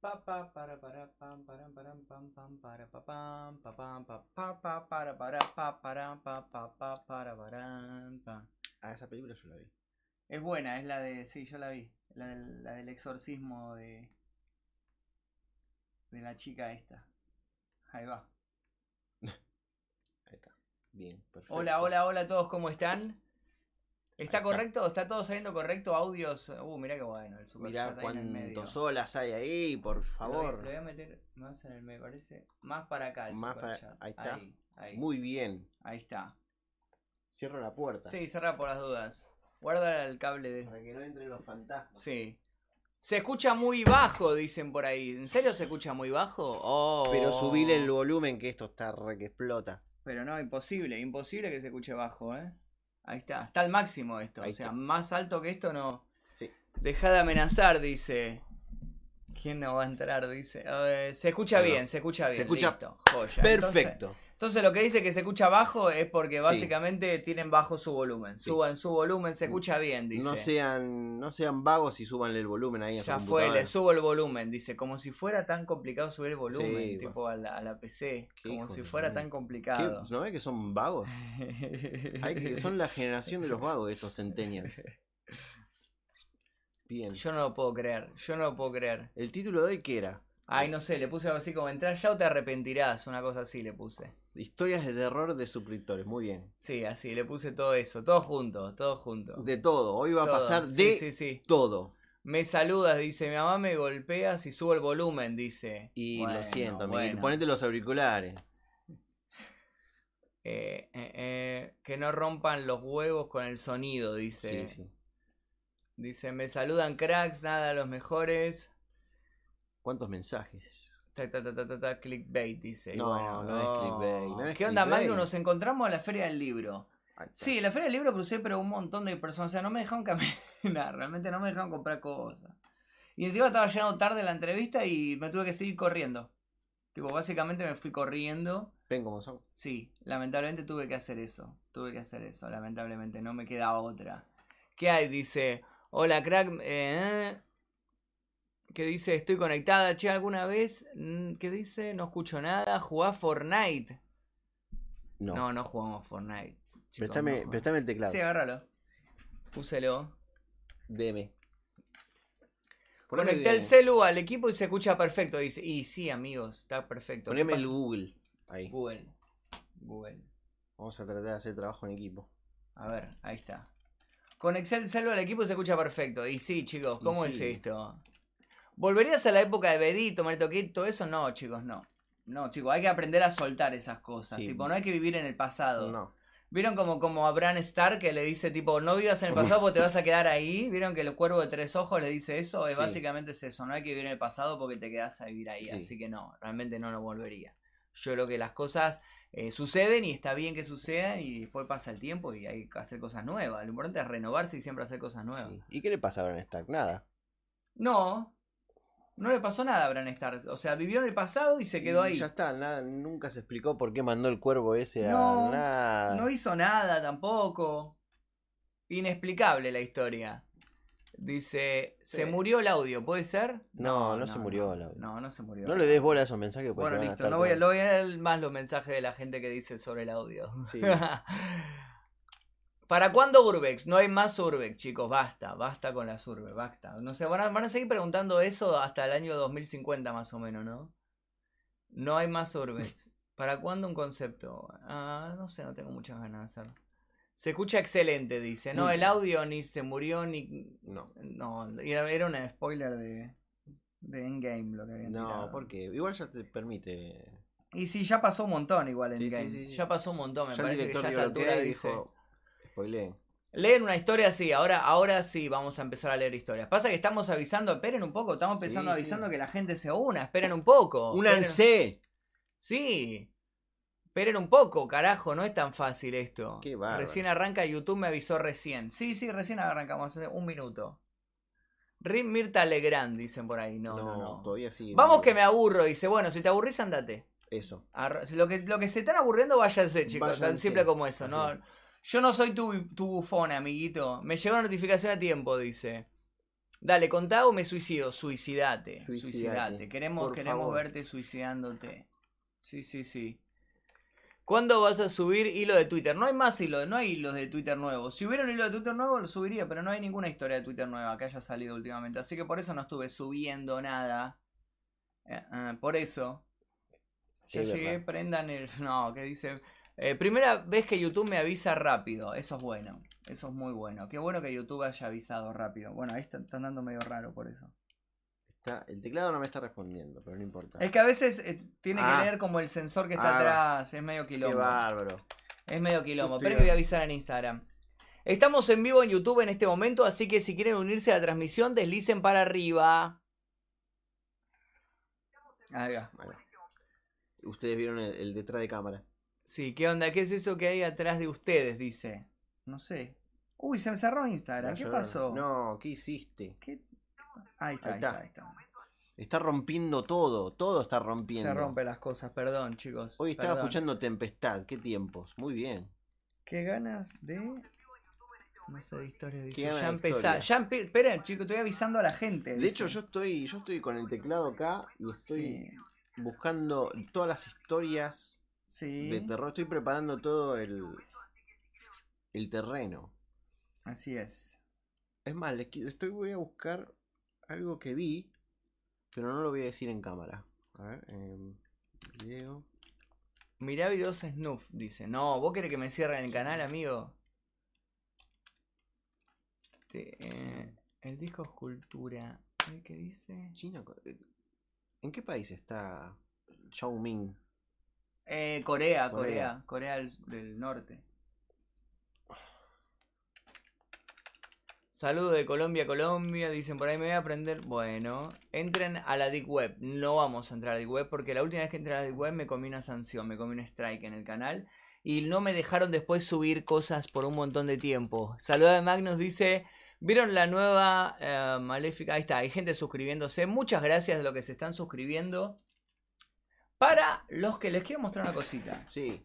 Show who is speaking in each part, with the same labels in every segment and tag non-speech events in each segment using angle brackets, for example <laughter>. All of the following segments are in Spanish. Speaker 1: Pa pa para para pam para para pam pam para pa pam pa pam pa pa pa para para pa para pa pa pa para para pa.
Speaker 2: Ah, esa película yo la vi.
Speaker 1: Es buena, es la de sí, yo la vi, la del, la del exorcismo de de la chica esta. Ahí va.
Speaker 2: Ahí está. Bien, perfecto.
Speaker 1: Hola, hola, hola a todos, ¿cómo están? ¿Está correcto? ¿Está todo saliendo correcto? Audios. Uh, mirá qué bueno, el super
Speaker 2: Mirá
Speaker 1: chat ahí en el medio.
Speaker 2: cuántos olas hay ahí, por
Speaker 1: Lo voy-
Speaker 2: favor.
Speaker 1: Lo voy a meter más en el, me parece, más para acá el
Speaker 2: Más para-
Speaker 1: superchat.
Speaker 2: ahí está.
Speaker 1: Ahí, ahí,
Speaker 2: Muy bien.
Speaker 1: ahí está.
Speaker 2: Cierro la puerta.
Speaker 1: Sí, cerra por las dudas. Guarda el cable de...
Speaker 2: Para que no entren los fantasmas.
Speaker 1: Sí. Se escucha muy bajo, dicen por ahí. ¿En serio se escucha muy bajo? Oh.
Speaker 2: Pero subile el volumen que esto está re que explota.
Speaker 1: Pero no, imposible, imposible que se escuche bajo, ¿eh? Ahí está, está al máximo esto.
Speaker 2: Ahí
Speaker 1: o sea,
Speaker 2: está.
Speaker 1: más alto que esto no.
Speaker 2: Sí.
Speaker 1: Deja de amenazar, dice. ¿Quién no va a entrar? Dice. Eh, se escucha
Speaker 2: Ahí va.
Speaker 1: bien, se escucha bien.
Speaker 2: escucha
Speaker 1: listo, joya. Entonces,
Speaker 2: Perfecto.
Speaker 1: entonces lo que dice que se escucha bajo es porque
Speaker 2: Sí.
Speaker 1: básicamente tienen bajo su volumen.
Speaker 2: Sí.
Speaker 1: Suban su volumen, se escucha bien, dice.
Speaker 2: No sean, no sean vagos y súbanle el volumen ahí a su
Speaker 1: Ya fue,
Speaker 2: computadora.
Speaker 1: le subo el volumen, dice, como si fuera tan complicado subir el volumen,
Speaker 2: Sí,
Speaker 1: tipo a, la, a la PC,
Speaker 2: Qué
Speaker 1: como
Speaker 2: hijo
Speaker 1: si
Speaker 2: de
Speaker 1: fuera
Speaker 2: mil.
Speaker 1: tan complicado.
Speaker 2: ¿Qué? ¿No ves que son
Speaker 1: <laughs>
Speaker 2: vagos? Hay que- son la generación de los vagos estos
Speaker 1: <laughs>
Speaker 2: centennials. Bien.
Speaker 1: Yo no lo puedo creer, yo no lo puedo creer.
Speaker 2: ¿El título de hoy qué era?
Speaker 1: Ay, no sé, le puse algo así como entrar ya o te arrepentirás, una cosa así le puse.
Speaker 2: Historias de terror de suscriptores. Muy bien.
Speaker 1: Sí, así, le puse todo eso, todo junto, todo junto.
Speaker 2: De todo. Hoy va a
Speaker 1: Todo,
Speaker 2: pasar
Speaker 1: sí,
Speaker 2: de
Speaker 1: Sí, sí.
Speaker 2: todo.
Speaker 1: Me saludas, dice, mi mamá me golpea si subo el volumen, dice.
Speaker 2: Y
Speaker 1: Bueno,
Speaker 2: lo siento, Miguel.
Speaker 1: bueno.
Speaker 2: Ponete los auriculares.
Speaker 1: Eh, eh, eh, que no rompan los huevos con el sonido, dice.
Speaker 2: Sí, sí.
Speaker 1: Dice, me saludan cracks, nada, los mejores.
Speaker 2: ¿Cuántos mensajes?
Speaker 1: Ta, ta, ta, ta, ta, ta, clickbait, dice. Y
Speaker 2: No,
Speaker 1: bueno,
Speaker 2: no es clickbait, no es
Speaker 1: ¿Qué onda,
Speaker 2: clickbait.
Speaker 1: Magno? Nos encontramos a la Feria del Libro.
Speaker 2: Ahí está.
Speaker 1: Sí, en la Feria del Libro crucé, pero un montón de personas. O sea, no me dejaron caminar, <laughs> realmente no me dejaron comprar cosas. Y encima estaba llegando tarde la entrevista y me tuve que seguir corriendo. Tipo, básicamente me fui corriendo.
Speaker 2: Ven cómo son.
Speaker 1: Sí, lamentablemente tuve que hacer eso. Tuve que hacer eso, lamentablemente. No me queda otra. ¿Qué hay? Dice, hola crack. eh, que dice, estoy conectada. Che, ¿alguna vez? Mm, ¿Qué dice? No escucho nada. ¿Jugá Fortnite?
Speaker 2: No.
Speaker 1: No, no jugamos Fortnite. chicos,
Speaker 2: préstame,
Speaker 1: no jugamos.
Speaker 2: préstame el teclado.
Speaker 1: Sí, agárralo. Úselo.
Speaker 2: Deme. Poneme
Speaker 1: Conecté el
Speaker 2: Deme.
Speaker 1: celu al equipo y se escucha perfecto. Dice, y sí, amigos, está perfecto. ¿Qué
Speaker 2: Poneme el
Speaker 1: pasa?
Speaker 2: Google. Ahí.
Speaker 1: Google. Google.
Speaker 2: Vamos a tratar de hacer trabajo en equipo.
Speaker 1: A ver, ahí está. Con Excel salvo al equipo se escucha perfecto. Y sí, chicos,
Speaker 2: Y
Speaker 1: ¿cómo es
Speaker 2: sí.
Speaker 1: esto? ¿Volverías a la época de Bedito, Maritoquito, todo eso? No, chicos, no. No, chicos, hay que aprender a soltar esas cosas.
Speaker 2: Sí.
Speaker 1: Tipo, no hay que vivir en el pasado.
Speaker 2: No.
Speaker 1: ¿Vieron como, como a Bran Stark que le dice, tipo, no vivas en el pasado porque te vas a quedar ahí? ¿Vieron que el cuervo de tres ojos le dice eso? Es
Speaker 2: Sí.
Speaker 1: Básicamente es eso, no hay que vivir en el pasado porque te quedas a vivir ahí.
Speaker 2: Sí.
Speaker 1: Así que no, realmente no lo volvería. Yo creo que las cosas eh, suceden y está bien que sucedan y después pasa el tiempo y hay que hacer cosas nuevas. Lo importante es renovarse y siempre hacer cosas nuevas.
Speaker 2: Sí. ¿Y qué le pasa a Bran Stark? Nada.
Speaker 1: No, no le pasó nada a Bran Stark. O sea, vivió en el pasado y se quedó
Speaker 2: Y
Speaker 1: ahí.
Speaker 2: Ya está, nada, nunca se explicó por qué mandó el cuervo ese a
Speaker 1: No,
Speaker 2: nada.
Speaker 1: No hizo nada tampoco. Inexplicable la historia. Dice,
Speaker 2: Sí.
Speaker 1: ¿se murió el audio? ¿Puede ser?
Speaker 2: No, no se murió el audio.
Speaker 1: No, no se murió.
Speaker 2: No le des bola a esos mensajes porque
Speaker 1: bueno,
Speaker 2: pues, te van a estar
Speaker 1: listo. No voy, a,
Speaker 2: todo-
Speaker 1: no voy a leer más los mensajes de la gente que dice sobre el audio.
Speaker 2: Sí.
Speaker 1: <laughs> ¿Para cuándo Urbex? No hay más Urbex, chicos. Basta, basta con las Urbex, basta. No sé, van a, van a seguir preguntando eso hasta el año 2050 más o menos, ¿no? No hay más Urbex. ¿Para cuándo un concepto? Ah, no sé, no tengo muchas ganas de hacerlo. Se escucha excelente, dice. No,
Speaker 2: Muy
Speaker 1: el
Speaker 2: bien.
Speaker 1: audio ni se murió ni...
Speaker 2: No.
Speaker 1: No, era era un spoiler de, de Endgame lo que habían
Speaker 2: No,
Speaker 1: tirado.
Speaker 2: porque igual ya te permite.
Speaker 1: Y sí, ya pasó un montón igual en
Speaker 2: Sí, sí,
Speaker 1: Game.
Speaker 2: sí, sí.
Speaker 1: Ya pasó un montón, me
Speaker 2: ya el
Speaker 1: parece que ya
Speaker 2: director dio
Speaker 1: a esta
Speaker 2: la
Speaker 1: altura
Speaker 2: altura y
Speaker 1: dice.
Speaker 2: dijo. Spoileen.
Speaker 1: Leen una historia así, ahora, ahora sí vamos a empezar a leer historias. Pasa que estamos avisando, esperen un poco, estamos
Speaker 2: Sí,
Speaker 1: empezando
Speaker 2: sí.
Speaker 1: avisando que la gente se una, esperen un
Speaker 2: <laughs>
Speaker 1: poco. esperen-
Speaker 2: ¡Únanse!
Speaker 1: Sí. Esperen un poco, carajo, no es tan fácil esto.
Speaker 2: Qué bárbaro.
Speaker 1: Recién arranca YouTube, me avisó recién. Sí, sí, recién arrancamos hace un minuto. Rim Mirta Legrand, dicen por ahí. No, no, no.
Speaker 2: todavía sí.
Speaker 1: Vamos que me aburro, dice. Bueno, si te aburrís, andate.
Speaker 2: Eso.
Speaker 1: Arro- lo, que, lo que se están aburriendo, váyanse, chicos. Tan
Speaker 2: Váyanse.
Speaker 1: simple como eso, ¿no?
Speaker 2: Así
Speaker 1: Yo no soy tu, tu bufón, amiguito. Me llegó la notificación a tiempo, dice. Dale, contá o me suicido. Suicidate. Suicidate.
Speaker 2: Suicidate,
Speaker 1: Queremos,
Speaker 2: por
Speaker 1: queremos
Speaker 2: favor.
Speaker 1: verte suicidándote. Sí, sí, sí. ¿Cuándo vas a subir hilo de Twitter? No hay más hilo, no hay hilos de Twitter nuevos. Si hubiera un hilo de Twitter nuevo, lo subiría, pero no hay ninguna historia de Twitter nueva que haya salido últimamente. Así que por eso no estuve subiendo nada. Eh, eh, por eso. Ya
Speaker 2: Es
Speaker 1: llegué,
Speaker 2: verdad.
Speaker 1: prendan el. <laughs> No, que dice. Eh, primera vez que YouTube me avisa rápido. Eso es bueno. Eso es muy bueno. Qué bueno que YouTube haya avisado rápido. Bueno, ahí está- están dando medio raro por eso.
Speaker 2: Está- el teclado no me está respondiendo, pero no importa.
Speaker 1: Es que a veces eh, tiene
Speaker 2: Ah.
Speaker 1: que leer como el sensor que está
Speaker 2: Ah,
Speaker 1: atrás. Es medio
Speaker 2: Qué
Speaker 1: quilombo.
Speaker 2: bárbaro.
Speaker 1: Es medio quilombo.
Speaker 2: Hostia.
Speaker 1: Pero que voy a avisar en Instagram. Estamos en vivo en YouTube en este momento, así que si quieren unirse a la transmisión, deslicen para arriba. Ahí va.
Speaker 2: Bueno. Ustedes vieron el, el detrás de cámara.
Speaker 1: Sí, ¿qué onda? ¿Qué es eso que hay atrás de ustedes? Dice. No sé. Uy, se me cerró Instagram. ¿Qué
Speaker 2: Yo-
Speaker 1: pasó?
Speaker 2: No, ¿qué hiciste?
Speaker 1: ¿Qué? Ahí está,
Speaker 2: Ahí
Speaker 1: ahí está.
Speaker 2: está.
Speaker 1: ahí está.
Speaker 2: Está rompiendo todo, todo está rompiendo.
Speaker 1: Se rompen las cosas, perdón, chicos.
Speaker 2: Hoy estaba
Speaker 1: perdón.
Speaker 2: escuchando Tempestad, qué tiempos. Muy bien.
Speaker 1: Qué ganas de. este No sé de historias. Dice.
Speaker 2: ganas
Speaker 1: Ya
Speaker 2: de
Speaker 1: empezá.
Speaker 2: historias.
Speaker 1: Ya empe... Esperen, chicos, estoy avisando a la gente.
Speaker 2: De
Speaker 1: dice.
Speaker 2: hecho, yo estoy, yo estoy con el teclado acá y estoy
Speaker 1: Sí.
Speaker 2: buscando todas las historias
Speaker 1: sí,
Speaker 2: de terror. Estoy preparando todo el, el terreno.
Speaker 1: Así es.
Speaker 2: Es más, les qui- estoy voy a buscar algo que vi, pero no lo voy a decir en cámara. A ver, em, video.
Speaker 1: Mirá videos snuff, dice. No, vos querés que me cierren el canal, amigo. Te- eh, el disco Escultura. Ay, ¿Qué dice?
Speaker 2: China. co- eh, ¿En qué país está Xiao Ming?
Speaker 1: Eh, Corea, Corea,
Speaker 2: Corea.
Speaker 1: Corea del, del Norte. Saludos de Colombia, Colombia. Dicen por ahí me voy a aprender. Bueno, entren a la Deep Web. No vamos a entrar a la Deep Web porque la última vez que entré a la Deep Web me comí una sanción, me comí un strike en el canal. Y no me dejaron después subir cosas por un montón de tiempo. Saludos de Magnus, dice. ¿Vieron la nueva eh, Maléfica? Ahí está, hay gente suscribiéndose. Muchas gracias a los que se están suscribiendo. Para los que les quiero mostrar una cosita.
Speaker 2: Sí,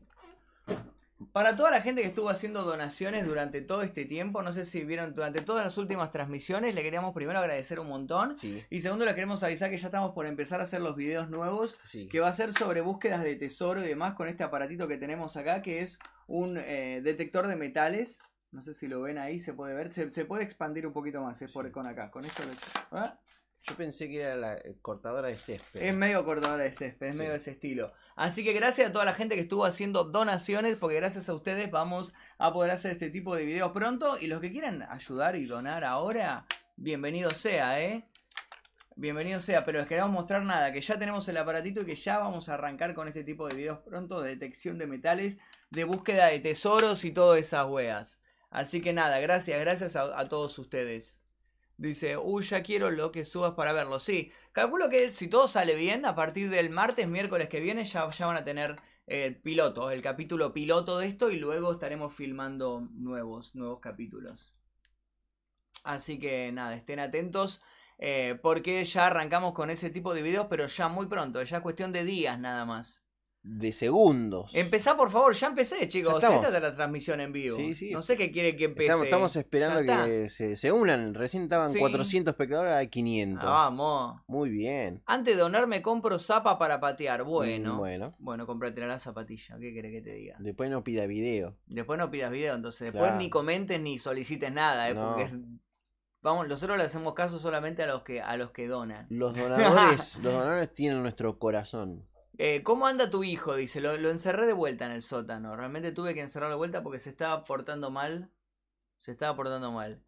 Speaker 1: Para toda la gente que estuvo haciendo donaciones durante todo este tiempo, no sé si vieron durante todas las últimas transmisiones, le queríamos primero agradecer un montón.
Speaker 2: sí,
Speaker 1: Y segundo, le queremos avisar que ya estamos por empezar a hacer los videos nuevos,
Speaker 2: sí.
Speaker 1: que va a ser sobre búsquedas de tesoro y demás con este aparatito que tenemos acá, que es un eh, detector de metales. No sé si lo ven ahí, se puede ver. Se, se puede expandir un poquito más, es por con acá. Con esto lo- ¿Ah?
Speaker 2: Yo pensé que era la eh, cortadora de césped.
Speaker 1: Es medio cortadora de césped, es
Speaker 2: Sí.
Speaker 1: medio de ese estilo. Así que gracias a toda la gente que estuvo haciendo donaciones, porque gracias a ustedes vamos a poder hacer este tipo de videos pronto. Y los que quieran ayudar y donar ahora, bienvenido sea, ¿eh? Bienvenido sea, pero les queremos mostrar nada, que ya tenemos el aparatito y que ya vamos a arrancar con este tipo de videos pronto de detección de metales, de búsqueda de tesoros y todas esas weas. Así que nada, gracias, gracias a, a todos ustedes. Dice, uy, ya quiero lo que subas para verlo. Sí, calculo que si todo sale bien, a partir del martes, miércoles que viene, ya, ya van a tener el piloto, el capítulo piloto de esto y luego estaremos filmando nuevos, nuevos capítulos. Así que nada, estén atentos eh, porque ya arrancamos con ese tipo de videos, pero ya muy pronto, ya es cuestión de días nada más.
Speaker 2: De segundos.
Speaker 1: Empezá por favor, ya empecé chicos,
Speaker 2: Ya estamos.
Speaker 1: esta es la transmisión en vivo.
Speaker 2: Sí, sí.
Speaker 1: No sé qué quiere que empecé.
Speaker 2: Estamos, estamos esperando
Speaker 1: Ya está.
Speaker 2: que se, se unan. Recién estaban
Speaker 1: Sí.
Speaker 2: 400 espectadores, hay
Speaker 1: Ah,
Speaker 2: 500.
Speaker 1: vamos.
Speaker 2: Muy bien.
Speaker 1: Antes de donarme compro zapa para patear. Bueno.
Speaker 2: Mm,
Speaker 1: Bueno,
Speaker 2: Bueno,
Speaker 1: comprate la zapatilla. ¿Qué querés que te diga?
Speaker 2: después no pida video.
Speaker 1: Después no pidas video, entonces después
Speaker 2: Claro.
Speaker 1: ni comentes ni solicites nada, ¿eh?
Speaker 2: No.
Speaker 1: Porque es- vamos, nosotros le hacemos caso solamente a los que a los que donan.
Speaker 2: Los
Speaker 1: <laughs>
Speaker 2: donadores, los donadores tienen nuestro corazón.
Speaker 1: Eh, ¿Cómo anda tu hijo? Dice, lo, lo encerré de vuelta en el sótano. Realmente tuve que encerrarlo de vuelta porque se estaba portando mal. Se estaba portando mal.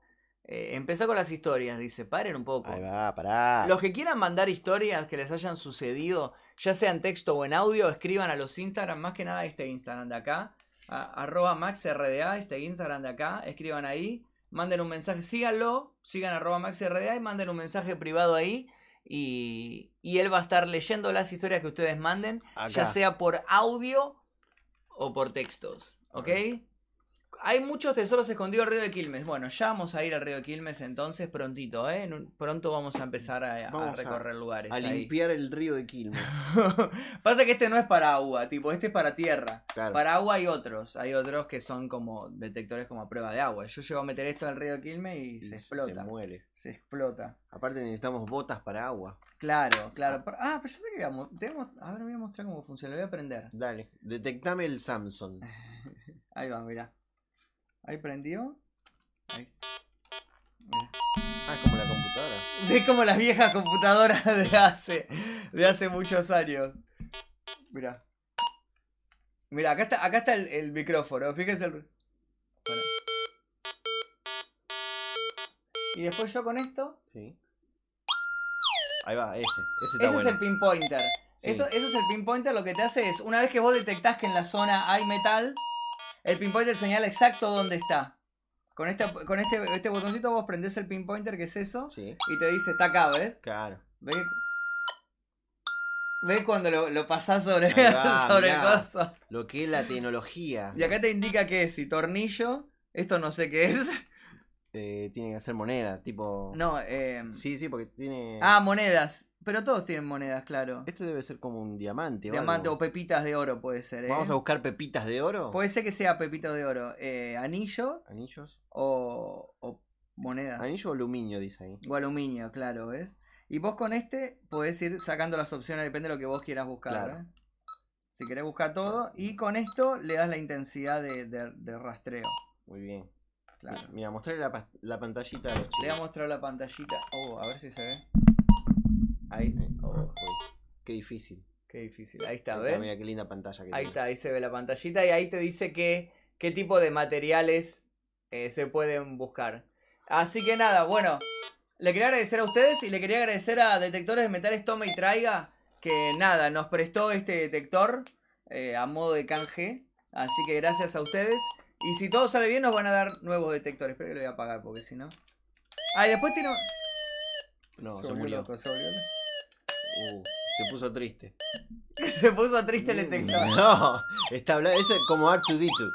Speaker 1: Eh, empezá con las historias, dice, paren un poco.
Speaker 2: Ahí va, pará.
Speaker 1: Los que quieran mandar historias que les hayan sucedido, ya sea en texto o en audio, escriban a los Instagram, más que nada este Instagram de acá, a- arroba maxrda, este Instagram de acá, escriban ahí, manden un mensaje, síganlo, sigan arroba maxrda y manden un mensaje privado ahí y, y él va a estar leyendo las historias que ustedes manden,
Speaker 2: Acá.
Speaker 1: ya sea por audio o por textos,
Speaker 2: A
Speaker 1: ¿ok?
Speaker 2: ver.
Speaker 1: Hay muchos tesoros escondidos al río de Quilmes. Bueno, ya vamos a ir al río de Quilmes entonces prontito, ¿eh? En un- pronto vamos a empezar a, a
Speaker 2: Vamos a-
Speaker 1: recorrer lugares.
Speaker 2: A
Speaker 1: ahí.
Speaker 2: limpiar el río de <laughs> Quilmes.
Speaker 1: Pasa que este no es para agua, tipo, este es para tierra.
Speaker 2: Claro.
Speaker 1: Para agua hay otros, hay otros que son como detectores como a prueba de agua. Yo llego a meter esto en el río Quilmes y,
Speaker 2: Y
Speaker 1: se
Speaker 2: se-
Speaker 1: explota.
Speaker 2: Se muere.
Speaker 1: se explota. <laughs>
Speaker 2: Aparte necesitamos botas para agua.
Speaker 1: Claro, claro. Por- Ah, pero ya sé que digamos, te voy a mo- a ver, voy a mostrar cómo funciona, lo voy a aprender.
Speaker 2: Dale. Detectame el Samsung.
Speaker 1: <laughs> Ahí va, mirá. Ahí prendió. Ahí. Mirá.
Speaker 2: Ah, como la computadora.
Speaker 1: Es como las viejas computadoras de hace, <laughs> de hace muchos años. Mirá. Mirá, acá está, acá está el, el micrófono. Fíjense el. Pará. Y después yo con esto.
Speaker 2: Sí. Ahí va, ese. Ese está
Speaker 1: Ese
Speaker 2: bueno.
Speaker 1: es el pinpointer.
Speaker 2: Sí.
Speaker 1: Eso, eso es el pinpointer. Lo que te hace es, una vez que vos detectás que en la zona hay metal, el pinpointer señala exacto dónde está. Con, esta, con este, este botoncito vos prendés el pinpointer, que es eso,
Speaker 2: Sí,
Speaker 1: y te dice, está acá, ¿ves?
Speaker 2: claro.
Speaker 1: ¿Ves? ¿Ves cuando lo, lo pasás sobre,
Speaker 2: Ahí
Speaker 1: <laughs>
Speaker 2: va,
Speaker 1: sobre el
Speaker 2: mirá.
Speaker 1: coso?
Speaker 2: Lo que es la tecnología.
Speaker 1: Y acá te indica que si tornillo, esto no sé qué es.
Speaker 2: Eh, tiene que hacer moneda, tipo.
Speaker 1: No, eh,
Speaker 2: Sí, sí, porque tiene.
Speaker 1: ah, monedas. Pero todos tienen monedas, claro.
Speaker 2: Eh. Esto debe ser como un diamante. o
Speaker 1: Diamante o
Speaker 2: algo.
Speaker 1: pepitas de oro puede ser, ¿eh?
Speaker 2: Vamos a buscar pepitas de oro.
Speaker 1: Puede ser que sea pepito de oro, eh, anillo
Speaker 2: Anillos.
Speaker 1: o, o monedas.
Speaker 2: Anillo o aluminio, dice ahí.
Speaker 1: O aluminio, claro, ¿ves? Y vos con este podés ir sacando las opciones, depende de lo que vos quieras buscar.
Speaker 2: Claro.
Speaker 1: ¿eh? Si querés buscar todo, y con esto le das la intensidad de, de- de rastreo.
Speaker 2: Muy bien.
Speaker 1: Claro.
Speaker 2: Mira, mostrarle la, pas- la pantallita a los
Speaker 1: Le voy a
Speaker 2: chicos.
Speaker 1: mostrar la pantallita. Oh, a ver si se ve. Ahí.
Speaker 2: Oh,
Speaker 1: Oh,
Speaker 2: uy, qué difícil.
Speaker 1: qué difícil. Ahí está,
Speaker 2: Ahí
Speaker 1: ¿ves?
Speaker 2: Mira qué linda pantalla que
Speaker 1: Ahí
Speaker 2: tiene.
Speaker 1: está, ahí se ve la pantallita y ahí te dice que, qué tipo de materiales eh, se pueden buscar. Así que nada, bueno, le quería agradecer a ustedes y le quería agradecer a Detectores de Metales Toma y Traiga, que nada, nos prestó este detector eh, a modo de canje. Así que gracias a ustedes. Y si todo sale bien, nos van a dar nuevos detectores. Pero que lo voy a apagar porque si no. Ah, y después tiene. un-
Speaker 2: No, se,
Speaker 1: volvió
Speaker 2: murió.
Speaker 1: loco, se volvió loco.
Speaker 2: Uh, se puso triste.
Speaker 1: <laughs>
Speaker 2: Mm,
Speaker 1: Se puso triste el detector.
Speaker 2: <laughs> No, está hablando. Ese es como
Speaker 1: <laughs>
Speaker 2: Archudichu.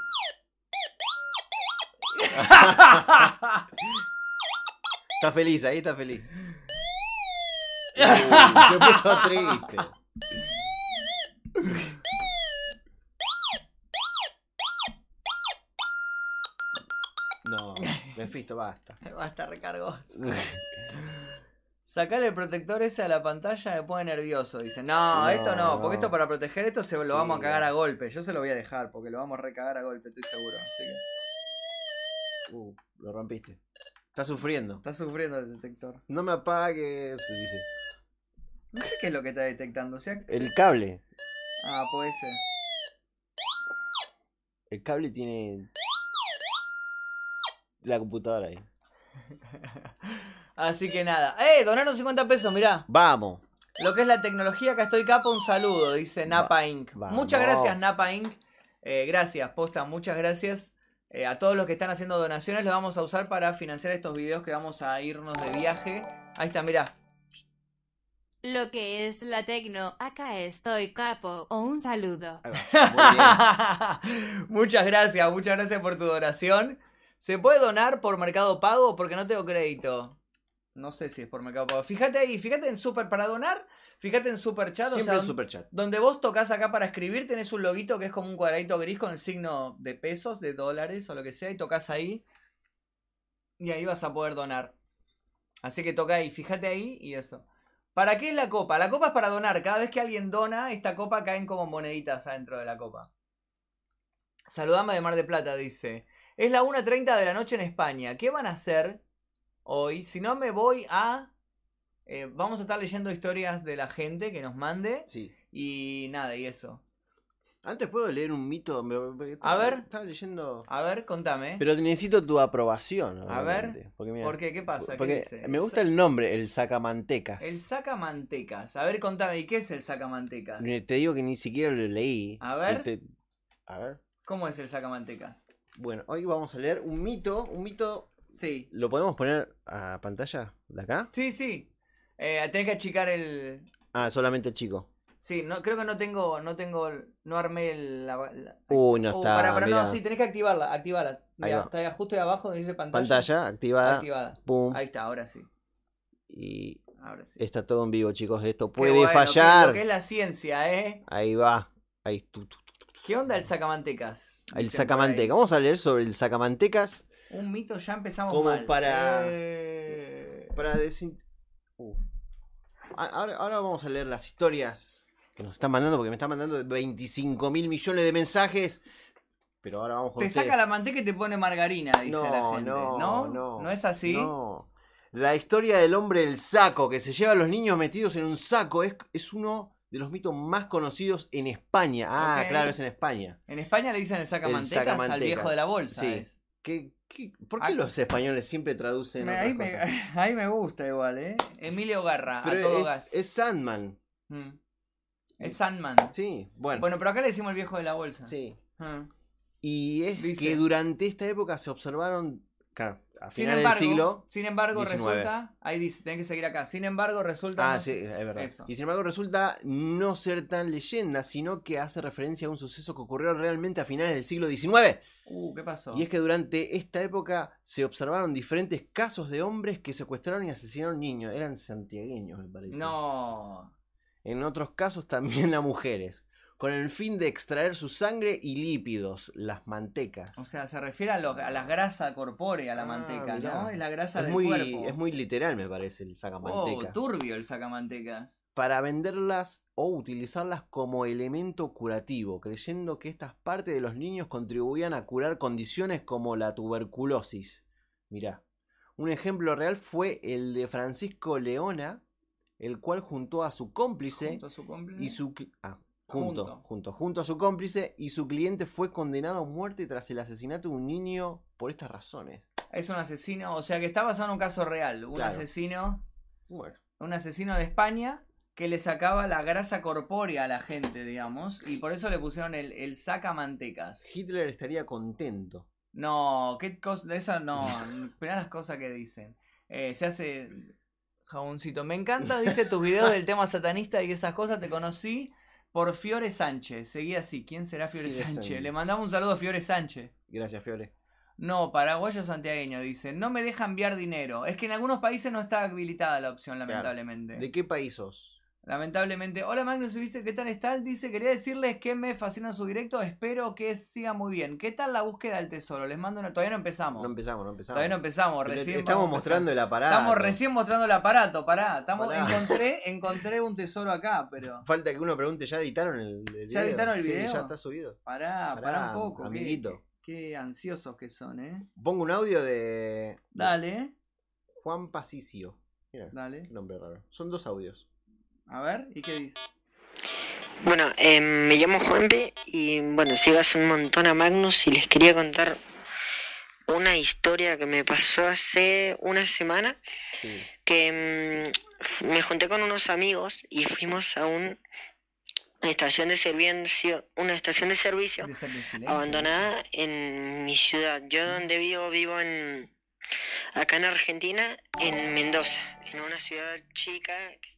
Speaker 2: Está feliz, ahí está
Speaker 1: <laughs>
Speaker 2: feliz. Uy, se puso triste.
Speaker 1: <laughs>
Speaker 2: No, Mephisto, basta.
Speaker 1: Basta recargos. Sacale el protector ese a la pantalla, me pone nervioso. Dice, no,
Speaker 2: No,
Speaker 1: esto no,
Speaker 2: no.
Speaker 1: porque esto para proteger esto se lo
Speaker 2: Sí.
Speaker 1: vamos a cagar a golpe. Yo se lo voy a dejar porque lo vamos a recagar a golpe, estoy seguro. Así que
Speaker 2: Uh, lo rompiste. Está sufriendo.
Speaker 1: está sufriendo el detector.
Speaker 2: No me apagues, dice.
Speaker 1: No sé qué es lo que está detectando. O sea,
Speaker 2: El cable.
Speaker 1: Ah, puede ser.
Speaker 2: El cable tiene la computadora ahí.
Speaker 1: Así que nada. ¡Eh! Donaron 50 pesos, mirá.
Speaker 2: Vamos.
Speaker 1: Lo que es la tecnología, acá estoy capa, un saludo, dice Napa Inc.
Speaker 2: vamos.
Speaker 1: Muchas gracias, Napa Inc. Eh, gracias, posta, muchas gracias. Eh, a todos los que están haciendo donaciones, los vamos a usar para financiar estos videos que vamos a irnos de viaje. Ahí está, mirá.
Speaker 3: Lo que es la tecno, acá estoy capo, o un saludo.
Speaker 2: Ahí va.
Speaker 1: muchas gracias, muchas gracias por tu donación. ¿Se puede donar por Mercado Pago? Porque no tengo crédito. No sé si es por Mercado Pago. Fíjate ahí, fíjate en Super para donar. Fíjate en Super Chat.
Speaker 2: Muy bien.
Speaker 1: o
Speaker 2: Siempre
Speaker 1: sea,
Speaker 2: un super chat.
Speaker 1: Donde vos tocas acá para escribir, tenés un loguito que es como un cuadradito gris con el signo de pesos, de dólares o lo que sea, y tocas ahí. Y ahí vas a poder donar. Así que toca ahí, fíjate ahí y eso. ¿Para qué es la copa? La copa es para donar. Cada vez que alguien dona, esta copa caen como moneditas adentro de la copa. Saludame de Mar de Plata, dice. Es la 1.30 de la noche en España. ¿Qué van a hacer hoy? Si no me voy a... eh, vamos a estar leyendo historias de la gente que nos mande.
Speaker 2: Sí.
Speaker 1: Y nada, y eso.
Speaker 2: Antes puedo leer un mito. Me- me-
Speaker 1: A ver.
Speaker 2: Estaba leyendo.
Speaker 1: A ver, contame.
Speaker 2: Pero necesito tu aprobación.
Speaker 1: A ver.
Speaker 2: obviamente, Porque, mira,
Speaker 1: ¿Por qué? ¿Qué pasa? ¿Qué
Speaker 2: porque
Speaker 1: dice?
Speaker 2: me gusta el nombre, el sacamantecas.
Speaker 1: El sacamantecas. A ver, contame, ¿y qué es el sacamantecas?
Speaker 2: Eh, Te digo que ni siquiera lo leí.
Speaker 1: A ver.
Speaker 2: Este- A ver.
Speaker 1: ¿Cómo es el sacamantecas?
Speaker 2: Bueno, hoy vamos a leer un mito. Un mito.
Speaker 1: Sí.
Speaker 2: ¿Lo podemos poner a pantalla de acá?
Speaker 1: Sí, sí. Eh, tenés que achicar el...
Speaker 2: Ah, solamente chico.
Speaker 1: Sí, no, creo que no tengo, no tengo, no armé el- la... la-
Speaker 2: Uy, no
Speaker 1: Oh,
Speaker 2: está.
Speaker 1: pará, pará,
Speaker 2: mirá.
Speaker 1: no, sí, tenés que activarla, activarla. Mirá,
Speaker 2: va.
Speaker 1: está ahí justo ahí abajo donde dice pantalla.
Speaker 2: Pantalla activada.
Speaker 1: Activada.
Speaker 2: Pum.
Speaker 1: Ahí está, ahora sí.
Speaker 2: Y
Speaker 1: Ahora sí.
Speaker 2: está todo en vivo, chicos. Esto
Speaker 1: Qué
Speaker 2: puede
Speaker 1: bueno, qué-
Speaker 2: fallar.
Speaker 1: Lo que es la ciencia, ¿eh?
Speaker 2: Ahí va. Ahí. tu, tu, tu.
Speaker 1: ¿Qué onda el sacamantecas?
Speaker 2: El
Speaker 1: Dicen por
Speaker 2: sacamanteca. Vamos a leer sobre el sacamantecas.
Speaker 1: ahí. Un mito, ya empezamos
Speaker 2: Como
Speaker 1: mal.
Speaker 2: para-
Speaker 1: Eh,
Speaker 2: Para desin... Uh. A- Ahora, ahora vamos a leer las historias que nos están mandando, porque me están mandando 25 mil millones de mensajes. Pero ahora vamos con
Speaker 1: Te
Speaker 2: ustedes.
Speaker 1: saca la manteca y te pone margarina, dice
Speaker 2: No,
Speaker 1: la gente.
Speaker 2: no,
Speaker 1: no,
Speaker 2: no.
Speaker 1: es así.
Speaker 2: No. La historia del hombre del saco, que se lleva a los niños metidos en un saco, es, es uno de los mitos más conocidos en España. Ah,
Speaker 1: Ok.
Speaker 2: claro, es en España.
Speaker 1: En España le dicen el sacamantecas, al
Speaker 2: sacamantecas.
Speaker 1: viejo de la bolsa.
Speaker 2: Sí.
Speaker 1: es.
Speaker 2: ¿Qué, qué- por qué
Speaker 1: Ah.
Speaker 2: los españoles siempre traducen
Speaker 1: Me-
Speaker 2: otras
Speaker 1: ahí, me,
Speaker 2: cosas?
Speaker 1: <laughs> ahí me gusta igual, ¿eh? Emilio Garra, a todo
Speaker 2: Pero
Speaker 1: gas.
Speaker 2: es, es Sandman.
Speaker 1: Mm. Es Sandman.
Speaker 2: Sí, bueno.
Speaker 1: Bueno, pero acá le decimos el viejo de la bolsa.
Speaker 2: Sí.
Speaker 1: Mm.
Speaker 2: Y es
Speaker 1: Dice.
Speaker 2: que durante esta época se observaron, claro, a
Speaker 1: Sin
Speaker 2: finales
Speaker 1: embargo,
Speaker 2: del siglo.
Speaker 1: sin embargo
Speaker 2: 19.
Speaker 1: resulta. Ahí dice, tenés que seguir acá. Sin embargo, resulta.
Speaker 2: Ah,
Speaker 1: no-
Speaker 2: sí, es verdad.
Speaker 1: Eso.
Speaker 2: Y sin embargo resulta no ser tan leyenda, sino que hace referencia a un suceso que ocurrió realmente a finales del siglo XIX.
Speaker 1: Uh, ¿qué pasó?
Speaker 2: Y es que durante esta época se observaron diferentes casos de hombres que secuestraron y asesinaron niños. Eran santiagueños, me parece.
Speaker 1: No.
Speaker 2: En otros casos también a mujeres. Con el fin de extraer su sangre y lípidos, las mantecas.
Speaker 1: O sea, se refiere a, lo- a la grasa corpórea, la
Speaker 2: Ah,
Speaker 1: manteca,
Speaker 2: mirá.
Speaker 1: ¿no? Es la grasa
Speaker 2: es,
Speaker 1: del
Speaker 2: muy,
Speaker 1: cuerpo.
Speaker 2: es muy literal, me parece, el
Speaker 1: Oh,
Speaker 2: sacamantecas.
Speaker 1: turbio el sacamantecas.
Speaker 2: para venderlas o utilizarlas como elemento curativo, creyendo que estas partes de los niños contribuían a curar condiciones como la tuberculosis. Mirá, un ejemplo real fue el de Francisco Leona, el cual juntó a su cómplice
Speaker 1: Junto a su cómplice.
Speaker 2: y su... cli- ah, junto,
Speaker 1: Junto.
Speaker 2: junto, junto a su cómplice y su cliente fue condenado a muerte tras el asesinato de un niño por estas razones.
Speaker 1: Es un asesino, o sea que está basado en un caso real. Un
Speaker 2: Claro.
Speaker 1: asesino.
Speaker 2: Bueno,
Speaker 1: un asesino de España que le sacaba la grasa corpórea a la gente, digamos, y por eso le pusieron el, el sacamantecas.
Speaker 2: Hitler estaría contento.
Speaker 1: No, qué cosa, de esa
Speaker 2: <laughs>
Speaker 1: no, mirá las cosas que dicen. Eh, se hace jaboncito.
Speaker 2: <laughs>
Speaker 1: Me encanta, dice tus videos del tema satanista y esas cosas, te conocí por Fiore Sánchez. Seguí así, ¿quién será Fiore
Speaker 2: Fiore
Speaker 1: Sánchez?
Speaker 2: Sánchez.
Speaker 1: Le mandamos un saludo a Fiore Sánchez.
Speaker 2: Gracias, Fiore.
Speaker 1: No, paraguayo santiagueño, dice. No me deja enviar dinero. Es que en algunos países no está habilitada la opción,
Speaker 2: Claro.
Speaker 1: lamentablemente.
Speaker 2: ¿De qué país sos?
Speaker 1: Lamentablemente. Hola Magnus, ¿viste qué tal está? Dice, quería decirles que me fascina su directo, espero que siga muy bien. ¿Qué tal la búsqueda del tesoro? Les mando una... Todavía no empezamos.
Speaker 2: No empezamos, no empezamos.
Speaker 1: Todavía no empezamos,
Speaker 2: Pero
Speaker 1: recién...
Speaker 2: estamos
Speaker 1: vamos a empezar.
Speaker 2: mostrando el aparato.
Speaker 1: Estamos recién mostrando el aparato, pará. Estamos...
Speaker 2: Pará.
Speaker 1: Encontré, encontré un tesoro acá, pero...
Speaker 2: Falta que uno pregunte, ¿ya editaron el, el video?
Speaker 1: ¿Ya editaron el
Speaker 2: Sí,
Speaker 1: video?
Speaker 2: ya está subido.
Speaker 1: Pará, pará,
Speaker 2: Pará,
Speaker 1: un poco. qué-
Speaker 2: amiguito.
Speaker 1: Qué, qué ansiosos que son, ¿eh?
Speaker 2: Pongo un audio de
Speaker 1: Dale,
Speaker 2: Juan Pacicio. Mira,
Speaker 1: dale.
Speaker 2: qué nombre raro. Son dos audios.
Speaker 1: A ver, ¿y qué dice?
Speaker 4: Bueno, eh, me llamo Juanpe y bueno, sigo hace un montón a Magnus y les quería contar una historia que me pasó hace una semana
Speaker 2: Sí.
Speaker 4: que mm, f- me junté con unos amigos y fuimos a un una estación de servicio, una estación de servicio
Speaker 1: De ser de silencio.
Speaker 4: abandonada en mi ciudad. Yo donde vivo, vivo en acá en Argentina, en Mendoza, en una ciudad chica que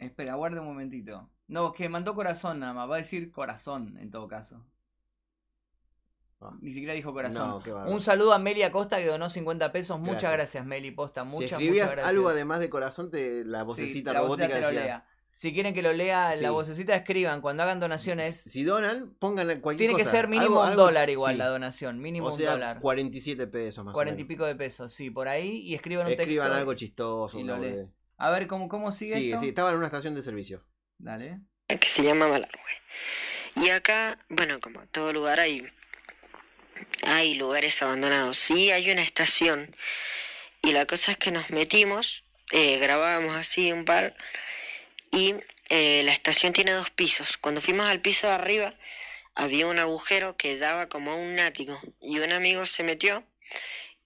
Speaker 1: Espera, guarda un momentito. No, que mandó corazón nada más. Va a decir corazón en todo caso.
Speaker 2: Ah.
Speaker 1: Ni siquiera dijo corazón.
Speaker 2: No, qué bárbaro.
Speaker 1: un saludo a Meli Acosta que donó 50 pesos. Muchas gracias,
Speaker 2: Gracias.
Speaker 1: Meli Posta.
Speaker 2: si
Speaker 1: Muchas,
Speaker 2: escribías
Speaker 1: muchas gracias.
Speaker 2: algo además de corazón, te, la
Speaker 1: Sí,
Speaker 2: vocecita
Speaker 1: la vocecita
Speaker 2: robótica
Speaker 1: te lo
Speaker 2: decía,
Speaker 1: lea. Si quieren que lo lea
Speaker 2: Sí.
Speaker 1: la vocecita, escriban. Cuando hagan donaciones,
Speaker 2: Si donan, pongan cualquier
Speaker 1: tiene que
Speaker 2: cosa.
Speaker 1: ser mínimo
Speaker 2: Algo-
Speaker 1: un
Speaker 2: algo-
Speaker 1: dólar igual
Speaker 2: sí.
Speaker 1: la donación. Mínimo
Speaker 2: O sea,
Speaker 1: un dólar.
Speaker 2: 47 pesos más
Speaker 1: 40 y
Speaker 2: o menos.
Speaker 1: pico de pesos, sí, por ahí. Y escriban un
Speaker 2: Escriban
Speaker 1: texto.
Speaker 2: algo chistoso.
Speaker 1: y
Speaker 2: una
Speaker 1: lo lee.
Speaker 2: boludez.
Speaker 1: A ver, ¿cómo, cómo
Speaker 2: Sí,
Speaker 1: sigue esto?
Speaker 2: sí, estaba en una estación de servicio.
Speaker 1: Dale.
Speaker 4: que se llama Malargüe. Y acá, bueno, como en todo lugar hay, hay lugares abandonados. Y hay una estación. Y la cosa es que nos metimos, eh, grabábamos así un par. Y eh, la estación tiene dos pisos. Cuando fuimos al piso de arriba, había un agujero que daba como a un látigo. Y un amigo se metió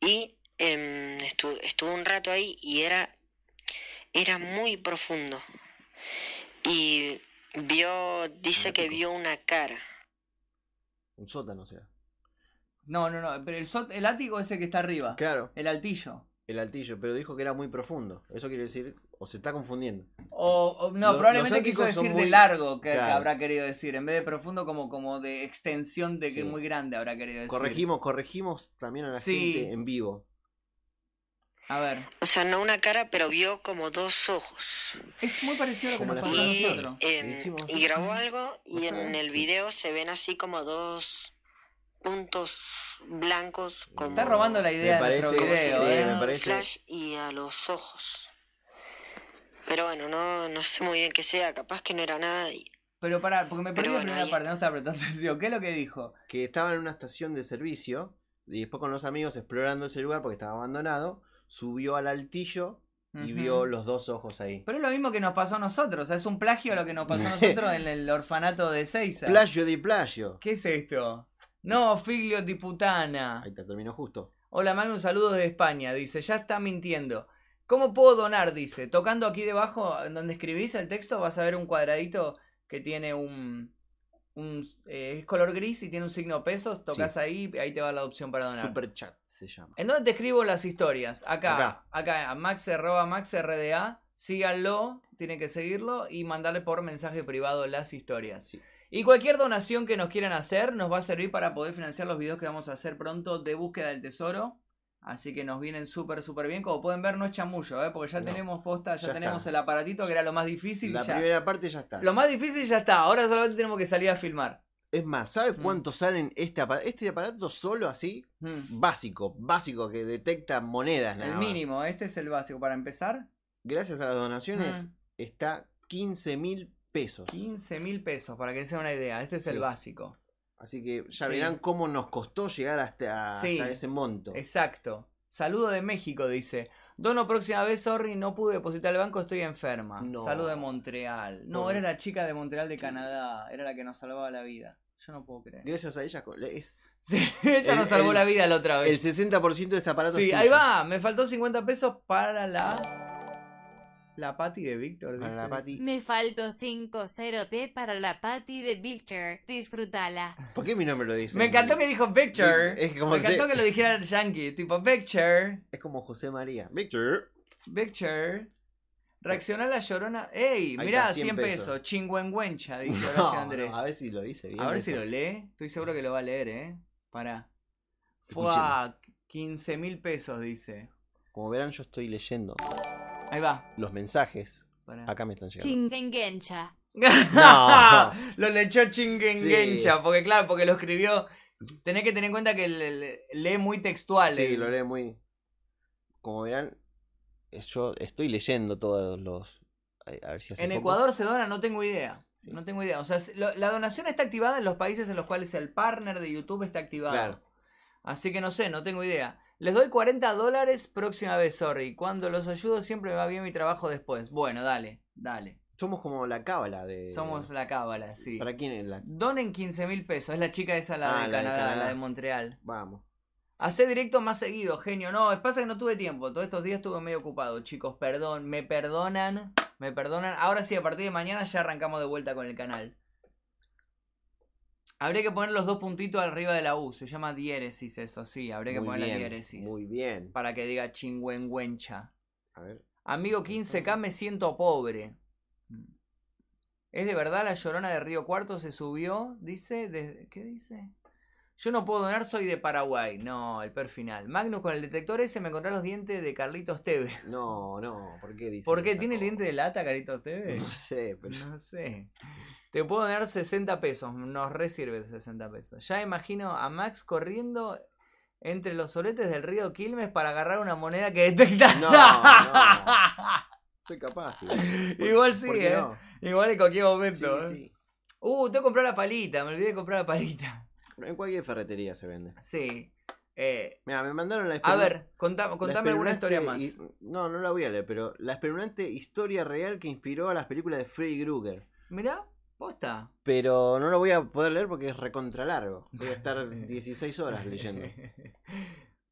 Speaker 4: y em, estu- estuvo un rato ahí y era, era muy profundo. Y vio, dice que
Speaker 2: Látigo.
Speaker 4: vio una cara.
Speaker 2: Un sótano, o sea.
Speaker 1: No, no, no. Pero el, sot- el ático es el que está arriba.
Speaker 2: Claro.
Speaker 1: El altillo.
Speaker 2: El altillo, pero dijo que era muy profundo. Eso quiere decir, o se está confundiendo.
Speaker 1: O, o- no,
Speaker 2: Lo-
Speaker 1: probablemente
Speaker 2: los
Speaker 1: quiso
Speaker 2: éticos son
Speaker 1: decir de
Speaker 2: muy-
Speaker 1: largo que, que
Speaker 2: Claro.
Speaker 1: habrá querido decir, en vez de profundo como, como de extensión de que
Speaker 2: Sí.
Speaker 1: muy grande habrá querido decir.
Speaker 2: Corregimos, corregimos también a la
Speaker 1: Sí.
Speaker 2: gente en vivo.
Speaker 1: A ver,
Speaker 4: O sea, no una cara, pero vio como dos ojos.
Speaker 1: es muy parecido a lo que
Speaker 2: Como
Speaker 1: nos
Speaker 2: las
Speaker 1: pasó a
Speaker 4: Y,
Speaker 2: canciones.
Speaker 1: nosotros.
Speaker 4: em,
Speaker 2: Le hicimos
Speaker 4: y
Speaker 2: así.
Speaker 4: grabó algo y en
Speaker 2: Ajá.
Speaker 4: el video se ven así como dos puntos blancos como
Speaker 1: Está robando la idea
Speaker 2: Me
Speaker 1: de nuestro
Speaker 2: parece-
Speaker 1: video,
Speaker 2: sí,
Speaker 1: ¿eh?
Speaker 2: me parece-
Speaker 4: flash y a los ojos. Pero bueno, no, no sé muy bien qué sea, capaz que no era nada. y-
Speaker 1: Pero pará, porque me perdí
Speaker 4: Pero
Speaker 1: en
Speaker 4: bueno,
Speaker 1: una
Speaker 4: ahí
Speaker 1: parte, no estaba prestando atención. ¿Qué es lo que dijo?
Speaker 2: Que estaba en una estación de servicio y después con los amigos explorando ese lugar porque estaba abandonado, subió al altillo y
Speaker 1: Ujú.
Speaker 2: vio los dos ojos ahí.
Speaker 1: Pero es lo mismo que nos pasó a nosotros, o sea, es un plagio a lo que
Speaker 2: <laughs>
Speaker 1: nos pasó a nosotros en el orfanato de Seiza.
Speaker 2: Plagio de plagio.
Speaker 1: ¿Qué es esto? No, figlio di putana.
Speaker 2: Ahí está, terminó justo.
Speaker 1: Hola Magnus, saludos de España. Dice, ya está mintiendo. ¿Cómo puedo donar? Dice, tocando aquí debajo, en donde escribís el texto, vas a ver un cuadradito que tiene un... un eh, es color gris y tiene un signo pesos. Tocas ahí, ahí te va la opción para donar.
Speaker 2: Super chat se llama.
Speaker 1: ¿En dónde te escribo las historias? Acá,
Speaker 2: Acá.
Speaker 1: acá, a Max, arroba Max RDA. Síganlo, tienen que seguirlo y mandarle por mensaje privado las historias.
Speaker 2: Sí.
Speaker 1: Y cualquier donación que nos quieran hacer nos va a servir para poder financiar los videos que vamos a hacer pronto de búsqueda del tesoro. Así que nos vienen súper, súper bien. Como pueden ver, no es chamullo, ¿eh? porque ya
Speaker 2: No.
Speaker 1: tenemos posta, ya,
Speaker 2: Ya
Speaker 1: tenemos
Speaker 2: está.
Speaker 1: el aparatito que era lo más difícil. y
Speaker 2: La
Speaker 1: ya.
Speaker 2: primera parte ya está.
Speaker 1: Lo más difícil ya está, ahora solamente tenemos que salir a filmar.
Speaker 2: Es más, ¿sabes
Speaker 1: Mm.
Speaker 2: cuánto salen este aparato? Este aparato solo así,
Speaker 1: Mm.
Speaker 2: básico, básico, que detecta monedas nada
Speaker 1: El
Speaker 2: más.
Speaker 1: mínimo, este es el básico para empezar.
Speaker 2: Gracias a las donaciones
Speaker 1: Mm.
Speaker 2: está 15 mil pesos.
Speaker 1: 15 mil pesos, para que se den una idea. Este es el
Speaker 2: Sí.
Speaker 1: básico.
Speaker 2: Así que ya
Speaker 1: Sí.
Speaker 2: verán cómo nos costó llegar hasta,
Speaker 1: Sí.
Speaker 2: hasta ese monto.
Speaker 1: Exacto. Saludo de México, dice. Dono próxima vez, sorry, no pude depositar al banco, estoy enferma.
Speaker 2: No.
Speaker 1: Saludo de Montreal. No,
Speaker 2: Pobre.
Speaker 1: era la chica de Montreal de Canadá. Era la que nos salvaba la vida. Yo no puedo creer.
Speaker 2: Gracias a ella, co- es-
Speaker 1: <laughs> Sí, ella
Speaker 2: El-
Speaker 1: nos salvó
Speaker 2: el-
Speaker 1: la vida la otra
Speaker 2: el
Speaker 1: vez.
Speaker 2: 60% de este aparato es
Speaker 1: Sí,
Speaker 2: tuyo.
Speaker 1: ahí va. Me faltó 50 pesos para la. La pati de Víctor,
Speaker 2: Para
Speaker 1: dice.
Speaker 2: la Pati.
Speaker 3: Me faltó 5-0p para la party de Victor. Disfrutala.
Speaker 2: ¿Por qué mi nombre lo dice?
Speaker 1: Me encantó que dijo picture.
Speaker 2: Es como
Speaker 1: Me
Speaker 2: se-
Speaker 1: encantó que lo dijera el yankee. Tipo, picture.
Speaker 2: Es como José María. Victor.
Speaker 1: Picture. Reacciona a la llorona. ¡Ey!
Speaker 2: Ahí
Speaker 1: Mirá,
Speaker 2: está,
Speaker 1: 100
Speaker 2: 100
Speaker 1: pesos.
Speaker 2: pesos. <laughs>
Speaker 1: Chingüengüencha, dice
Speaker 2: No,
Speaker 1: Horacio
Speaker 2: no,
Speaker 1: Andrés.
Speaker 2: a ver si lo dice bien.
Speaker 1: a ver
Speaker 2: eso.
Speaker 1: si lo lee. Estoy seguro que lo va a leer, ¿eh? Pará. Fue
Speaker 2: Escuchemos.
Speaker 1: a 15 mil pesos, dice. <laughs>
Speaker 2: Como verán, yo estoy leyendo
Speaker 1: Ahí va.
Speaker 2: los mensajes.
Speaker 1: Pará.
Speaker 2: Acá me están llegando.
Speaker 3: Chingengencha.
Speaker 2: No.
Speaker 1: lo lechó chinguenguencha. Porque, claro, porque lo escribió. Tenés que tener en cuenta que le- le- lee muy textual.
Speaker 2: Sí,
Speaker 1: el-
Speaker 2: lo lee muy. Como verán, es- yo estoy leyendo todos los. A a ver si hace
Speaker 1: En
Speaker 2: poco.
Speaker 1: Ecuador se dona, no tengo idea.
Speaker 2: Sí.
Speaker 1: No tengo idea. O sea, si- lo- la donación está activada en los países en los cuales el partner de YouTube está activado.
Speaker 2: Claro.
Speaker 1: Así que no sé, no tengo idea. Les doy 40 dólares próxima vez, sorry. Cuando los ayudo siempre me va bien mi trabajo después. Bueno, dale, dale.
Speaker 2: Somos como la cábala de.
Speaker 1: Somos la cábala, sí.
Speaker 2: ¿Para quién es la.?
Speaker 1: Donen 15 mil pesos. Es la chica esa, la,
Speaker 2: Ah,
Speaker 1: de,
Speaker 2: la de
Speaker 1: Canadá, la
Speaker 2: Canadá.
Speaker 1: de Montreal.
Speaker 2: Vamos.
Speaker 1: Hacé directo más seguido, genio. No, es pasa que no tuve tiempo. Todos estos días estuve medio ocupado, chicos. Perdón, me perdonan. Me perdonan. Ahora sí, a partir de mañana ya arrancamos de vuelta con el canal. Habría que poner los dos puntitos arriba de la U. Se llama diéresis eso, sí. Habría que
Speaker 2: muy
Speaker 1: poner la
Speaker 2: bien,
Speaker 1: diéresis.
Speaker 2: Muy bien.
Speaker 1: Para que diga chingüengüencha.
Speaker 2: A ver.
Speaker 1: Amigo 15K, me siento pobre. ¿Es de verdad la llorona de Río Cuarto se subió? Dice, de- ¿qué dice? Yo no puedo donar, soy de Paraguay. No, el perfil. Magnus con el detector ese me encontré los dientes de Carlitos Tevez.
Speaker 2: <laughs> No, no. ¿Por qué dice?
Speaker 1: ¿Por qué
Speaker 2: esa
Speaker 1: tiene el
Speaker 2: cosa?
Speaker 1: diente de lata Carlitos Tevez?
Speaker 2: No sé, pero.
Speaker 1: No sé. Te puedo donar 60 pesos. Nos resirve 60 pesos. Ya imagino a Max corriendo entre los soletes del río Quilmes para agarrar una moneda que detecta.
Speaker 2: No,
Speaker 1: <laughs>
Speaker 2: no. Soy capaz. Igual,
Speaker 1: Igual sí,
Speaker 2: ¿Por qué
Speaker 1: ¿eh?
Speaker 2: no?
Speaker 1: Igual en cualquier
Speaker 2: Sí,
Speaker 1: momento. ¿eh?
Speaker 2: sí.
Speaker 1: Uh, tengo que comprar la palita. Me olvidé de comprar la palita.
Speaker 2: En cualquier ferretería se vende.
Speaker 1: Sí. Eh,
Speaker 2: Mira, me mandaron la
Speaker 1: a
Speaker 2: espelun-
Speaker 1: ver, contame,
Speaker 2: la
Speaker 1: contame alguna historia más.
Speaker 2: espeluznante hi- no, no la voy a leer, pero la espeluznante historia real que inspiró a las películas de Freddy Krueger.
Speaker 1: Mirá, posta.
Speaker 2: Pero no lo voy a poder leer porque es recontra largo. Voy
Speaker 1: <laughs>
Speaker 2: a estar 16 horas leyendo.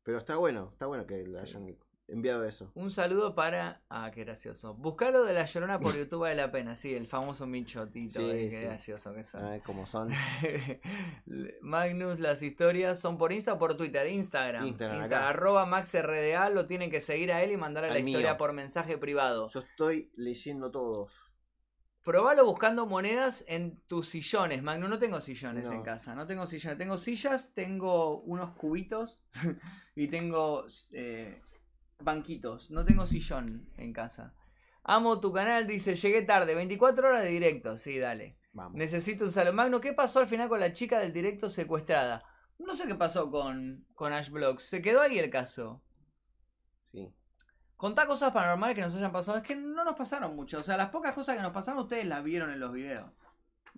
Speaker 2: Pero está bueno, está bueno que lo
Speaker 1: Sí.
Speaker 2: hayan enviado eso.
Speaker 1: Un saludo para. Ah, qué gracioso. Buscalo de la llorona
Speaker 2: <laughs>
Speaker 1: por YouTube vale la pena, sí, el famoso Michotito.
Speaker 2: Sí,
Speaker 1: eh, qué
Speaker 2: sí. Ah.
Speaker 1: gracioso que son.
Speaker 2: Ay, como
Speaker 1: <laughs>
Speaker 2: son.
Speaker 1: Magnus, las historias son por Insta o por Twitter, Instagram.
Speaker 2: Instagram,
Speaker 1: Insta-
Speaker 2: acá.
Speaker 1: arroba MaxRDA, lo tienen que seguir a él y mandarle la
Speaker 2: Al mío.
Speaker 1: historia por mensaje privado.
Speaker 2: Yo estoy leyendo todos.
Speaker 1: Probalo buscando monedas en tus sillones, Magno. No tengo sillones
Speaker 2: No.
Speaker 1: en casa, no tengo sillones. Tengo sillas, tengo unos cubitos <laughs> y tengo eh, banquitos. No tengo sillón en casa. Amo tu canal, dice, llegué tarde, 24 horas de directo. Sí, dale.
Speaker 2: Vamos.
Speaker 1: Necesito un saludo. Magno, ¿qué pasó al final con la chica del directo secuestrada? No sé qué pasó con, con Ash Blocks. Se quedó ahí el caso.
Speaker 2: Sí.
Speaker 1: Contá cosas paranormales que nos hayan pasado. Es que no nos pasaron mucho. O sea, las pocas cosas que nos pasaron ustedes las vieron en los videos.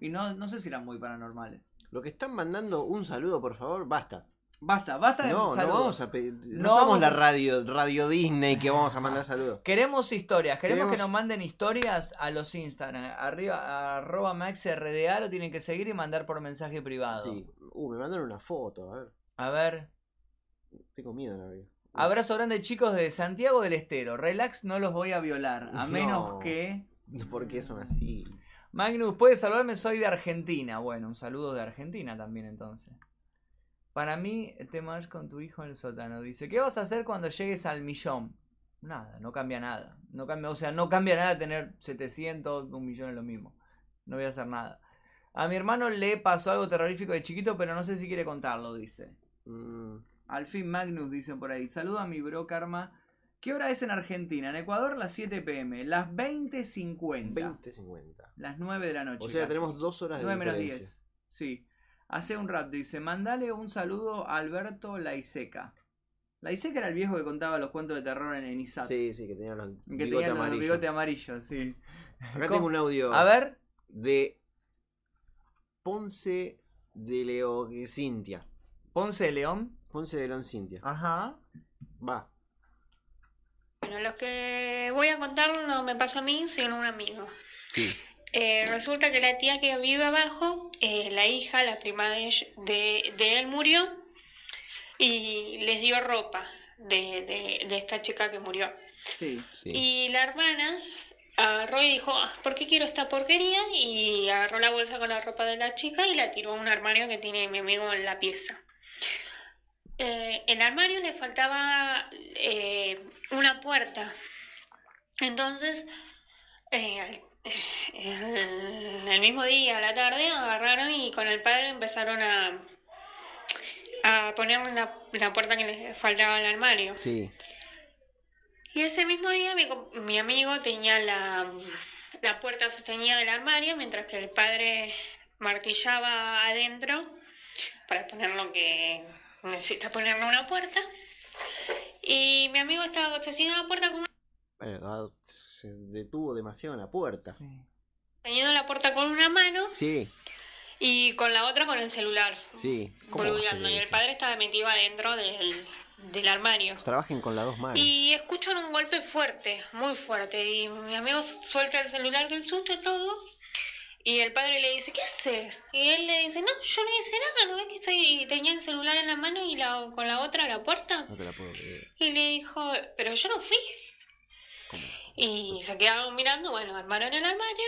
Speaker 1: Y no, no sé si eran muy paranormales.
Speaker 2: Lo que están mandando un saludo, por favor, basta.
Speaker 1: Basta, basta de
Speaker 2: No, no
Speaker 1: saludos.
Speaker 2: vamos a pedir. No,
Speaker 1: No
Speaker 2: somos
Speaker 1: vamos
Speaker 2: la
Speaker 1: a-
Speaker 2: radio, radio Disney que vamos a mandar saludos.
Speaker 1: Queremos historias, queremos,
Speaker 2: Queremos-
Speaker 1: que nos manden historias a los Instagram. Arriba, arroba maxrda, lo tienen que seguir y mandar por mensaje privado.
Speaker 2: Sí. Uh, me mandaron una foto, a ver.
Speaker 1: A ver.
Speaker 2: Tengo miedo, la verdad.
Speaker 1: Abrazo grande, chicos, de Santiago del Estero. Relax, no los voy a violar. A
Speaker 2: No.
Speaker 1: menos que.
Speaker 2: ¿Por qué son así?
Speaker 1: Magnus, puedes saludarme, soy de Argentina. Bueno, un saludo de Argentina también entonces. Para mí, te marchas con tu hijo en el sótano. Dice, ¿qué vas a hacer cuando llegues al millón? Nada, no cambia nada. No cambia, o sea, no cambia nada tener 700, un millón es lo mismo. No voy a hacer nada. A mi hermano le pasó algo terrorífico de chiquito, pero no sé si quiere contarlo, dice.
Speaker 2: Mm,
Speaker 1: Al fin Magnus, dicen por ahí. Saludo a mi bro Karma. ¿Qué hora es en Argentina? En Ecuador las 7 pm, las 20.50.
Speaker 2: 20.50.
Speaker 1: Las 9 de la noche.
Speaker 2: O sea,
Speaker 1: casi.
Speaker 2: tenemos dos horas de
Speaker 1: 9 menos
Speaker 2: diferencia.
Speaker 1: 10. Sí. Hace un rap dice, mandale un saludo a Alberto Laiseca. Laiseca era el viejo que contaba los cuentos de terror en Enizat.
Speaker 2: Sí, sí, que tenían los
Speaker 1: que
Speaker 2: bigote
Speaker 1: tenía los
Speaker 2: amarillo.
Speaker 1: bigote amarillo, sí.
Speaker 2: Acá
Speaker 1: ¿Cómo?
Speaker 2: tengo un audio
Speaker 1: A ver,
Speaker 2: de Ponce de León Cintia.
Speaker 1: Ponce de León.
Speaker 2: Ponce de León Cintia.
Speaker 1: Ajá.
Speaker 2: Va.
Speaker 5: Bueno, lo que voy a contar no me pasó a mí, sino a un amigo. Eh, resulta que la tía que vive abajo, eh, la hija, la prima de, ell- de- de él murió y les dio ropa de, de- de esta chica que murió.
Speaker 1: Sí.
Speaker 5: Y la hermana agarró y dijo, "Ah, ¿por qué quiero esta porquería? Y agarró la bolsa con la ropa de la chica y la tiró a un armario que tiene mi amigo en la pieza. Eh, el armario le faltaba eh, una puerta. Entonces, eh, al- el, el mismo día, a la tarde, agarraron y con el padre empezaron a, a poner la, la puerta que le faltaba al armario.
Speaker 2: Sí.
Speaker 5: Y ese mismo día mi, com- mi amigo tenía la, la puerta sostenida del armario mientras que el padre martillaba adentro para poner lo que necesita ponerle a una puerta. Y mi amigo estaba sostenida la puerta con,
Speaker 2: Bueno, ah, se detuvo demasiado en la puerta.
Speaker 1: Sí.
Speaker 5: teniendo la puerta con una mano
Speaker 2: Sí,
Speaker 5: y con la otra con el celular,
Speaker 2: sí. ¿Cómo va a
Speaker 5: boludeando.
Speaker 2: ser
Speaker 5: Y el
Speaker 2: eso?
Speaker 5: padre estaba metido adentro del, del armario.
Speaker 2: Trabajen con las dos manos.
Speaker 5: Y escuchan un golpe fuerte, muy fuerte. Y mi amigo suelta el celular del susto todo. Y el padre le dice, ¿qué haces? Y él le dice, no, yo no hice nada, ¿no ves que estoy tenía el celular en la mano y la, con la otra a la puerta?
Speaker 2: No te la puedo creer.
Speaker 5: Y le dijo, pero yo no fui. Y se quedaron mirando, bueno, armaron el armario.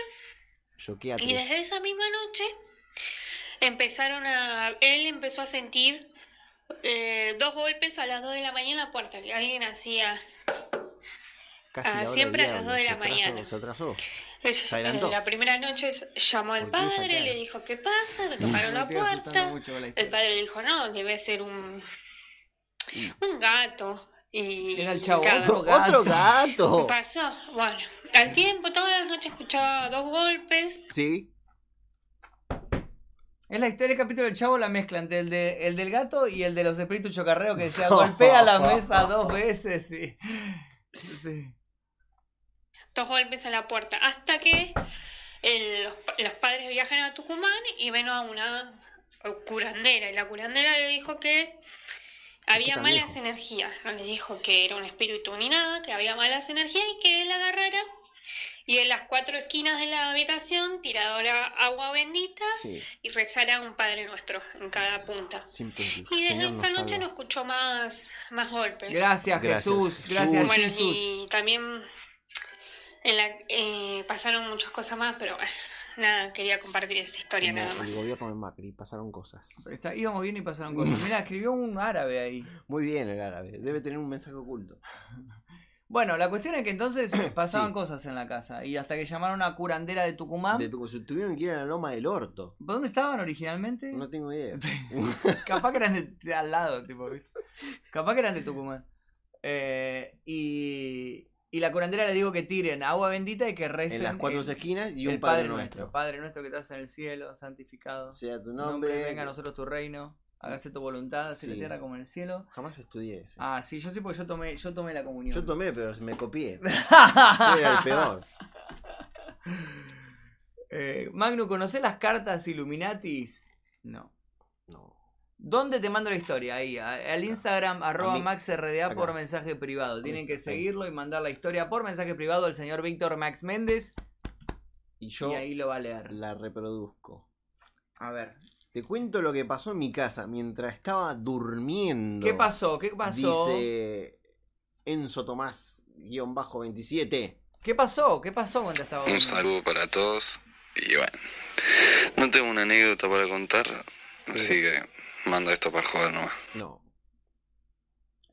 Speaker 2: Choqué a
Speaker 5: Y
Speaker 2: tres.
Speaker 5: desde esa misma noche empezaron a. Él empezó a sentir eh, dos golpes a las 2 de la mañana en la puerta. que Alguien hacía.
Speaker 2: Casi
Speaker 5: ah,
Speaker 2: la hora
Speaker 5: siempre
Speaker 2: del
Speaker 5: a las dos
Speaker 2: diablo,
Speaker 5: de
Speaker 2: se
Speaker 5: la
Speaker 2: atrasó-
Speaker 5: mañana.
Speaker 2: Se atrasó.
Speaker 5: Eso,
Speaker 2: Se adelantó.
Speaker 5: eh, La primera noche s- llamó al
Speaker 2: Porque ella
Speaker 5: padre,
Speaker 2: acá-
Speaker 5: le dijo, ¿qué pasa?
Speaker 1: <laughs>
Speaker 5: Le tocaron
Speaker 1: Me
Speaker 5: la
Speaker 1: estoy asustando
Speaker 5: puerta.
Speaker 1: mucho con la
Speaker 5: El
Speaker 1: historia.
Speaker 5: padre dijo, no, debe ser un, un gato. Y
Speaker 1: Mm. Era el chavo.
Speaker 5: nada. <laughs>
Speaker 1: Otro gato.
Speaker 2: ¡Otro gato!
Speaker 5: Pasó, bueno, al tiempo, todas las noches escuchaba dos golpes.
Speaker 2: Sí,
Speaker 1: Es la historia del capítulo del chavo, la mezcla entre el, de, el del gato y el de los espíritus chocarreos que
Speaker 2: <laughs>
Speaker 1: decía, golpea la mesa dos veces. Sí. Sí.
Speaker 5: dos golpes en la puerta, hasta que el- los, pa- los padres viajan a Tucumán y ven a una curandera. Y la curandera le dijo que había
Speaker 2: tan
Speaker 5: malas
Speaker 2: viejo?
Speaker 5: energías. No le dijo que era un espíritu ni nada, que había malas energías y que él agarrara y en las cuatro esquinas de la habitación tiradora agua bendita
Speaker 2: Sí,
Speaker 5: y rezara un Padre Nuestro en cada punta.
Speaker 2: simplemente.
Speaker 5: Y desde
Speaker 2: Señor,
Speaker 5: esa
Speaker 2: nos
Speaker 5: noche no
Speaker 2: salva.
Speaker 5: escuchó más, más golpes.
Speaker 1: Gracias,
Speaker 2: Gracias,
Speaker 1: Jesús.
Speaker 2: Jesús.
Speaker 1: Gracias,
Speaker 5: Bueno,
Speaker 1: Jesús.
Speaker 5: y también en la, eh, pasaron muchas cosas más, pero bueno, <laughs> nada, quería compartir esta historia
Speaker 2: Como
Speaker 5: nada más.
Speaker 2: El gobierno de Macri, pasaron cosas.
Speaker 1: Está- íbamos bien y pasaron cosas. Mira, escribió un árabe ahí.
Speaker 2: Muy bien el árabe, debe tener un mensaje oculto.
Speaker 1: Bueno, la cuestión es que entonces pasaban
Speaker 2: <coughs> Sí.
Speaker 1: cosas en la casa. Y hasta que llamaron a una curandera de Tucumán.
Speaker 2: De tu- si tuvieron que ir a la loma del orto.
Speaker 1: ¿Dónde estaban originalmente?
Speaker 2: No tengo idea.
Speaker 1: <laughs> Capaz que eran de, de al lado, tipo, ¿viste? Capaz que eran de Tucumán. Eh, y, y la curandera le digo que tiren agua bendita y que recen.
Speaker 2: en las cuatro
Speaker 1: el-
Speaker 2: esquinas y
Speaker 1: el
Speaker 2: un Padre, Nuestro.
Speaker 1: Padre nuestro que estás en el cielo, santificado.
Speaker 2: Sea tu
Speaker 1: Tu
Speaker 2: nombre.
Speaker 1: venga a nosotros tu reino. Hágase tu voluntad, así en la
Speaker 2: Sí.
Speaker 1: tierra como en el cielo.
Speaker 2: Jamás estudié ese.
Speaker 1: Ah, sí, yo sí, porque yo tomé, yo tomé la comunión.
Speaker 2: Yo tomé, pero me
Speaker 1: <laughs>
Speaker 2: copié. Yo era
Speaker 1: Era
Speaker 2: el peor.
Speaker 1: <laughs> Eh, Magnu, ¿conocés las cartas Illuminatis? No.
Speaker 2: No.
Speaker 1: ¿Dónde te mando la historia? Ahí, a- al Instagram, arroba
Speaker 2: mí.
Speaker 1: maxrda por
Speaker 2: Acá.
Speaker 1: mensaje privado. Tienen que
Speaker 2: Ahí.
Speaker 1: seguirlo y mandar la historia por mensaje privado al señor Víctor Max Méndez
Speaker 2: Y yo
Speaker 1: y ahí lo va a leer.
Speaker 2: la reproduzco.
Speaker 1: A ver.
Speaker 2: Te cuento lo que pasó en mi casa mientras estaba durmiendo.
Speaker 1: ¿Qué pasó? ¿Qué pasó?
Speaker 2: Dice Enzo Tomás, guión bajo 27.
Speaker 1: ¿Qué pasó? ¿Qué pasó cuando estaba
Speaker 6: Un
Speaker 1: durmiendo?
Speaker 6: saludo para todos. Y bueno, no tengo una anécdota para contar, así que mando esto para jugar nomás.
Speaker 2: No.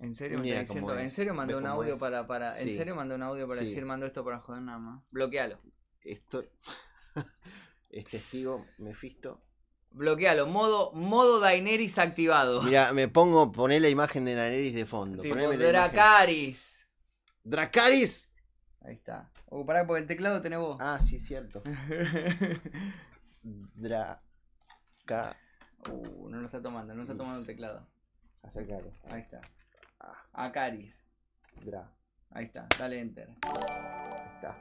Speaker 1: ¿En serio me
Speaker 2: Mira
Speaker 1: está
Speaker 2: cómo
Speaker 1: diciendo? ¿En
Speaker 2: es.
Speaker 1: serio mandó
Speaker 2: Ve
Speaker 1: un
Speaker 2: cómo
Speaker 1: audio
Speaker 2: es.
Speaker 1: para, para. ¿En
Speaker 2: Sí.
Speaker 1: serio mandó un audio para
Speaker 2: Sí.
Speaker 1: decir mando esto para joder nada más? Bloquealo.
Speaker 2: Estoy. <laughs> es testigo, Mefisto.
Speaker 1: Bloquealo. Modo, modo Daenerys activado.
Speaker 2: Mira, me pongo, poné la imagen de Daenerys de fondo.
Speaker 1: Tipo,
Speaker 2: poneme la imagen.
Speaker 1: Dracaris.
Speaker 2: ¡Dracaris!
Speaker 1: Ahí está. O pará, porque el teclado tenés vos.
Speaker 2: Ah, sí,
Speaker 1: <laughs>
Speaker 2: cierto. Draca.
Speaker 1: Uh, no lo está tomando, no está tomando el teclado.
Speaker 2: Acércalo.
Speaker 1: Ahí está.
Speaker 2: Ah,
Speaker 1: Acaris.
Speaker 2: Dra.
Speaker 1: Ahí está, dale enter.
Speaker 2: Ahí está.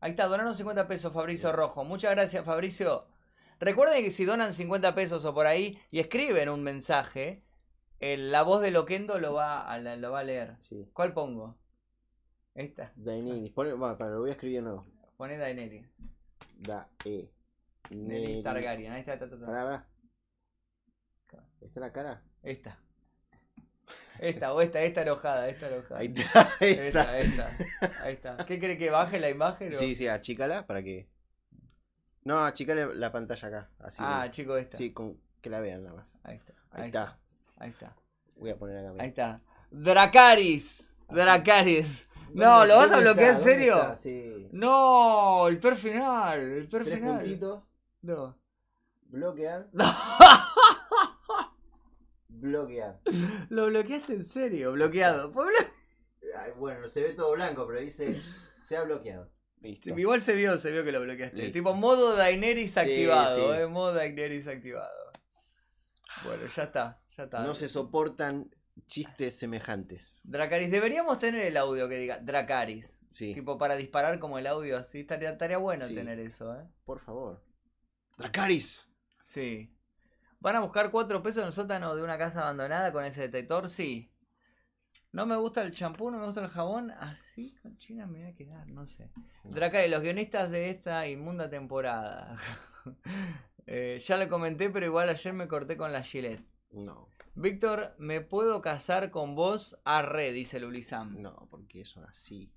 Speaker 1: Ahí está, donaron 50 pesos Fabricio Rojo. Muchas gracias Fabricio. Recuerden que si donan 50 pesos o por ahí y escriben un mensaje, el- la voz de Loquendo lo va, a, la- lo va a leer.
Speaker 2: Sí.
Speaker 1: ¿Cuál pongo? Esta,
Speaker 2: Daenerys. Poné, bueno, para, lo voy a escribir nuevo.
Speaker 1: poné Daenerys.
Speaker 2: Da. E.
Speaker 1: Nelly
Speaker 2: Neri-
Speaker 1: Targaryen. Ahí está, está, está, está.
Speaker 2: Pará, pará. ¿Está la cara?
Speaker 1: Esta. Esta, o esta, esta enojada, esta enojada.
Speaker 2: Ahí está. Esa.
Speaker 1: Esta, esta. Ahí está. ¿Qué cree que baje la imagen? o-
Speaker 2: Sí, sí, achícala para que. No, achícale la pantalla acá. Así.
Speaker 1: ah, chico, esta.
Speaker 2: Sí, con que la vean nada más.
Speaker 1: Ahí está.
Speaker 2: Ahí, está.
Speaker 1: Ahí está.
Speaker 2: Voy a poner acá. mira.
Speaker 1: Ahí está. Dracaris. Dracaris. No,
Speaker 2: Ah, ¿Dónde-
Speaker 1: ¿lo vas a
Speaker 2: dónde
Speaker 1: bloquear
Speaker 2: está?
Speaker 1: en
Speaker 2: ¿Dónde
Speaker 1: serio?
Speaker 2: está? Sí.
Speaker 1: No, el peor final. El peor
Speaker 2: Tres
Speaker 1: final.
Speaker 2: puntitos.
Speaker 1: No. <laughs>
Speaker 2: Bloquear. Bloquear.
Speaker 1: Lo bloqueaste en serio, bloqueado. Fue blo-
Speaker 2: Ay, bueno, se ve todo blanco, pero dice. Se ha bloqueado. Listo.
Speaker 1: Igual se vio, se vio que lo bloqueaste.
Speaker 2: Listo.
Speaker 1: Tipo modo Daenerys activado,
Speaker 2: sí.
Speaker 1: eh. Modo Daenerys activado. Bueno, ya está, ya está.
Speaker 2: No se soportan chistes semejantes.
Speaker 1: Dracaris, deberíamos tener el audio que diga Dracaris.
Speaker 2: Sí.
Speaker 1: Tipo para disparar como el audio así, estaría, estaría bueno
Speaker 2: Sí.
Speaker 1: tener eso, ¿eh?
Speaker 2: Por favor. Dracaris.
Speaker 1: Sí. ¿Van a buscar cuatro pesos en el sótano de una casa abandonada con ese detector? Sí. No me gusta el champú, no me gusta el jabón. Así con China me voy a quedar, no sé. Dracarys, los guionistas de esta inmunda temporada. <laughs> Eh, ya lo comenté, pero igual ayer me corté con la Gillette.
Speaker 2: No,
Speaker 1: Víctor, ¿me puedo casar con vos? Arre, dice Lulisam.
Speaker 2: no, porque son así.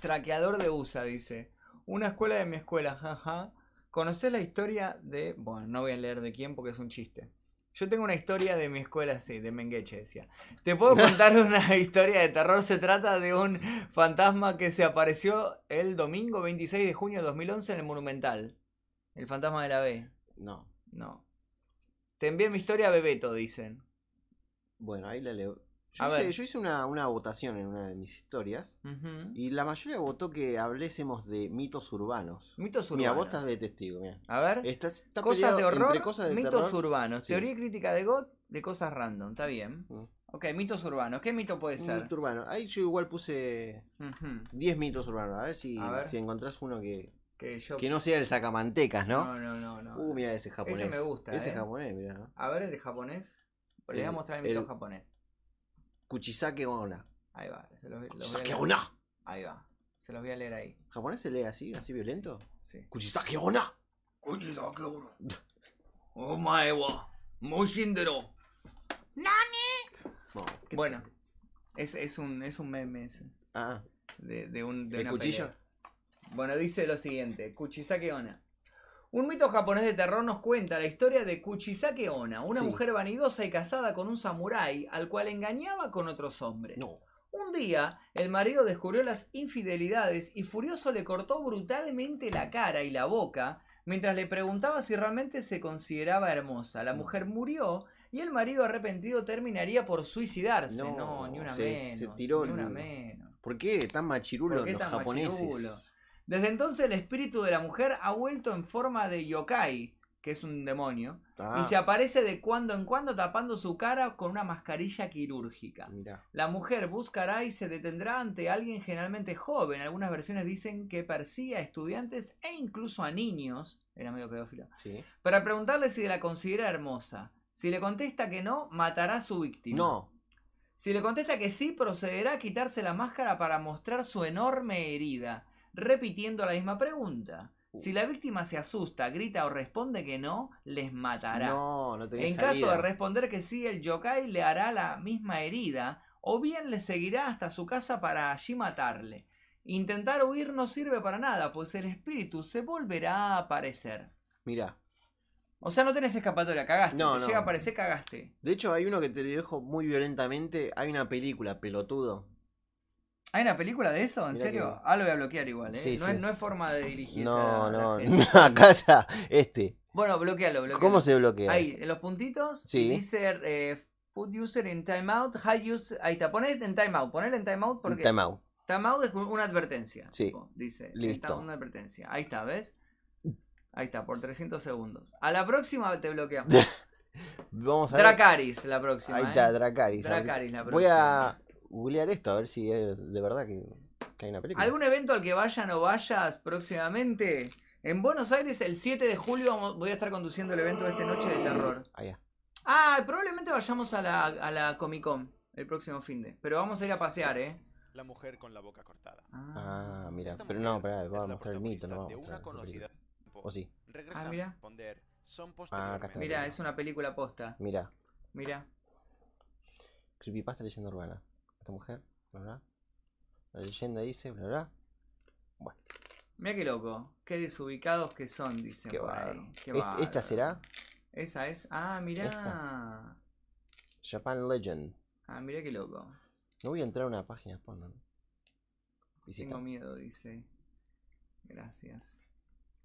Speaker 1: Traqueador de USA, dice. Una escuela de mi escuela, jaja. ¿Conocés la historia de.? Bueno, no voy a leer de quién porque es un chiste. Yo tengo una historia de mi escuela, sí, de Mengeche, decía. Te puedo
Speaker 2: <laughs>
Speaker 1: contar una historia de terror. Se trata de un fantasma que se apareció el domingo 26 de junio de 2011 en el Monumental. El fantasma de la B.
Speaker 2: No.
Speaker 1: No. Te envié mi historia a Bebeto, dicen.
Speaker 2: Bueno, ahí la leo. Yo
Speaker 1: A
Speaker 2: hice,
Speaker 1: ver.
Speaker 2: yo hice una, una votación en una de mis historias
Speaker 1: Ujú.
Speaker 2: y la mayoría votó que hablésemos de mitos urbanos.
Speaker 1: Mitos
Speaker 2: Mira, vos
Speaker 1: urbanos.
Speaker 2: estás de testigo, mira.
Speaker 1: A ver.
Speaker 2: Está, está
Speaker 1: Cosas de
Speaker 2: peleado entre
Speaker 1: horror,
Speaker 2: cosas de
Speaker 1: mitos
Speaker 2: terror.
Speaker 1: urbanos,
Speaker 2: Sí.
Speaker 1: teoría y crítica de God, de cosas random, está bien.
Speaker 2: Mm.
Speaker 1: Ok, mitos urbanos, ¿qué mito puede
Speaker 2: Un
Speaker 1: ser?
Speaker 2: mito urbano. Ahí yo igual puse
Speaker 1: Ujú,
Speaker 2: 10 mitos urbanos. A ver si,
Speaker 1: A ver.
Speaker 2: si encontrás uno que,
Speaker 1: Que yo...
Speaker 2: que no sea el sacamantecas, ¿no?
Speaker 1: no, no, no, no.
Speaker 2: Uh, mira ese japonés.
Speaker 1: me gusta,
Speaker 2: Ese
Speaker 1: eh.
Speaker 2: japonés, mira.
Speaker 1: A ver el de japonés. Les voy a
Speaker 2: El-
Speaker 1: mostrar el mito
Speaker 2: el-
Speaker 1: japonés.
Speaker 2: Kuchisake Ona.
Speaker 1: Ahí va. se los- los voy a
Speaker 2: Kuchisake
Speaker 1: leer.
Speaker 2: Ona.
Speaker 1: Ahí va. Se los voy a leer ahí.
Speaker 2: ¿Japonés se lee así, así violento?
Speaker 1: Sí.
Speaker 2: ¡Kuchisake ona!
Speaker 1: Oh,
Speaker 2: No, ¿qué-
Speaker 1: Bueno, es, es, un, es un meme ese.
Speaker 2: Ah,
Speaker 1: De, de un, de
Speaker 2: ¿el
Speaker 1: una
Speaker 2: cuchillo?
Speaker 1: pelea. Bueno, dice lo siguiente: Kuchisake Ona. Un mito japonés de terror nos cuenta la historia de Kuchisake Ona, una
Speaker 2: Sí.
Speaker 1: mujer vanidosa y casada con un samurái al cual engañaba con otros hombres.
Speaker 2: No.
Speaker 1: Un día, el marido descubrió las infidelidades y furioso le cortó brutalmente la cara y la boca mientras le preguntaba si realmente se consideraba hermosa. La mujer murió y el marido arrepentido terminaría por suicidarse. No,
Speaker 2: No,
Speaker 1: ni una
Speaker 2: se-
Speaker 1: menos.
Speaker 2: se tiró
Speaker 1: ni una
Speaker 2: el-
Speaker 1: menos.
Speaker 2: ¿Por qué tan machirulo
Speaker 1: ¿Por qué
Speaker 2: los
Speaker 1: tan
Speaker 2: japoneses?
Speaker 1: machirulo? Desde entonces el espíritu de la mujer ha vuelto en forma de yokai, que es un demonio,
Speaker 2: Ah,
Speaker 1: y se aparece de cuando en cuando tapando su cara con una mascarilla quirúrgica.
Speaker 2: mirá.
Speaker 1: La mujer buscará y se detendrá ante alguien generalmente joven. Algunas versiones dicen que persigue a estudiantes e incluso a niños, era medio pedófilo,
Speaker 2: Sí.
Speaker 1: para preguntarle si la considera hermosa. Si le contesta que no, matará a su víctima.
Speaker 2: No,
Speaker 1: Si le contesta que sí, procederá a quitarse la máscara para mostrar su enorme herida, repitiendo la misma pregunta.
Speaker 2: Uh.
Speaker 1: Si la víctima se asusta, grita o responde que no, les matará.
Speaker 2: no, no tenés
Speaker 1: En caso de
Speaker 2: salida.
Speaker 1: responder que sí, el yokai le hará la misma herida o bien le seguirá hasta su casa para allí matarle. Intentar huir no sirve para nada, pues el espíritu se volverá a aparecer.
Speaker 2: Mirá.
Speaker 1: O sea, no tenés escapatoria, cagaste.
Speaker 2: No,
Speaker 1: Te
Speaker 2: no.
Speaker 1: Llega a aparecer, cagaste.
Speaker 2: De hecho, hay uno que te dejo muy violentamente. Hay una película, pelotudo.
Speaker 1: ¿Hay una película de eso? ¿En
Speaker 2: Mirá
Speaker 1: serio?
Speaker 2: que-
Speaker 1: Ah, lo voy a bloquear igual, ¿eh?
Speaker 2: Sí,
Speaker 1: no,
Speaker 2: sí.
Speaker 1: Es, no es forma de dirigirse
Speaker 2: No,
Speaker 1: a la
Speaker 2: no, <laughs>
Speaker 1: gente.
Speaker 2: acá está. Este.
Speaker 1: Bueno, bloquealo, bloquealo.
Speaker 2: ¿Cómo se bloquea?
Speaker 1: Ahí, en los puntitos,
Speaker 2: Sí.
Speaker 1: dice eh, put user in timeout, high user... Ahí está, ponés en timeout, ponele en timeout porque...
Speaker 2: Time out.
Speaker 1: Timeout es una advertencia.
Speaker 2: Sí.
Speaker 1: tipo, dice.
Speaker 2: Listo.
Speaker 1: Está una advertencia. Ahí está, ¿ves? Ahí está, por 300 segundos. A la próxima te
Speaker 2: <laughs>
Speaker 1: bloqueamos.
Speaker 2: Vamos a ver.
Speaker 1: Dracaris, la próxima.
Speaker 2: Ahí
Speaker 1: ¿eh?
Speaker 2: está, Dracaris.
Speaker 1: Dracaris, la
Speaker 2: Voy a googlear esto a ver si es de verdad que, que hay una película.
Speaker 1: ¿Algún evento al que vayan o vayas próximamente? En Buenos Aires, el 7 de julio, vamos- voy a estar conduciendo el evento de esta noche de terror.
Speaker 2: Ahí está.
Speaker 1: Ah, probablemente vayamos a la, a la Comic Con el próximo fin de. Pero vamos a ir a pasear, ¿eh?
Speaker 7: La mujer con la boca cortada.
Speaker 2: Ah, mira.
Speaker 7: Esta
Speaker 2: Pero no,
Speaker 7: mujer
Speaker 2: pará,
Speaker 7: es
Speaker 2: va a
Speaker 7: la
Speaker 2: mostrar el mito, no va a
Speaker 7: protagonista de
Speaker 2: mostrar
Speaker 7: una
Speaker 2: la película.
Speaker 7: conocida.
Speaker 2: O sí.
Speaker 7: Regresa
Speaker 1: Ah, mira.
Speaker 7: a responder. Son
Speaker 2: Ah, acá está.
Speaker 7: posteriormente-
Speaker 1: Mira, es una película posta.
Speaker 2: Mira.
Speaker 1: Mira.
Speaker 2: Creepypasta leyenda urbana. Esta mujer, bla bla. La leyenda dice, bla bla.
Speaker 1: Mira qué loco. Qué desubicados que son, dicen.
Speaker 2: Qué
Speaker 1: por ahí.
Speaker 2: bárbaro.
Speaker 1: Qué
Speaker 2: Est-
Speaker 1: bárbaro.
Speaker 2: ¿Esta será?
Speaker 1: Esa es. Ah, mirá.
Speaker 2: Esta. Japan Legend.
Speaker 1: Ah, mirá qué loco.
Speaker 2: No voy a entrar a una página porno. ¿no? Visita.
Speaker 1: Tengo miedo, dice. Gracias.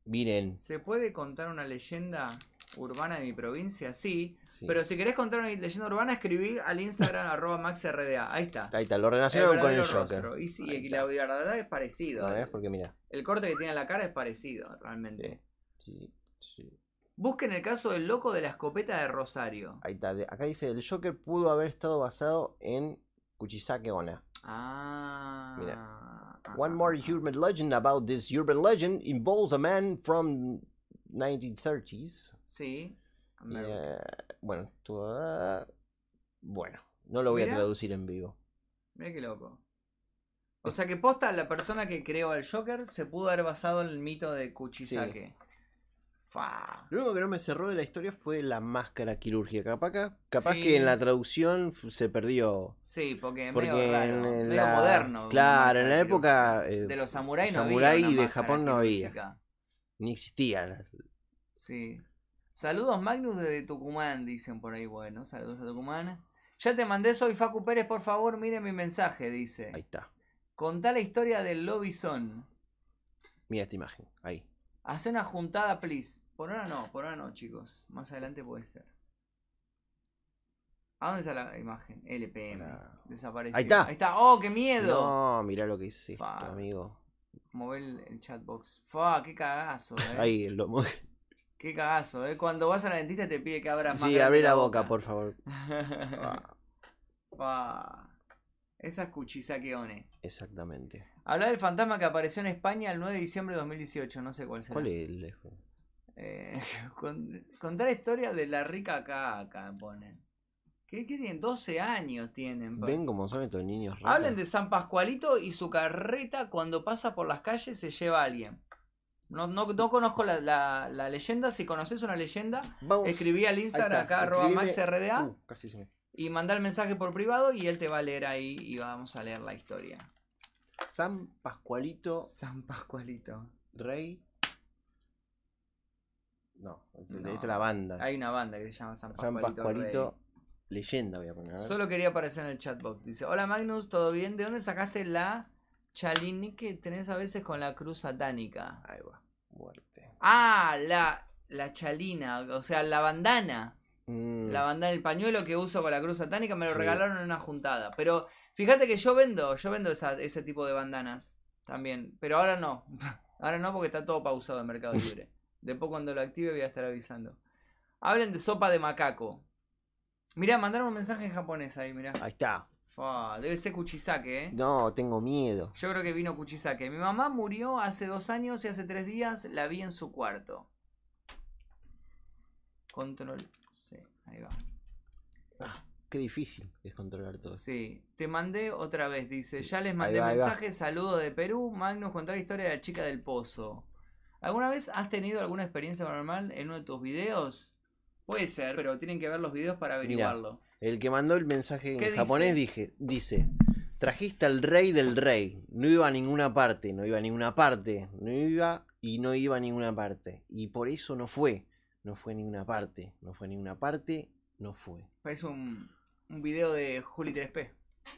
Speaker 2: Miren.
Speaker 1: ¿Se puede contar una leyenda urbana de mi provincia? Sí.
Speaker 2: sí.
Speaker 1: Pero si querés contar una leyenda urbana, escribí al
Speaker 2: <laughs>
Speaker 1: Instagram arroba maxrda. Ahí está.
Speaker 2: Ahí está, lo
Speaker 1: El
Speaker 2: relacionaron con el
Speaker 1: verdadero
Speaker 2: Joker.
Speaker 1: rostro. Y sí,
Speaker 2: Ahí
Speaker 1: y
Speaker 2: está.
Speaker 1: la verdad es parecido. eh.
Speaker 2: No, es porque mira.
Speaker 1: El corte que tiene la cara es parecido, realmente.
Speaker 2: Sí, sí.
Speaker 1: Busquen el caso del loco de la escopeta de Rosario.
Speaker 2: Ahí está. de- Acá dice, el Joker pudo haber estado basado en Kuchisake Ona.
Speaker 1: Ah.
Speaker 2: One more urban legend about this urban legend involves a man from 1930s.
Speaker 1: Sí.
Speaker 2: Y,
Speaker 1: Me-
Speaker 2: eh, bueno, tú, ah, bueno, no lo voy
Speaker 1: Mira.
Speaker 2: a traducir en vivo.
Speaker 1: Mira qué loco. O sea que posta la persona que creó al Joker se pudo haber basado en el mito de Kuchisake. Fa.
Speaker 2: Lo único que no me cerró de la historia fue la máscara quirúrgica. Capaz, que- capaz que
Speaker 1: Sí.
Speaker 2: en la traducción f- se perdió.
Speaker 1: Sí, porque es
Speaker 2: Porque
Speaker 1: medio raro,
Speaker 2: en
Speaker 1: medio
Speaker 2: la-
Speaker 1: moderno. una
Speaker 2: claro, en
Speaker 1: máscara
Speaker 2: la época,
Speaker 1: quirúrgica.
Speaker 2: eh,
Speaker 1: de los samuráis no
Speaker 2: samurái
Speaker 1: había. una
Speaker 2: de
Speaker 1: máscara
Speaker 2: Japón no había.
Speaker 1: quirúrgica.
Speaker 2: Ni existía. la-
Speaker 1: Sí. Saludos Magnus desde Tucumán, dicen por ahí. Bueno, saludos a Tucumán. Ya te mandé, soy Facu Pérez, por favor, miren mi mensaje, dice.
Speaker 2: Ahí está.
Speaker 1: Contá la historia del lobizón.
Speaker 2: Mira esta imagen. Ahí.
Speaker 1: Hacé una juntada, please. Por ahora no, por ahora no, chicos. Más adelante puede ser. ¿A dónde está la imagen? LPM.
Speaker 2: Hola.
Speaker 1: Desapareció.
Speaker 2: Ahí está.
Speaker 1: Ahí está. ¡Oh, qué miedo!
Speaker 2: No, mirá lo que es esto,
Speaker 1: Fa.
Speaker 2: amigo.
Speaker 1: Mover el, el chatbox. Fa, qué
Speaker 2: <laughs>
Speaker 1: cagazo, eh.
Speaker 2: Ahí, lo...
Speaker 1: Qué cagazo, eh. Cuando vas a la dentista te pide que abras más.
Speaker 2: <laughs> Sí,
Speaker 1: grande
Speaker 2: abrí la boca, por favor. Ah,
Speaker 1: Fa. Esa es Kuchisakeone. <laughs>
Speaker 2: exactamente.
Speaker 1: Habla del fantasma que apareció en España el 9 de diciembre de 2018. No sé cuál será.
Speaker 2: ¿Cuál es el-
Speaker 1: <laughs> Eh, con- contar la historia de la rica caca, ponen. ¿Qué, qué tienen? 12 años tienen. pa.
Speaker 2: Ven como son estos niños. raros.
Speaker 1: Hablen de San Pascualito y su carreta cuando pasa por las calles se lleva a alguien. No, no, no conozco la, la- la leyenda. Si conoces una leyenda,
Speaker 2: Vamos.
Speaker 1: escribí al
Speaker 2: Ahí
Speaker 1: Instagram
Speaker 2: está,
Speaker 1: acá, arroba
Speaker 2: escribime-
Speaker 1: maxrda,
Speaker 2: Uh, casi se me.
Speaker 1: y mandá el mensaje por privado y él te va a leer ahí y vamos a leer la historia.
Speaker 2: San Pascualito
Speaker 1: San Pascualito.
Speaker 2: Rey. No, esta
Speaker 1: No.
Speaker 2: es la banda.
Speaker 1: Hay una banda que se llama San
Speaker 2: San
Speaker 1: Pascualito.
Speaker 2: Pascualito,
Speaker 1: Rey.
Speaker 2: leyenda voy a poner. a ver.
Speaker 1: Solo quería aparecer en el chatbot. Dice, hola Magnus, ¿todo bien? ¿De dónde sacaste la chalini que tenés a veces con la cruz satánica?
Speaker 2: Ahí va, muerte.
Speaker 1: Ah, la, la chalina, o sea, la bandana.
Speaker 2: Mm,
Speaker 1: La bandana, el pañuelo que uso con la cruz satánica me lo
Speaker 2: Sí.
Speaker 1: regalaron en una juntada. Pero fíjate que yo vendo, yo vendo esa- ese tipo de bandanas también. Pero ahora no. <laughs> Ahora no porque está todo pausado en Mercado Libre. Después cuando lo active voy a estar avisando. Hablen de sopa de macaco. Mirá, mandaron un mensaje en japonés ahí, mirá.
Speaker 2: Ahí está.
Speaker 1: Fua, debe ser Kuchisake, ¿eh?
Speaker 2: No, tengo miedo.
Speaker 1: Yo creo que vino Kuchisake. Mi mamá murió hace dos años y hace tres días la vi en su cuarto. Control. Sí, ahí va.
Speaker 2: Ah, qué difícil es controlar todo.
Speaker 1: Sí, te mandé otra vez, dice. Ya les
Speaker 2: Ahí
Speaker 1: mandé
Speaker 2: va, ahí va.
Speaker 1: mensaje, saludo de Perú. Magnus, contar la historia de la chica del pozo. ¿Alguna vez has tenido alguna experiencia paranormal en uno de tus videos? Puede ser, pero tienen que ver los videos para
Speaker 2: Mirá,
Speaker 1: averiguarlo.
Speaker 2: El que mandó el mensaje
Speaker 1: ¿Qué
Speaker 2: en
Speaker 1: dice?
Speaker 2: japonés dije, dice, trajiste al rey del rey, no iba a ninguna parte, no iba a ninguna parte, no iba y no iba a ninguna parte. Y por eso no fue, no fue a ninguna parte, no fue a ninguna parte, no fue.
Speaker 1: Parece un, un video de Juli 3P.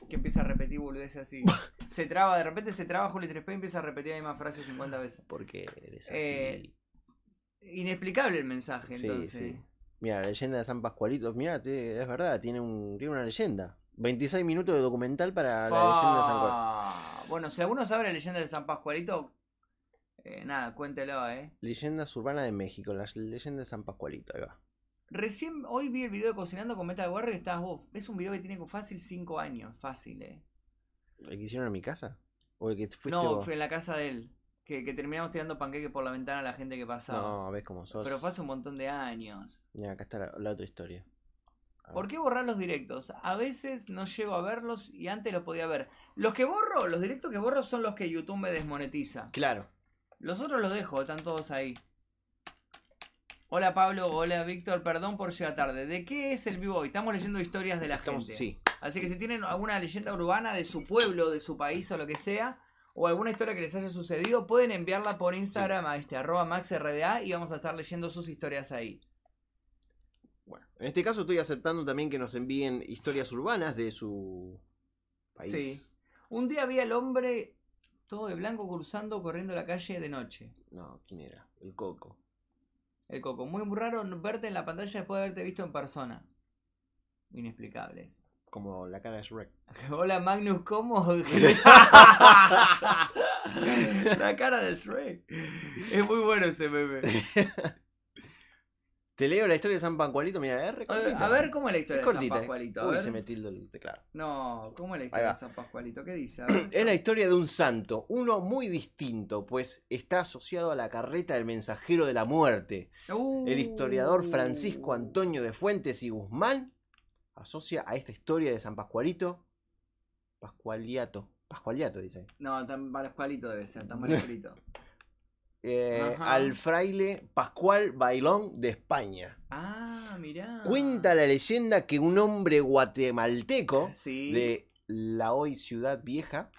Speaker 1: Que empieza a repetir boludeces
Speaker 2: <laughs>
Speaker 1: así. Se traba, de repente se traba Juli 3P y empieza a repetir la misma frase 50 veces.
Speaker 2: Porque eres así.
Speaker 1: Eh, Inexplicable el mensaje,
Speaker 2: Sí,
Speaker 1: entonces.
Speaker 2: sí. Mira, la leyenda de San Pascualito, mira, te- es verdad, tiene, un, tiene una leyenda. 26 minutos de documental para la leyenda de San Pascualito.
Speaker 1: Fa. Bueno, si alguno sabe la leyenda de San Pascualito, eh, nada, cuéntelo, ¿eh?
Speaker 2: Leyendas urbanas de México, la leyenda de San Pascualito, ahí va.
Speaker 1: Recién hoy vi el video de Cocinando con Meta de Warrior y estás vos. Es un video que tiene con fácil 5 años, fácil, ¿eh?
Speaker 2: ¿El que hicieron en mi casa? ¿O el que fuiste
Speaker 1: no,
Speaker 2: vos?
Speaker 1: fue en la casa de él. Que, que terminamos tirando panqueques por la ventana a la gente que pasaba.
Speaker 2: No, ves cómo sos.
Speaker 1: Pero fue hace un montón de años.
Speaker 2: Mirá, acá está la, la otra historia. A ver.
Speaker 1: ¿Por qué borrar los directos? A veces no llego a verlos y antes los podía ver. Los que borro, los directos que borro son los que YouTube me desmonetiza.
Speaker 2: Claro.
Speaker 1: Los otros los dejo, están todos ahí. Hola Pablo, hola Víctor, perdón por llegar tarde. ¿De qué es el vivo hoy? Estamos leyendo historias de la
Speaker 2: Estamos,
Speaker 1: gente.
Speaker 2: sí.
Speaker 1: Así que si tienen alguna leyenda urbana de su pueblo, de su país o lo que sea, o alguna historia que les haya sucedido, pueden enviarla por Instagram a este arroba maxrda y vamos a estar leyendo sus historias ahí.
Speaker 2: Bueno, en este caso estoy aceptando también que nos envíen historias urbanas de su país.
Speaker 1: Sí. Un día vi al hombre todo de blanco cruzando, corriendo la calle de noche.
Speaker 2: No, ¿quién era? El Coco.
Speaker 1: El coco. Muy raro verte en la pantalla después de haberte visto en persona. Inexplicables.
Speaker 2: Como la cara de Shrek.
Speaker 1: <laughs> Hola Magnus, ¿cómo? <laughs> la cara de Shrek. <laughs> Es muy bueno ese meme.
Speaker 2: <laughs> Te leo la historia de San Pascualito, mira, es re
Speaker 1: Eh,
Speaker 2: cortita.
Speaker 1: A ver, ¿cómo es la historia
Speaker 2: es
Speaker 1: de San
Speaker 2: cortita. ¿eh?
Speaker 1: Pascualito? A
Speaker 2: Uy,
Speaker 1: ver.
Speaker 2: se me tildo el teclado.
Speaker 1: No, ¿cómo es la historia
Speaker 2: Ahí va.
Speaker 1: de San Pascualito? ¿Qué dice? A ver.
Speaker 2: Es la historia de un santo, uno muy distinto, pues está asociado a la carreta del mensajero de la muerte.
Speaker 1: Uh.
Speaker 2: El historiador Francisco Antonio de Fuentes y Guzmán asocia a esta historia de San Pascualito. Pascualiato. Pascualiato, dice.
Speaker 1: No, tan Pascualito debe
Speaker 2: <laughs>
Speaker 1: ser, tan mal escrito.
Speaker 2: Eh,
Speaker 1: Ajá.
Speaker 2: al fraile Pascual Bailón de España.
Speaker 1: Ah, mirá.
Speaker 2: Cuenta la leyenda que un hombre guatemalteco
Speaker 1: Sí,
Speaker 2: de la hoy ciudad vieja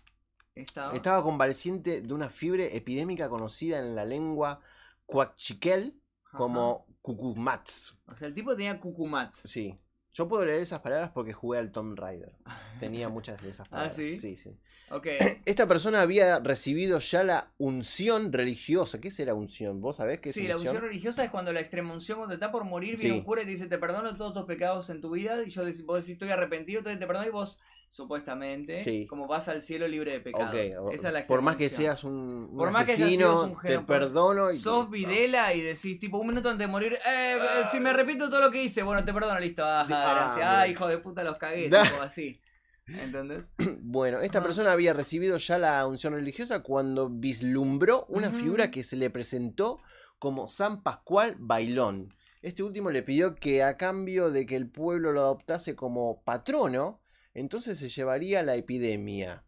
Speaker 1: estaba.
Speaker 2: Estaba convaleciente de una fiebre epidémica conocida en la lengua cuachiquel
Speaker 1: Ajá.
Speaker 2: como cucumats.
Speaker 1: O sea, el tipo tenía cucumats.
Speaker 2: Sí. Yo puedo leer esas palabras porque jugué al Tomb Raider. Tenía muchas de
Speaker 1: <laughs>
Speaker 2: esas palabras.
Speaker 1: Ah, sí?
Speaker 2: Sí, sí.
Speaker 1: Ok.
Speaker 2: Esta persona había recibido ya la unción religiosa. ¿Qué será unción? ¿Vos sabés qué es
Speaker 1: Sí, la
Speaker 2: unción?
Speaker 1: unción religiosa es cuando la extrema unción, cuando está por morir,
Speaker 2: Sí.
Speaker 1: viene un cura y te dice, te perdono todos tus pecados en tu vida, y yo dec- vos decís, estoy arrepentido, entonces te perdono, y vos, supuestamente,
Speaker 2: Sí.
Speaker 1: como vas al cielo libre de pecado.
Speaker 2: Ok,
Speaker 1: Esa es la
Speaker 2: por más que
Speaker 1: extrema unción.
Speaker 2: seas un, un
Speaker 1: Por más que hayas
Speaker 2: asesino,
Speaker 1: sido un
Speaker 2: te
Speaker 1: genio, por-
Speaker 2: perdono. Y...
Speaker 1: Sos Videla y decís, tipo, un minuto antes de morir, eh, eh, si me arrepiento de todo lo que hice, bueno, te perdono, listo, ajá,
Speaker 2: Ah,
Speaker 1: gracias,
Speaker 2: mira.
Speaker 1: ah, hijo de puta, los
Speaker 2: <laughs>
Speaker 1: cagué,
Speaker 2: Da.
Speaker 1: tipo, así,
Speaker 2: <coughs>
Speaker 1: ¿entendés?
Speaker 2: Bueno, esta
Speaker 1: Ajá.
Speaker 2: persona había recibido ya la unción religiosa cuando vislumbró una
Speaker 1: Ujú.
Speaker 2: figura que se le presentó como San Pascual Bailón. Este último le pidió que a cambio de que el pueblo lo adoptase como patrono, entonces se llevaría la epidemia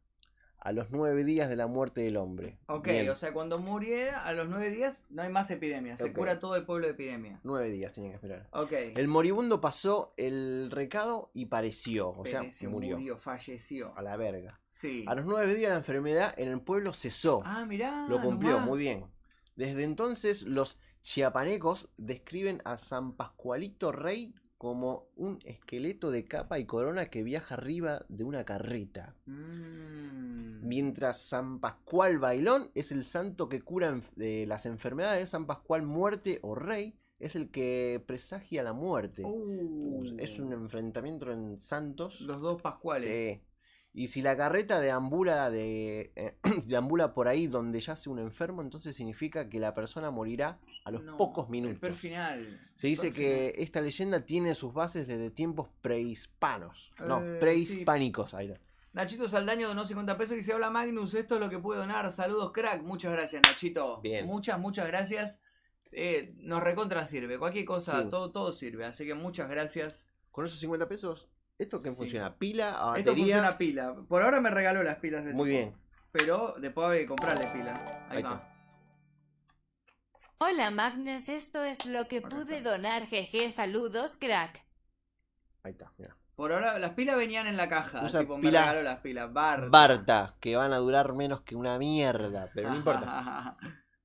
Speaker 2: a los nueve días de la muerte del hombre.
Speaker 1: Ok,
Speaker 2: Bien,
Speaker 1: o sea, cuando muriera a los nueve días no hay más epidemia. Se
Speaker 2: Ok.
Speaker 1: cura todo el pueblo de epidemia.
Speaker 2: nueve días tenía que esperar.
Speaker 1: Ok.
Speaker 2: El moribundo pasó el recado y pareció, o sea,
Speaker 1: Pereció,
Speaker 2: murió.
Speaker 1: falleció.
Speaker 2: A la verga. Ah,
Speaker 1: Sí.
Speaker 2: A los nueve días la enfermedad en el pueblo cesó.
Speaker 1: Ah, mirá.
Speaker 2: Lo cumplió,
Speaker 1: nomás.
Speaker 2: muy bien. Desde entonces, los chiapanecos describen a San Pascualito Rey como un esqueleto de capa y corona que viaja arriba de una carreta.
Speaker 1: Mm.
Speaker 2: Mientras San Pascual Bailón es el santo que cura enf- eh, las enfermedades, San Pascual Muerte o Rey es el que presagia la muerte.
Speaker 1: Uh.
Speaker 2: Es un enfrentamiento en santos.
Speaker 1: Los dos pascuales.
Speaker 2: Sí. Y si la carreta deambula, de, eh, <clears throat> deambula por ahí donde yace un enfermo, entonces significa que la persona morirá a los
Speaker 1: No,
Speaker 2: pocos
Speaker 1: El per
Speaker 2: minutos.
Speaker 1: final.
Speaker 2: Se dice
Speaker 1: Per
Speaker 2: que esta leyenda tiene sus bases desde tiempos prehispanos. No,
Speaker 1: Eh, sí.
Speaker 2: prehispánicos. Ahí está.
Speaker 1: final. Nachito Saldaño donó 50 pesos y se habla Magnus. Esto es lo que pude donar. Saludos, crack. Muchas gracias, Nachito.
Speaker 2: Bien.
Speaker 1: Muchas, muchas gracias. Eh, nos recontra sirve. Cualquier cosa,
Speaker 2: Sí.
Speaker 1: todo, todo sirve. Así que muchas gracias.
Speaker 2: Con esos 50 pesos, ¿esto qué
Speaker 1: Sí.
Speaker 2: funciona? ¿Pila? ¿A
Speaker 1: Esto
Speaker 2: batería?
Speaker 1: funciona pila. Por ahora me regaló las pilas. del
Speaker 2: Muy
Speaker 1: tipo,
Speaker 2: bien.
Speaker 1: Pero después habrá que comprarle pila. Ahí,
Speaker 2: Ahí
Speaker 1: va.
Speaker 2: está.
Speaker 3: Hola Magnus, esto es lo que
Speaker 1: Correcto.
Speaker 3: pude donar, jeje, saludos, crack.
Speaker 2: Ahí está. mira.
Speaker 1: Por ahora, las pilas venían en la caja.
Speaker 2: Usa
Speaker 1: tipo,
Speaker 2: pilas-
Speaker 1: me regaló las pilas. Barta.
Speaker 2: Barta, que van a durar menos que una mierda, pero
Speaker 1: <laughs>
Speaker 2: no importa.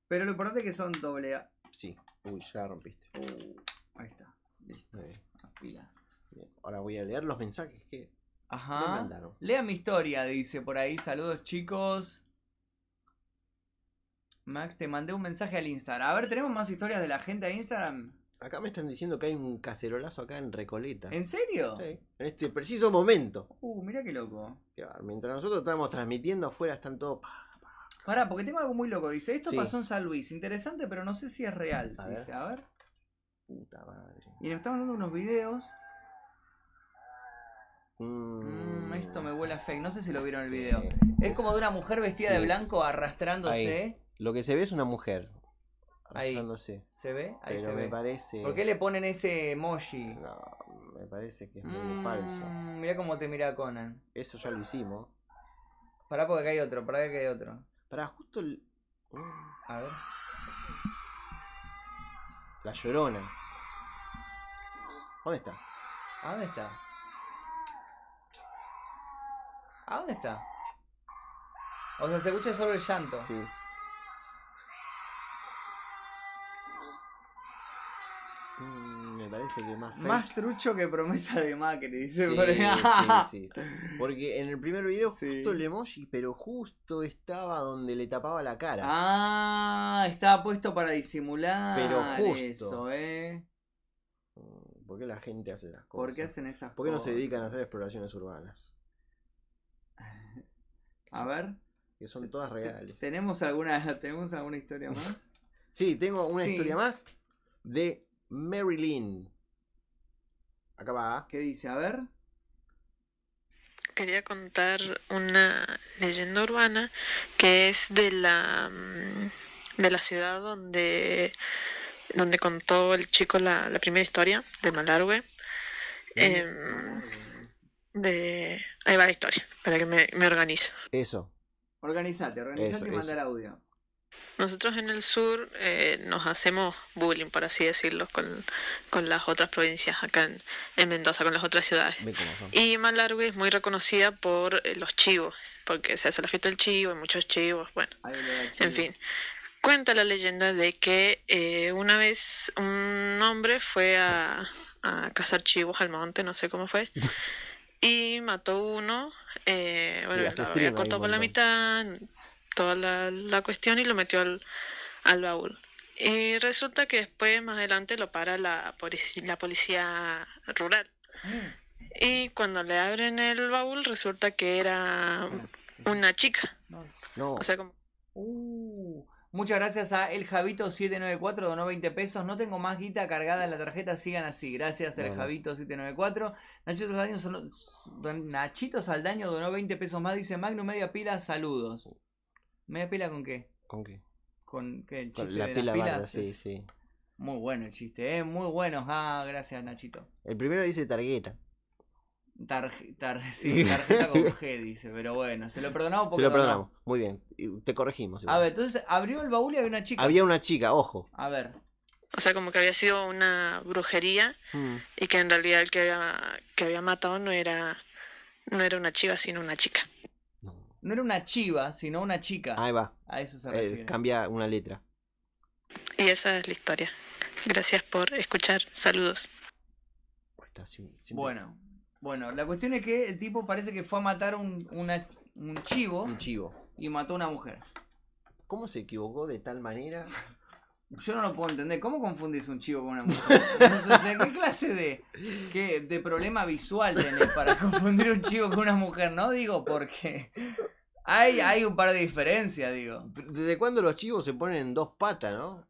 Speaker 1: Pero lo importante es que son doble A.
Speaker 2: Sí. Uy, ya la rompiste.
Speaker 1: Ahí está. Listo.
Speaker 2: Muy bien.
Speaker 1: Las pilas.
Speaker 2: Bien. Ahora voy a leer los mensajes que me
Speaker 1: Ajá.
Speaker 2: mandaron.
Speaker 1: Lea mi historia, dice por ahí. Saludos, chicos. Max, te mandé un mensaje al Instagram. A ver, ¿tenemos más historias de la gente de Instagram?
Speaker 2: Acá me están diciendo que hay un cacerolazo acá en Recoleta.
Speaker 1: ¿En serio?
Speaker 2: Sí, en este preciso momento.
Speaker 1: Uh, mira qué loco.
Speaker 2: Qué bar- Mientras nosotros estamos transmitiendo afuera están todos... pa, pa.
Speaker 1: Pará, porque tengo algo muy loco. Dice, esto
Speaker 2: Sí.
Speaker 1: pasó en San Luis. Interesante, pero no sé si es real.
Speaker 2: A ver.
Speaker 1: dice, a ver.
Speaker 2: Puta madre.
Speaker 1: Y nos están mandando unos videos.
Speaker 2: Mm.
Speaker 1: Mm, esto me huele a fake. No sé si lo vieron el
Speaker 2: Sí.
Speaker 1: video. Es como de una mujer vestida
Speaker 2: Sí.
Speaker 1: de blanco arrastrándose.
Speaker 2: Lo que se ve es una mujer.
Speaker 1: Ahí.
Speaker 2: Arrastrándose.
Speaker 1: ¿Se ve? Ahí
Speaker 2: pero
Speaker 1: se
Speaker 2: me
Speaker 1: ve.
Speaker 2: parece...
Speaker 1: ¿Por qué le ponen ese emoji?
Speaker 2: No, me parece que es medio
Speaker 1: Mm,
Speaker 2: falso.
Speaker 1: Mirá cómo te mira Conan.
Speaker 2: Eso ya lo hicimos.
Speaker 1: Pará porque acá hay otro, pará que hay otro.
Speaker 2: Para justo el- Mm,
Speaker 1: A ver.
Speaker 2: La llorona. ¿Dónde está?
Speaker 1: ¿A dónde está? ¿A dónde está? O sea, se escucha solo el llanto.
Speaker 2: Sí. Mm, me parece que más fake.
Speaker 1: Más trucho que promesa de Macri,
Speaker 2: Sí,
Speaker 1: dice. por ahí. <laughs>
Speaker 2: sí, sí. Porque en el primer video
Speaker 1: Sí.
Speaker 2: justo el emoji, pero justo estaba donde le tapaba la cara.
Speaker 1: Ah, estaba puesto para disimular.
Speaker 2: Pero justo.
Speaker 1: Eso, ¿eh?
Speaker 2: Mm, ¿Por qué la gente hace las cosas?
Speaker 1: ¿Por qué hacen esas
Speaker 2: ¿Por qué no se
Speaker 1: cosas?
Speaker 2: dedican a hacer exploraciones urbanas?
Speaker 1: A ver,
Speaker 2: Que son todas reales.
Speaker 1: ¿tenemos alguna, <laughs> ¿tenemos alguna historia más?
Speaker 2: <laughs> Sí, tengo una
Speaker 1: Sí.
Speaker 2: historia más de Marilyn. Acá va.
Speaker 1: ¿Qué dice? A ver.
Speaker 8: quería contar una leyenda urbana que es de la mm, de la ciudad donde donde contó el chico la, la primera historia de Malargüe. Em, de ahí va la historia para que me, me organice.
Speaker 2: Eso.
Speaker 1: Organizate, organizate
Speaker 2: Eso,
Speaker 1: y
Speaker 2: eso.
Speaker 1: manda el audio.
Speaker 8: Nosotros en el sur eh, nos hacemos bullying, por así decirlo, con, con las otras provincias acá en, en Mendoza, con las otras ciudades.
Speaker 2: Ve cómo son.
Speaker 8: Y Malargue es muy reconocida por eh, los chivos, porque se hace la fiesta del chivo, hay muchos chivos, bueno,
Speaker 1: Ahí lo da
Speaker 8: en
Speaker 1: Chile.
Speaker 8: fin. Cuenta la leyenda de que eh, una vez un hombre fue a, a cazar chivos al monte, no sé cómo fue, y mató uno, eh, bueno,
Speaker 2: Y hace
Speaker 8: lo
Speaker 2: stream ahí
Speaker 8: había
Speaker 2: un
Speaker 8: cortado por la
Speaker 2: montón.
Speaker 8: mitad, toda la, la cuestión, y lo metió al, al baúl. Y resulta que después, más adelante, lo para la, polici- la policía rural. Y cuando le abren el baúl resulta que era una chica.
Speaker 2: No.
Speaker 8: O sea, como
Speaker 1: Uh, muchas gracias a El Javito 794, donó 20 pesos. No tengo más guita cargada en la tarjeta, sigan así. Gracias, El
Speaker 2: Bueno.
Speaker 1: Javito 794. Nachito Saldaño, sonó- don- Nachito Saldaño donó 20 pesos más. Dice Magnum, media pila, saludos. ¿Media pila con qué?
Speaker 2: ¿Con qué?
Speaker 1: ¿Con qué? ¿El chiste
Speaker 2: Con la
Speaker 1: de
Speaker 2: pila
Speaker 1: las pilas?
Speaker 2: barda, sí,
Speaker 1: Es-
Speaker 2: sí.
Speaker 1: Muy bueno el chiste, ¿eh? Muy bueno. Ah, gracias, Nachito.
Speaker 2: El primero dice targueta.
Speaker 1: Tarje- tar- <laughs> sí,
Speaker 2: <laughs>
Speaker 1: tarjeta con G dice, pero bueno, se lo perdonamos porque.
Speaker 2: Se lo
Speaker 1: donó.
Speaker 2: perdonamos. Muy bien. Y Te corregimos. igual.
Speaker 1: A ver, entonces abrió el baúl y había una chica.
Speaker 2: Había una chica, ojo.
Speaker 1: A ver,
Speaker 8: O sea, como que había sido una brujería
Speaker 2: Mm.
Speaker 8: y que en realidad el que había, que había matado no era, no era una chiva, sino una chica.
Speaker 2: No.
Speaker 1: no era una chiva, sino una chica.
Speaker 2: Ahí va.
Speaker 1: A eso Ah, se
Speaker 2: Eh,
Speaker 1: refiere.
Speaker 2: cambia una letra.
Speaker 8: Y esa es la historia. Gracias por escuchar. Saludos.
Speaker 2: Está sim- simple.
Speaker 1: Bueno, bueno, la cuestión es que el tipo parece que fue a matar un, una- un chivo
Speaker 2: Un chivo.
Speaker 1: y mató a una mujer.
Speaker 2: ¿Cómo se equivocó de tal manera?
Speaker 1: <laughs> Yo no lo puedo entender. ¿Cómo confundís un chivo con una mujer? No sé, o sea, ¿qué clase de, qué- de problema visual tenés para confundir un chivo con una mujer? No digo porque hay, hay un par de diferencias, digo.
Speaker 2: ¿Desde cuándo los chivos se ponen en dos patas, no?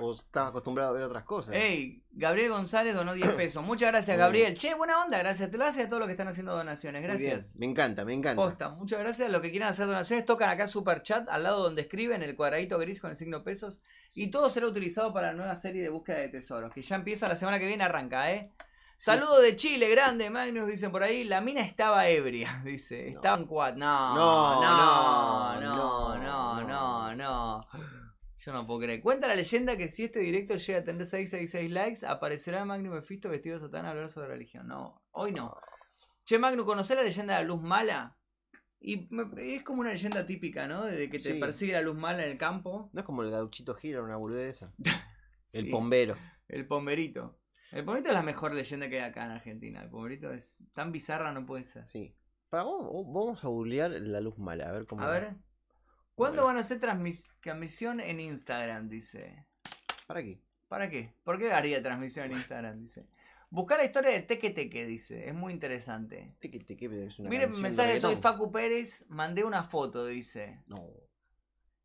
Speaker 2: ¿O estás acostumbrado a ver otras cosas?
Speaker 1: Hey, Gabriel González
Speaker 2: <clears throat>
Speaker 1: donó 10 pesos. Muchas gracias,
Speaker 2: Muy bien.
Speaker 1: Gabriel. Che, buena onda, gracias. Te lo haces a todos los que están haciendo donaciones.
Speaker 2: Muy bien.
Speaker 1: Gracias.
Speaker 2: Me encanta, me encanta.
Speaker 1: Posta, muchas gracias. Los que quieran hacer donaciones, tocan acá super chat al lado donde escriben el cuadradito gris con el signo pesos. Y todo será utilizado para la nueva serie de búsqueda de tesoros, que ya empieza la semana que viene, arranca, ¿eh? Saludos de Chile, grande, Magnus, dicen por ahí. La mina estaba ebria, <laughs> dice.
Speaker 2: No.
Speaker 1: Estaba en cuat. No,
Speaker 2: No,
Speaker 1: no, no,
Speaker 2: no,
Speaker 1: no, no,
Speaker 2: no.
Speaker 1: no, Yo no puedo creer. Cuenta la leyenda que si este directo llega a tener 666 likes, aparecerá Magnus Mephisto vestido de Satán a hablar sobre religión. No, hoy no. Che, Magnus, ¿conocés la leyenda de la luz mala? Y me- es como una leyenda típica, ¿no? De que te
Speaker 2: Sí.
Speaker 1: persigue la luz mala en el campo.
Speaker 2: No es como el gauchito gira, una boludeza. El
Speaker 1: Sí.
Speaker 2: pombero.
Speaker 1: <laughs> El pomberito. El pomberito es la mejor leyenda que hay acá en Argentina. El pomberito es tan bizarra, no puede ser.
Speaker 2: Sí. Para, vamos, vamos a googlear la luz mala, a ver cómo.
Speaker 1: A ver. ¿Cuándo
Speaker 2: Bueno.
Speaker 1: van a hacer transmis- transmisión en Instagram? Dice.
Speaker 2: ¿Para qué?
Speaker 1: ¿Para qué? ¿Por qué haría transmisión en
Speaker 2: <laughs>
Speaker 1: Instagram? Dice. Buscar la historia de Teque Teque, dice. Es muy interesante.
Speaker 2: Teque, teque, es una
Speaker 1: Miren,
Speaker 2: canción
Speaker 1: mensaje,
Speaker 2: de
Speaker 1: soy
Speaker 2: reggaetón.
Speaker 1: Facu Pérez, mandé una foto, dice.
Speaker 2: No.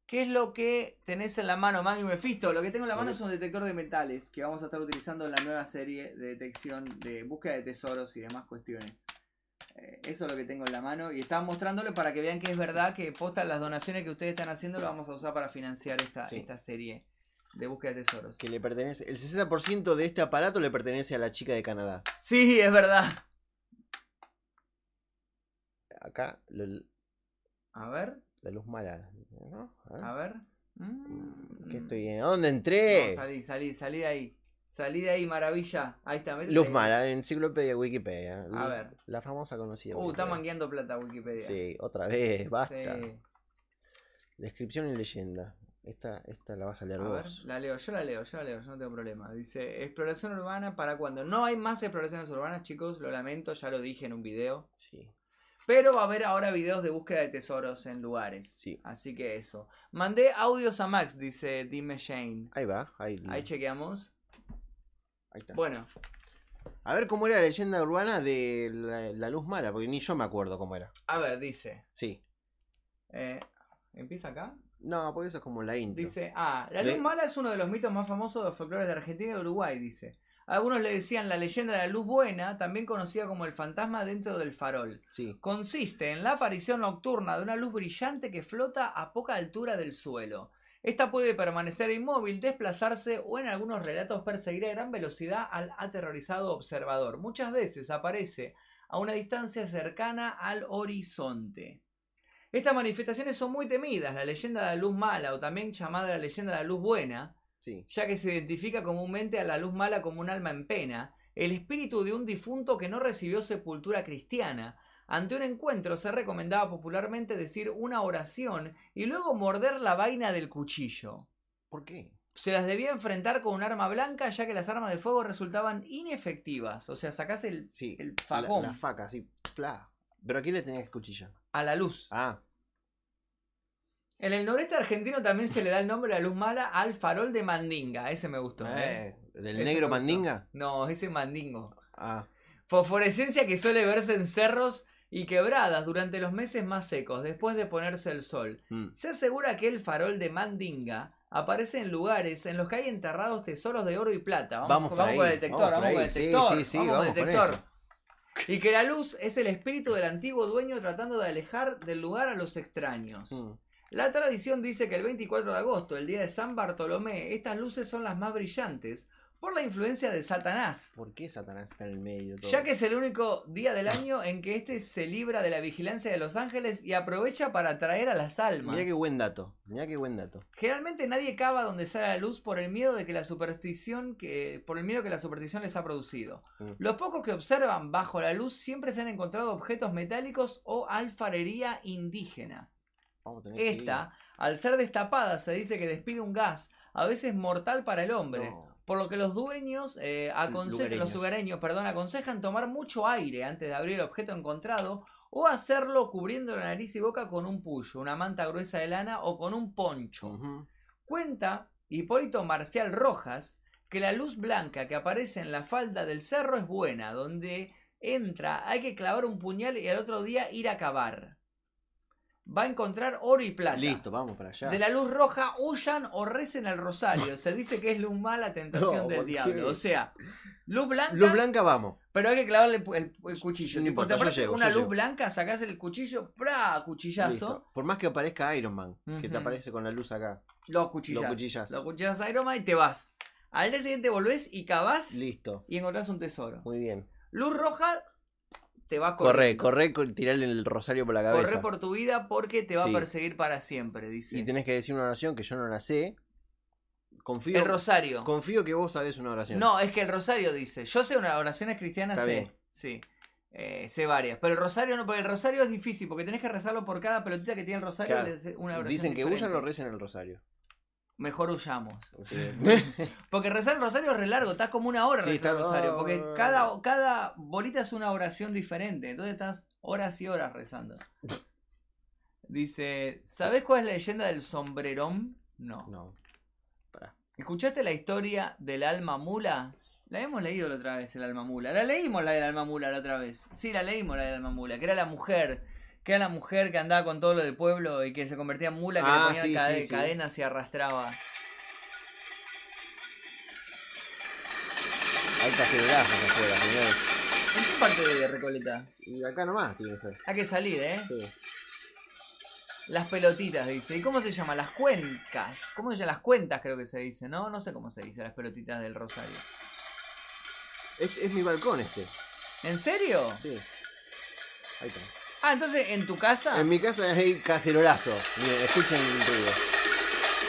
Speaker 1: ¿Qué es lo que tenés en la mano, Magnum Mephisto? Lo que tengo en la mano
Speaker 2: Vale.
Speaker 1: es un detector de metales que vamos a estar utilizando en la nueva serie de detección, de búsqueda de tesoros y demás cuestiones. Eh, eso es lo que tengo en la mano y estaba mostrándole para que vean que es verdad que posta las donaciones que ustedes están haciendo lo vamos a usar para financiar esta,
Speaker 2: Sí.
Speaker 1: esta serie de búsqueda de tesoros.
Speaker 2: Que le pertenece. El 60% de este aparato le pertenece a la chica de Canadá.
Speaker 1: Sí, es verdad.
Speaker 2: Acá, lo-
Speaker 1: A ver,
Speaker 2: la luz mala. ¿no? A ver.
Speaker 1: a ver. Mm.
Speaker 2: ¿Qué estoy en? ¿A dónde
Speaker 1: No,
Speaker 2: entré?
Speaker 1: salí, salí, salí de ahí. Salí de ahí, maravilla. Ahí está, métete
Speaker 2: luz
Speaker 1: ahí.
Speaker 2: mala, enciclopedia Wikipedia.
Speaker 1: A ver.
Speaker 2: La famosa conocida.
Speaker 1: Uh,
Speaker 2: Wikipedia.
Speaker 1: está mangueando plata Wikipedia.
Speaker 2: Sí, otra vez, basta.
Speaker 1: Sí.
Speaker 2: Descripción y leyenda. Esta, esta la vas a leer
Speaker 1: A ver,
Speaker 2: vos.
Speaker 1: la leo, yo la leo, yo la leo, yo no tengo problema. Dice, exploración urbana para cuando. No hay más exploraciones urbanas, chicos, lo lamento, ya lo dije en un video.
Speaker 2: Sí.
Speaker 1: Pero va a haber ahora videos de búsqueda de tesoros en lugares.
Speaker 2: Sí.
Speaker 1: Así que eso. Mandé audios a Max, dice Dime Shane.
Speaker 2: Ahí va, ahí,
Speaker 1: Ahí chequeamos.
Speaker 2: ahí está.
Speaker 1: Bueno,
Speaker 2: A ver cómo era la leyenda urbana de la, la luz mala, porque ni yo me acuerdo cómo era.
Speaker 1: a ver, dice.
Speaker 2: Sí.
Speaker 1: eh, ¿Empieza acá?
Speaker 2: No, porque eso es como la intro.
Speaker 1: Dice, ah, la luz
Speaker 2: Le-
Speaker 1: mala es uno de los mitos más famosos de los folclores de Argentina y Uruguay, dice. Algunos le decían la leyenda de la luz buena, también conocida como el fantasma dentro del farol.
Speaker 2: Sí.
Speaker 1: consiste en la aparición nocturna de una luz brillante que flota a poca altura del suelo. Esta puede permanecer inmóvil, desplazarse o en algunos relatos perseguir a gran velocidad al aterrorizado observador. Muchas veces aparece a una distancia cercana al horizonte. Estas manifestaciones son muy temidas, la leyenda de la luz mala o también llamada la leyenda de la luz buena,
Speaker 2: Sí.
Speaker 1: ya que se identifica comúnmente a la luz mala como un alma en pena, el espíritu de un difunto que no recibió sepultura cristiana. Ante un encuentro se recomendaba popularmente decir una oración y luego morder la vaina del cuchillo.
Speaker 2: ¿Por qué?
Speaker 1: Se las debía enfrentar con un arma blanca ya que las armas de fuego resultaban inefectivas. O sea, sacás el,
Speaker 2: Sí.
Speaker 1: el
Speaker 2: La,
Speaker 1: facón
Speaker 2: la faca, sí. Pla. Pero aquí le tenías cuchilla.
Speaker 1: a la luz.
Speaker 2: Ah,
Speaker 1: En el noreste argentino también se le da el nombre a la luz mala al farol de Mandinga. Ese me gustó. ¿eh?
Speaker 2: eh, ¿del
Speaker 1: Ese
Speaker 2: negro
Speaker 1: me gustó.
Speaker 2: mandinga?
Speaker 1: No, ese es Mandingo.
Speaker 2: Ah,
Speaker 1: Fosforescencia que suele verse en cerros y quebradas durante los meses más secos, después de ponerse el sol.
Speaker 2: mm,
Speaker 1: Se asegura que el farol de Mandinga aparece en lugares en los que hay enterrados tesoros de oro y plata.
Speaker 2: Vamos
Speaker 1: Vamos,
Speaker 2: por ahí,
Speaker 1: con el detector,
Speaker 2: vamos por
Speaker 1: vamos, con el
Speaker 2: ahí. Sí,
Speaker 1: detector.
Speaker 2: sí, sí,
Speaker 1: vamos
Speaker 2: vamos
Speaker 1: con
Speaker 2: con
Speaker 1: el detector. Y que la luz es el espíritu del antiguo dueño tratando de alejar del lugar a los extraños.
Speaker 2: mm.
Speaker 1: La tradición dice que el 24 de agosto, el día de San Bartolomé, estas luces son las más brillantes por la influencia de Satanás,
Speaker 2: ¿Por qué Satanás está en el medio? de todo? Ah.
Speaker 1: ya que es el único día del año en que este se libra de la vigilancia de los ángeles y aprovecha para atraer a las almas.
Speaker 2: Mirá qué buen dato. Mirá qué buen dato.
Speaker 1: Generalmente nadie cava donde sale la luz por el miedo de que la superstición que por el miedo que la superstición les ha producido.
Speaker 2: Mm.
Speaker 1: Los pocos que observan bajo la luz siempre se han encontrado objetos metálicos o alfarería indígena.
Speaker 2: Vamos a tener que ir.
Speaker 1: Esta, al ser destapada, se dice que despide un gas, a veces mortal para el hombre.
Speaker 2: No.
Speaker 1: Por lo que los dueños, eh, aconse-
Speaker 2: Lugareños.
Speaker 1: los lugareños, perdón, aconsejan tomar mucho aire antes de abrir el objeto encontrado o hacerlo cubriendo la nariz y boca con un puyo, una manta gruesa de lana o con un poncho.
Speaker 2: Ujú.
Speaker 1: Cuenta Hipólito Marcial Rojas que la luz blanca que aparece en la falda del cerro es buena, donde entra hay que clavar un puñal y al otro día ir a cavar. Va a encontrar oro y plata.
Speaker 2: Listo, vamos para allá.
Speaker 1: De la luz roja huyan o recen el rosario. Se dice que es luz mala
Speaker 2: <laughs>
Speaker 1: tentación
Speaker 2: No,
Speaker 1: del
Speaker 2: ¿por qué?
Speaker 1: diablo. O sea, luz blanca,
Speaker 2: Luz blanca, vamos.
Speaker 1: pero hay que clavarle el, el- el cuchillo.
Speaker 2: No
Speaker 1: Tipo,
Speaker 2: importa,
Speaker 1: te
Speaker 2: yo
Speaker 1: aparece
Speaker 2: llego,
Speaker 1: una
Speaker 2: yo
Speaker 1: luz
Speaker 2: llego.
Speaker 1: blanca, sacás el cuchillo, ¡pra! Cuchillazo.
Speaker 2: Listo. Por más que aparezca Iron Man, que te
Speaker 1: Ujú.
Speaker 2: aparece con la luz acá.
Speaker 1: Los cuchillas.
Speaker 2: Los cuchillas.
Speaker 1: Los cuchillas a Iron Man y te vas. Al día siguiente volvés y cavás
Speaker 2: Listo.
Speaker 1: y encontrás un tesoro.
Speaker 2: Muy bien.
Speaker 1: Luz roja, te vas
Speaker 2: Corre,
Speaker 1: corriendo.
Speaker 2: corre, cor- tirarle el rosario por la cabeza.
Speaker 1: Corre por tu vida porque te va
Speaker 2: Sí.
Speaker 1: a perseguir para siempre, dice.
Speaker 2: Y tenés que decir una oración que yo no la sé. Confío,
Speaker 1: El rosario.
Speaker 2: confío que vos sabés una oración.
Speaker 1: No, es que el rosario dice. Yo sé unas oraciones cristianas,
Speaker 2: Está
Speaker 1: sé.
Speaker 2: bien.
Speaker 1: Sí. Eh, sé varias. Pero el rosario no, porque el rosario es difícil, porque tenés que rezarlo por cada pelotita que tiene el rosario.
Speaker 2: Claro.
Speaker 1: le haces una oración
Speaker 2: Dicen que
Speaker 1: diferente.
Speaker 2: huyan o recen el rosario.
Speaker 1: Mejor huyamos.
Speaker 2: Sí. <laughs>
Speaker 1: Porque rezar el rosario es re largo, estás como una hora
Speaker 2: Sí,
Speaker 1: rezando el
Speaker 2: estás-
Speaker 1: rosario, porque cada, cada bolita es una oración diferente, entonces estás horas y horas
Speaker 2: <laughs>
Speaker 1: rezando. Dice, ¿sabés cuál es la leyenda del sombrerón? <laughs> No.
Speaker 2: no.
Speaker 1: ¿Escuchaste la historia del alma mula? La hemos leído la otra vez, el alma mula. La leímos la del alma mula la otra vez. Sí, la leímos la del alma mula, que era la mujer, que era la mujer que andaba con todo lo del pueblo y que se convertía en mula, que
Speaker 2: Ah,
Speaker 1: le
Speaker 2: sí,
Speaker 1: ponía cade-
Speaker 2: sí, sí.
Speaker 1: cadenas y arrastraba.
Speaker 2: Hay cacerolazos afuera, señores.
Speaker 1: ¿En qué parte de Recoleta?
Speaker 2: Y acá nomás tiene que ser.
Speaker 1: Hay que salir, ¿eh?
Speaker 2: Sí.
Speaker 1: Las pelotitas, dice. ¿Y cómo se llama? Las cuencas. ¿Cómo se llaman? Las cuentas creo que se dice, ¿no? No sé cómo se dice las pelotitas del rosario.
Speaker 2: Es, es mi balcón este.
Speaker 1: ¿En serio?
Speaker 2: Sí. Ahí está.
Speaker 1: Ah, entonces en tu casa.
Speaker 2: En mi casa hay cacerolazo. Miren, escuchen el ruido.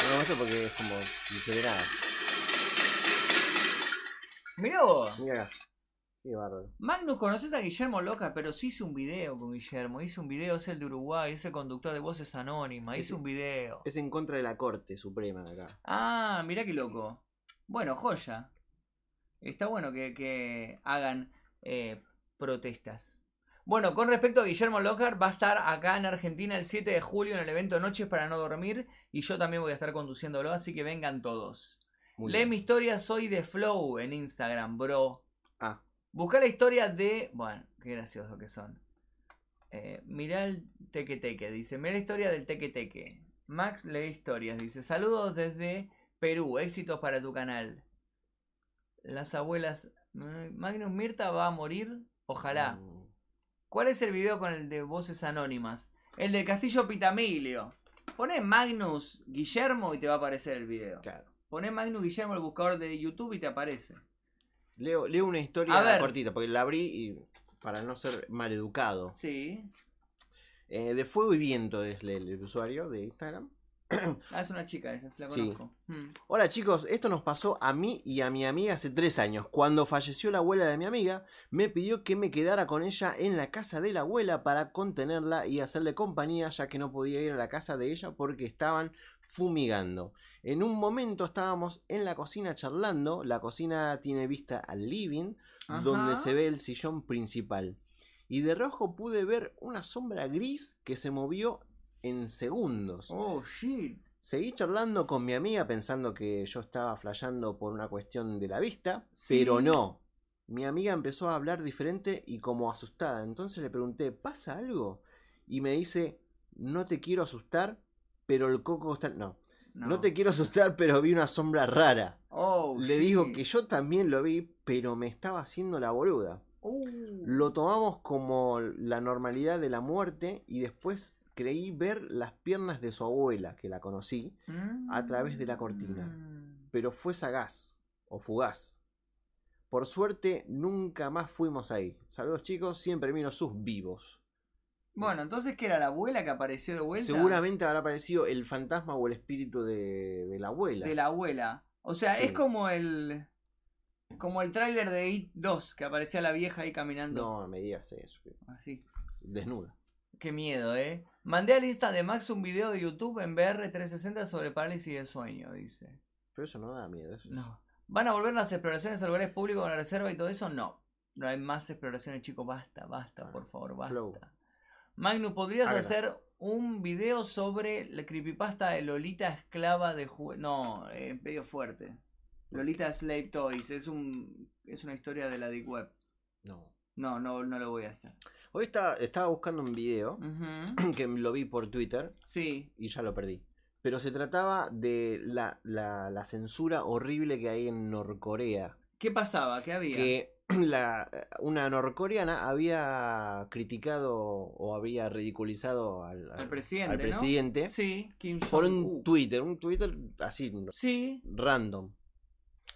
Speaker 2: No lo muestro porque es como. No se ve nada.
Speaker 1: Mirá vos.
Speaker 2: Mira acá. Qué bárbaro.
Speaker 1: Magnus, ¿conoces a Guillermo Loca? Pero sí hice un video con Guillermo. Hice un video, es el de Uruguay, es el conductor de Voces Anónima. Hice
Speaker 2: Ese-
Speaker 1: un video.
Speaker 2: Es en contra de la Corte Suprema de acá.
Speaker 1: Ah, mirá qué loco. Bueno, joya. Está bueno que, que hagan eh, protestas. Bueno, con respecto a Guillermo Lockhart, va a estar acá en Argentina el 7 de julio en el evento Noches para no dormir y yo también voy a estar conduciéndolo, así que vengan todos.
Speaker 2: Muy
Speaker 1: Lee
Speaker 2: bien.
Speaker 1: mi historia, soy de Flow en Instagram, bro.
Speaker 2: Ah.
Speaker 1: Busca la historia de. Bueno, qué gracioso que son. Eh, mirá el teque teque, dice. Mirá la historia del teque teque. Max lee historias, dice. Saludos desde Perú, éxitos para tu canal. Las abuelas. mm, Magnus Mirta va a morir. Ojalá.
Speaker 2: Mm.
Speaker 1: ¿Cuál es el video con el de voces anónimas? El del Castillo Pitamilio. Poné Magnus Guillermo y te va a aparecer el video.
Speaker 2: Claro.
Speaker 1: Poné Magnus Guillermo el buscador de YouTube y te aparece.
Speaker 2: Leo, leo una historia
Speaker 1: A ver.
Speaker 2: cortita porque la abrí y. Para no ser maleducado.
Speaker 1: Sí.
Speaker 2: Eh, de Fuego y Viento es el, el usuario de Instagram.
Speaker 1: Ah, es una chica esa, se la
Speaker 2: Sí.
Speaker 1: conozco. Mm.
Speaker 2: Hola chicos, esto nos pasó a mí y a mi amiga hace tres años. Cuando falleció la abuela de mi amiga, me pidió que me quedara con ella en la casa de la abuela para contenerla y hacerle compañía ya que no podía ir a la casa de ella porque estaban fumigando. En un momento estábamos en la cocina charlando, la cocina tiene vista al living,
Speaker 1: Ajá.
Speaker 2: donde se ve el sillón principal. Y de rojo pude ver una sombra gris que se movió en segundos.
Speaker 1: Oh, shit.
Speaker 2: Seguí charlando con mi amiga pensando que yo estaba flayando por una cuestión de la vista,
Speaker 1: Sí.
Speaker 2: pero no. Mi amiga empezó a hablar diferente y como asustada. Entonces le pregunté, ¿pasa algo? Y me dice, no te quiero asustar, pero el coco está... No, no, te quiero asustar, pero vi una sombra rara.
Speaker 1: Oh,
Speaker 2: le
Speaker 1: shit.
Speaker 2: digo que yo también lo vi, pero me estaba haciendo la boluda.
Speaker 1: Oh.
Speaker 2: Lo tomamos como la normalidad de la muerte y después creí ver las piernas de su abuela, que la conocí, a través de la cortina.
Speaker 1: Mm.
Speaker 2: pero fue sagaz o fugaz. Por suerte, nunca más fuimos ahí. Saludos chicos, siempre miro sus vivos.
Speaker 1: Bueno, entonces que era la abuela que apareció de vuelta.
Speaker 2: Seguramente habrá aparecido el fantasma o el espíritu de, de la abuela.
Speaker 1: De la abuela. O sea, es
Speaker 2: Sí.
Speaker 1: como el. Como el tráiler de It 2, que aparecía la vieja ahí caminando.
Speaker 2: No me digas eso.
Speaker 1: Así.
Speaker 2: Desnuda.
Speaker 1: Qué miedo, ¿eh? Mandé al Insta de Max un video de YouTube en VR360 sobre parálisis de sueño, dice.
Speaker 2: Pero eso no da miedo. eso.
Speaker 1: No. ¿Van a volver las exploraciones a lugares públicos con la reserva y todo eso? No. No hay más exploraciones, chicos. Basta, basta, por favor, basta.
Speaker 2: Flow.
Speaker 1: Magnus, ¿podrías
Speaker 2: Hágala.
Speaker 1: hacer un video sobre la creepypasta de Lolita esclava de juguete? No, eh, medio fuerte. Lolita Slave Toys. Es, un, es una historia de la Deep Web.
Speaker 2: No.
Speaker 1: No, no, no lo voy a hacer.
Speaker 2: Hoy está- estaba buscando un video
Speaker 1: Ujú.
Speaker 2: <clears throat> que lo vi por Twitter
Speaker 1: Sí.
Speaker 2: y ya lo perdí. Pero se trataba de la, la- la censura horrible que hay en Norcorea.
Speaker 1: ¿Qué pasaba? ¿Qué había?
Speaker 2: que <clears throat> la, eh, una norcoreana había criticado o había ridiculizado al,
Speaker 1: Al presidente,
Speaker 2: al
Speaker 1: ¿no?
Speaker 2: presidente
Speaker 1: Sí, Kim
Speaker 2: por
Speaker 1: Jong-un.
Speaker 2: un Twitter, un Twitter así,
Speaker 1: Sí.
Speaker 2: random.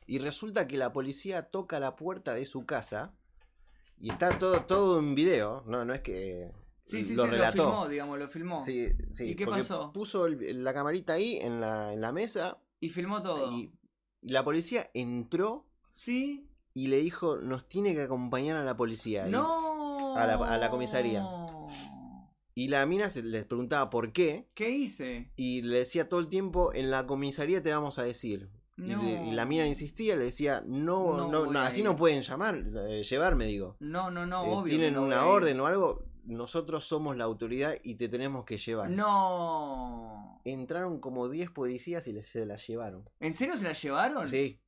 Speaker 2: Y resulta que la policía toca la puerta de su casa y está todo, todo en video, no, no es que
Speaker 1: Sí, sí,
Speaker 2: lo
Speaker 1: sí,
Speaker 2: relató.
Speaker 1: lo filmó, digamos, lo filmó.
Speaker 2: Sí, sí,
Speaker 1: ¿Y qué
Speaker 2: porque
Speaker 1: pasó?
Speaker 2: Puso el- la camarita ahí en la, en la mesa
Speaker 1: Y filmó todo.
Speaker 2: y- y la policía entró
Speaker 1: Sí.
Speaker 2: y le dijo, nos tiene que acompañar a la policía. Y-
Speaker 1: No.
Speaker 2: a la- a la comisaría. Y, la mina se les preguntaba por qué.
Speaker 1: ¿Qué hice?
Speaker 2: Y le decía todo el tiempo, en la comisaría te vamos a decir. Y
Speaker 1: No.
Speaker 2: le- Y, la mina insistía, le decía, no,
Speaker 1: No
Speaker 2: no,
Speaker 1: voy
Speaker 2: no,
Speaker 1: a
Speaker 2: así
Speaker 1: ir".
Speaker 2: no pueden llamar, eh, llevarme, digo.
Speaker 1: No, no, no,
Speaker 2: Eh,
Speaker 1: obvio.
Speaker 2: tienen
Speaker 1: que no
Speaker 2: una
Speaker 1: voy a ir.
Speaker 2: orden o algo, nosotros somos la autoridad y te tenemos que llevar.
Speaker 1: No.
Speaker 2: Entraron como 10 policías y les, se la llevaron.
Speaker 1: ¿En serio se la llevaron?
Speaker 2: Sí,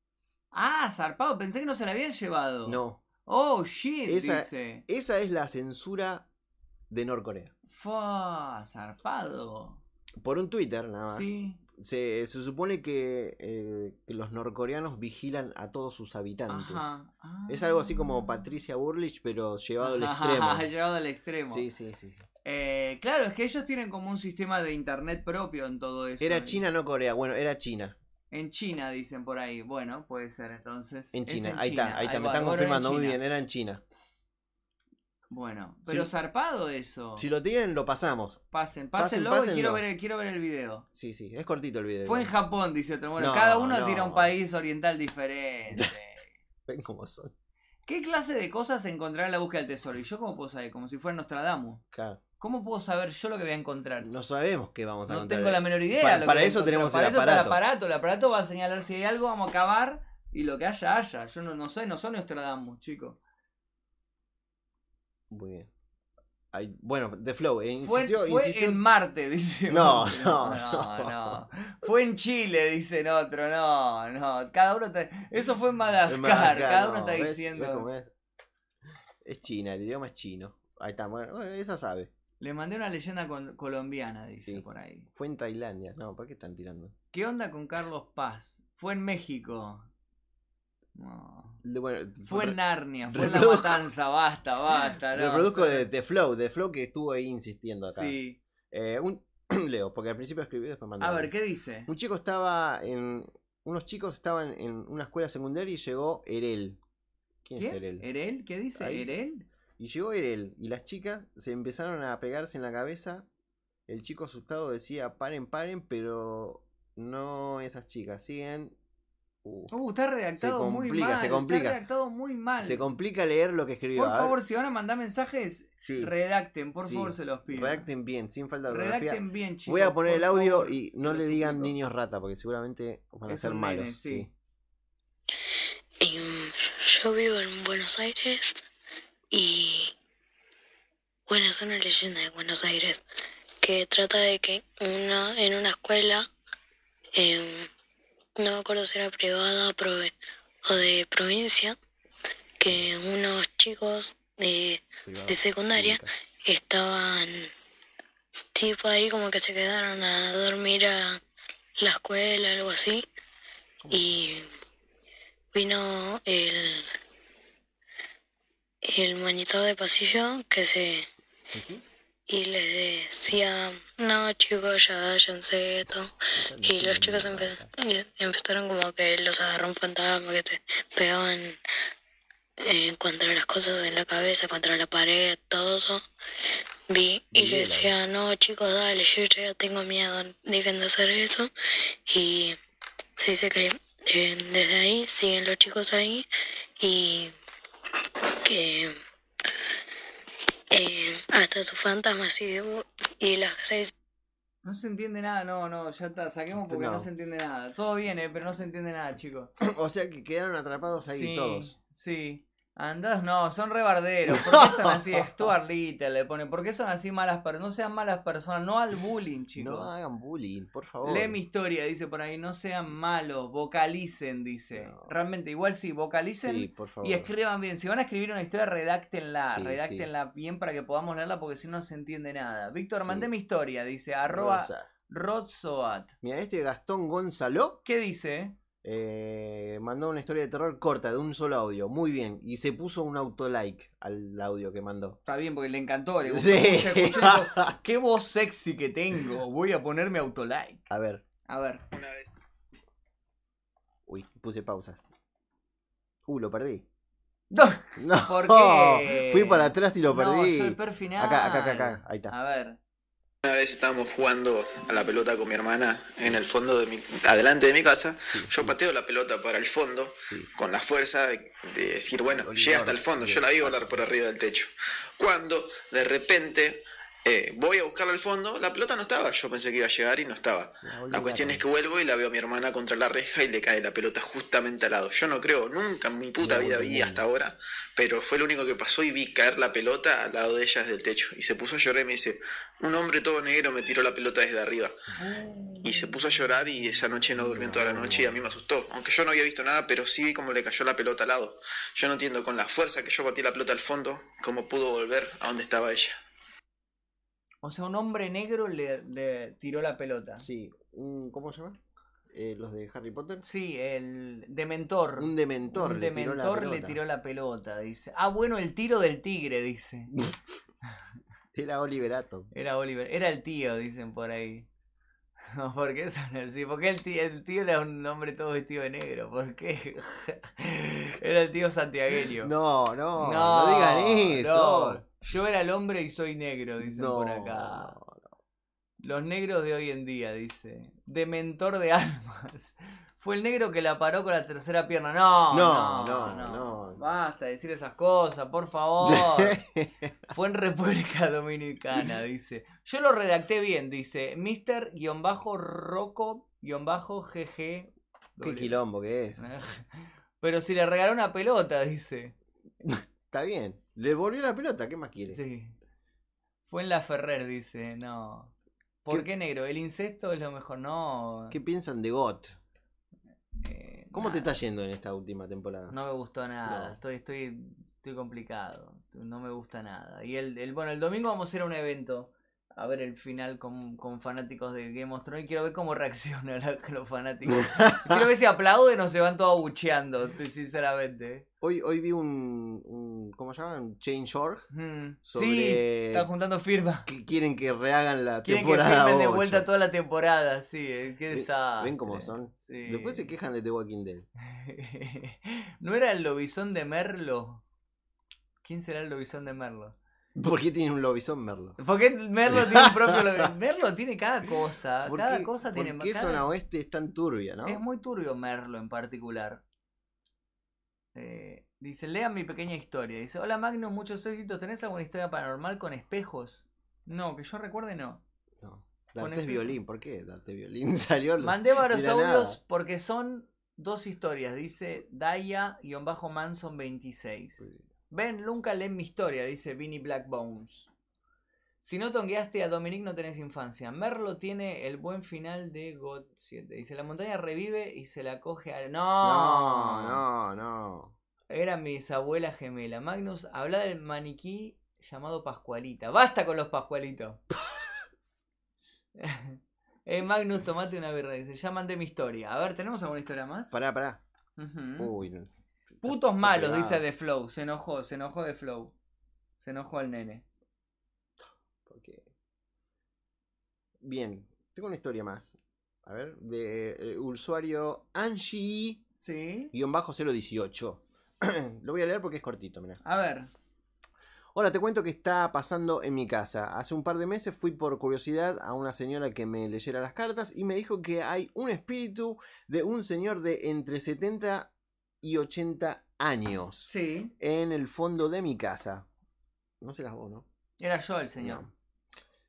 Speaker 1: Ah, zarpado, pensé que no se la habían llevado.
Speaker 2: no.
Speaker 1: Oh, shit,
Speaker 2: Esa-
Speaker 1: dice.
Speaker 2: Esa es la censura de Norcorea.
Speaker 1: Fua, zarpado.
Speaker 2: Por un Twitter, nada más.
Speaker 1: Sí.
Speaker 2: Se, se supone que, eh, que los norcoreanos vigilan a todos sus habitantes.
Speaker 1: Ajá. Ah.
Speaker 2: Es algo así como Patricia Burlich, pero llevado al
Speaker 1: Ajá, <laughs>
Speaker 2: extremo.
Speaker 1: llevado al extremo.
Speaker 2: Sí, sí, sí. sí.
Speaker 1: Eh, claro, es que ellos tienen como un sistema de internet propio en todo eso.
Speaker 2: Era China, no Corea. Bueno, era China.
Speaker 1: En China, dicen por ahí. Bueno, puede ser entonces.
Speaker 2: En
Speaker 1: Es
Speaker 2: China. ahí está, ahí está. Me
Speaker 1: va,
Speaker 2: están
Speaker 1: bueno, en
Speaker 2: confirmando. Muy
Speaker 1: China.
Speaker 2: bien, ¿eh? era en China.
Speaker 1: Bueno,
Speaker 2: Si
Speaker 1: pero
Speaker 2: lo-
Speaker 1: zarpado eso.
Speaker 2: Si lo tienen, lo pasamos.
Speaker 1: Pasen,
Speaker 2: Pasen,
Speaker 1: pásenlo y quiero
Speaker 2: pásenlo.
Speaker 1: ver, el, quiero ver el video.
Speaker 2: Sí, sí. Es cortito el video.
Speaker 1: Fue en
Speaker 2: igual.
Speaker 1: Japón, dice otro. Bueno,
Speaker 2: No,
Speaker 1: cada uno
Speaker 2: no.
Speaker 1: tira un país oriental diferente.
Speaker 2: <laughs> Ven cómo son.
Speaker 1: ¿Qué clase de cosas encontrar en la búsqueda del tesoro? ¿Y yo cómo puedo saber? Como si fuera Nostradamus.
Speaker 2: Claro.
Speaker 1: ¿Cómo puedo saber yo lo que voy a encontrar?
Speaker 2: No sabemos qué vamos a
Speaker 1: No
Speaker 2: contar.
Speaker 1: tengo la menor idea.
Speaker 2: Para-
Speaker 1: lo que
Speaker 2: para
Speaker 1: voy a
Speaker 2: eso
Speaker 1: encontrar.
Speaker 2: tenemos
Speaker 1: Para
Speaker 2: el
Speaker 1: eso está el
Speaker 2: aparato.
Speaker 1: aparato. El aparato va a señalar si hay algo, vamos a cavar y lo que haya, haya. Yo no, no soy, no soy Nostradamus, chicos.
Speaker 2: Muy bien. Ahí- bueno, The Flow. eh,
Speaker 1: Fue,
Speaker 2: insistió-
Speaker 1: fue
Speaker 2: insistió-
Speaker 1: en Marte, <laughs> dice.
Speaker 2: No,
Speaker 1: otro.
Speaker 2: <laughs> no,
Speaker 1: no,
Speaker 2: no.
Speaker 1: no. Fue en Chile, dicen otro. No, no. Cada uno está... Eso fue en Madagascar.
Speaker 2: Es Madagascar,
Speaker 1: Cada uno
Speaker 2: no,
Speaker 1: está
Speaker 2: ¿ves?
Speaker 1: diciendo.
Speaker 2: ¿Ves cómo es? Es China, el idioma es chino. Ahí está, bueno, bueno, esa sabe.
Speaker 1: Le mandé una leyenda con- colombiana, dice
Speaker 2: Sí.
Speaker 1: por ahí.
Speaker 2: Fue en Tailandia. No, ¿para qué están tirando?
Speaker 1: ¿Qué onda con Carlos Paz? Fue en México. No.
Speaker 2: Le- Bueno,
Speaker 1: Fue en
Speaker 2: re-
Speaker 1: Narnia, fue en La
Speaker 2: reproduzco-
Speaker 1: Matanza,
Speaker 2: <laughs>
Speaker 1: basta, basta. No,
Speaker 2: reproduzco
Speaker 1: o sea,
Speaker 2: de, de Flow, de Flow que estuvo ahí insistiendo acá.
Speaker 1: Sí.
Speaker 2: Eh, un, <clears throat> leo, porque al principio escribí después mandé.
Speaker 1: A ver, ¿qué dice?
Speaker 2: Un chico estaba en. Unos chicos estaban en una escuela secundaria y llegó Erel. ¿Quién es
Speaker 1: ¿Quién?
Speaker 2: Erel?
Speaker 1: ¿Erel? ¿Qué dice?
Speaker 2: Ahí dice.
Speaker 1: ¿Erel?
Speaker 2: Y llegó Erel y las chicas se empezaron a pegarse en la cabeza. El chico asustado decía, paren, paren, pero no esas chicas, siguen. Uh,
Speaker 1: Uh, está redactado muy
Speaker 2: complica,
Speaker 1: mal.
Speaker 2: se complica.
Speaker 1: Está redactado muy mal.
Speaker 2: se complica leer lo que escribió.
Speaker 1: por
Speaker 2: a ver.
Speaker 1: favor, si van a mandar mensajes,
Speaker 2: Sí,
Speaker 1: redacten, por
Speaker 2: Sí.
Speaker 1: favor, se los pido.
Speaker 2: redacten bien, sin falta de ortografía.
Speaker 1: Redacten bien, chicos.
Speaker 2: Voy a poner
Speaker 1: por
Speaker 2: el audio
Speaker 1: favor,
Speaker 2: y
Speaker 1: se
Speaker 2: no
Speaker 1: los
Speaker 2: le digan
Speaker 1: suplico.
Speaker 2: niños rata, porque seguramente van a
Speaker 1: Es
Speaker 2: ser
Speaker 1: un
Speaker 2: malos.
Speaker 1: nene, sí.
Speaker 2: sí.
Speaker 4: Y Em, yo vivo en Buenos Aires y bueno, es una leyenda de Buenos Aires que trata de que una, en una escuela, em, no me acuerdo si era privada prove- o de provincia, que unos chicos de,
Speaker 2: Privado,
Speaker 4: de secundaria
Speaker 2: pública.
Speaker 4: estaban tipo ahí como que se quedaron a dormir a la escuela, algo así. Y vino el, el monitor de pasillo que se
Speaker 2: Ujú.
Speaker 9: y les decía, no chicos, ya váyanse esto. Y los chicos empe- y- empezaron como que los agarró un fantasma, que se pegaban eh, contra las cosas en la cabeza, contra la pared, todo eso. Vi y yo decía, no chicos, dale, yo ya tengo miedo, dejen de hacer eso. Y se dice que eh, desde ahí siguen los chicos ahí y que eh, hasta sus fantasmas y, y las seis
Speaker 1: No se entiende nada, no, no, ya está, saquemos porque
Speaker 2: Este,
Speaker 1: no,
Speaker 2: No.
Speaker 1: se entiende nada. Todo bien, eh, pero no se entiende nada, chicos.
Speaker 2: <clears throat> O sea que quedaron atrapados ahí
Speaker 1: sí,
Speaker 2: todos.
Speaker 1: Sí. Andás, no, son
Speaker 2: <laughs>
Speaker 1: rebarderos. ¿Por qué son así? Stuart Little le pone. ¿Por qué son así malas personas? No sean malas personas, no al bullying, chicos.
Speaker 2: No hagan bullying, por favor.
Speaker 1: Lee mi historia, dice por ahí. No sean malos, vocalicen, dice.
Speaker 2: No.
Speaker 1: Realmente, igual sí, vocalicen.
Speaker 2: Sí, por favor.
Speaker 1: Y escriban bien, si van a escribir una historia, redáctenla,
Speaker 2: Sí,
Speaker 1: redáctenla bien para que podamos leerla porque si no no se entiende nada. Víctor,
Speaker 2: Sí.
Speaker 1: mandé mi historia, dice arroba Rodsoat.
Speaker 2: Mira, este Gastón Gonzaló
Speaker 1: ¿Qué dice?
Speaker 2: eh, mandó una historia de terror corta de un solo audio. Muy bien. Y se puso un autolike al audio que mandó.
Speaker 1: Está bien, porque le encantó, le gustó
Speaker 2: Sí.
Speaker 1: mucho, escuchó, dijo,
Speaker 2: <laughs>
Speaker 1: Qué voz sexy que tengo, voy a ponerme autolike.
Speaker 2: A ver.
Speaker 1: A ver,
Speaker 6: Una vez.
Speaker 2: Uy, puse pausa. Uh, lo perdí.
Speaker 1: No,
Speaker 2: No. <laughs>
Speaker 1: ¿Por qué?
Speaker 2: Fui para atrás y lo
Speaker 1: no,
Speaker 2: perdí.
Speaker 1: yo el Ah, per final.
Speaker 2: Acá, acá, acá, acá. Ahí está.
Speaker 1: A ver,
Speaker 10: Una vez estábamos jugando a la pelota con mi hermana en el fondo de mi, adelante de mi casa. Yo pateo la pelota para el fondo
Speaker 2: Sí.
Speaker 10: con la fuerza de decir, bueno, llega hasta el fondo, yo la vi volar por arriba del techo. Cuando de repente eh, voy a buscarla al fondo, la pelota no estaba. Yo pensé que iba a llegar y no estaba. La cuestión es que vuelvo y la veo a mi hermana contra la reja y le cae la pelota justamente al lado. Yo no creo, nunca en mi puta vida vi hasta ahora, pero fue lo único que pasó y vi caer la pelota al lado de ella desde el techo. Y se puso a llorar y me dice, un hombre todo negro me tiró la pelota desde arriba. Y se puso a llorar y esa noche no durmió toda la noche y a mí me asustó. Aunque yo no había visto nada, pero sí vi cómo le cayó la pelota al lado. Yo no entiendo con la fuerza que yo batí la pelota al fondo, cómo pudo volver a donde estaba ella.
Speaker 1: o sea, un hombre negro le, le tiró la pelota. Sí,
Speaker 2: Sí, un- ¿cómo se llama? Eh, los de Harry Potter.
Speaker 1: el dementor.
Speaker 2: Un dementor.
Speaker 1: Un
Speaker 2: le tiró la
Speaker 1: dementor le
Speaker 2: pelota.
Speaker 1: tiró la pelota, dice. Ah, bueno, el tiro del tigre, dice.
Speaker 2: <laughs> Era Oliverato.
Speaker 1: Era Oliver, era el tío, dicen por ahí. <laughs> No, ¿Por qué son así? ¿Por qué el tío, el tío era un hombre todo vestido de negro? ¿Por qué? <laughs> Era el tío santiagueño.
Speaker 2: No, no, no, digan eso.
Speaker 1: no. Yo era el hombre y soy negro, dicen
Speaker 2: No,
Speaker 1: por acá.
Speaker 2: no, no.
Speaker 1: Los negros de hoy en día, dice. Dementor de almas. <laughs> Fue el negro que la paró con la tercera pierna. No, no,
Speaker 2: No,
Speaker 1: no.
Speaker 2: no, no.
Speaker 1: Basta de decir esas cosas,
Speaker 2: <laughs>
Speaker 1: por favor. Fue en República Dominicana, dice. Yo lo redacté bien, dice. Mr-Rocco-GG.
Speaker 2: Qué quilombo que es.
Speaker 1: <laughs> Pero si le regaló una pelota, dice.
Speaker 2: <laughs> Está bien. Le volvió la pelota, ¿qué más quiere?
Speaker 1: Sí. Fue en la Ferrer, dice. No. ¿Por qué,
Speaker 2: ¿Qué-
Speaker 1: negro? El incesto es lo mejor. No.
Speaker 2: ¿Qué piensan de GOT?
Speaker 1: eh,
Speaker 2: ¿Cómo te
Speaker 1: nada.
Speaker 2: está yendo en esta última temporada?
Speaker 1: No me gustó nada.
Speaker 2: No.
Speaker 1: Estoy, estoy, estoy complicado. No me gusta nada. Y el, el- bueno, el domingo vamos a ir a un evento. A ver el final con, con fanáticos de Game of Thrones. Y quiero ver cómo <laughs> reaccionan la- los
Speaker 2: <laughs>
Speaker 1: fanáticos. quiero ver si aplauden o se van todos abucheando, estoy- sinceramente. <laughs>
Speaker 2: Hoy, hoy vi un, un- ¿Cómo se llama? Un Change.org
Speaker 1: Mm. Sí,
Speaker 2: sobre
Speaker 1: están juntando firmas.
Speaker 2: que quieren que rehagan la
Speaker 1: Quieren que
Speaker 2: temporada.
Speaker 1: firmen de
Speaker 2: ocho.
Speaker 1: vuelta toda la temporada, sí, eh, qué
Speaker 2: Ven-
Speaker 1: desastre.
Speaker 2: ven cómo son.
Speaker 1: Sí.
Speaker 2: Después se quejan de The Walking Dead.
Speaker 1: ¿No era el lobizón de Merlo? ¿Quién será el lobizón de Merlo?
Speaker 2: ¿Por qué tiene un lobizón Merlo?
Speaker 1: Porque Merlo tiene un
Speaker 2: <laughs>
Speaker 1: propio lobizón. Merlo tiene cada cosa,
Speaker 2: ¿Por
Speaker 1: cada
Speaker 2: qué-
Speaker 1: cosa tiene
Speaker 2: ¿Por qué
Speaker 1: cada-
Speaker 2: zona oeste es tan turbia, no?
Speaker 1: Es muy turbio Merlo en particular. Eh, dice, lean mi pequeña historia. Dice, hola Magnus, muchos éxitos. ¿Tenés alguna historia paranormal con espejos? No, que yo recuerde no.
Speaker 2: No.
Speaker 1: Con
Speaker 2: Darte
Speaker 1: ejemplo.
Speaker 2: violín, ¿por qué? Darte violín <laughs> salió. lo-
Speaker 1: Mandé varios
Speaker 2: de la
Speaker 1: audios
Speaker 2: nada.
Speaker 1: porque son dos historias, dice Daya-Manson26. Ven, nunca leen mi historia, dice Vinny Black Bones. Si no tongueaste a Dominic no tenés infancia. Merlo tiene el buen final de God 7. Dice, la montaña revive y se la coge a... ¡No!
Speaker 2: No, no, no.
Speaker 1: Era mis abuelas gemela. Magnus, habla del maniquí llamado Pascualita. ¡Basta con los Pascualitos! <laughs> eh, Magnus, tomate una birra. Dice, ya mandé mi historia. A ver, ¿tenemos alguna historia más?
Speaker 2: Pará, pará.
Speaker 1: Ujú.
Speaker 2: Uy, no.
Speaker 1: Putos malos,
Speaker 2: pegado.
Speaker 1: dice The Flow. Se enojó, se enojó The Flow. Se enojó el nene.
Speaker 2: ¿Por qué? Bien, tengo una historia más. A ver, de eh, usuario Angie. Guión bajo 018. <clears throat> Lo voy a leer porque es cortito, mira.
Speaker 1: A ver.
Speaker 2: Hola, te cuento que está pasando en mi casa. Hace un par de meses fui por curiosidad a una señora que me leyera las cartas y me dijo que hay un espíritu de un señor de entre 70 y 80 años
Speaker 1: Sí.
Speaker 2: en el fondo de mi casa. No serás vos, ¿no?
Speaker 1: Era yo el señor.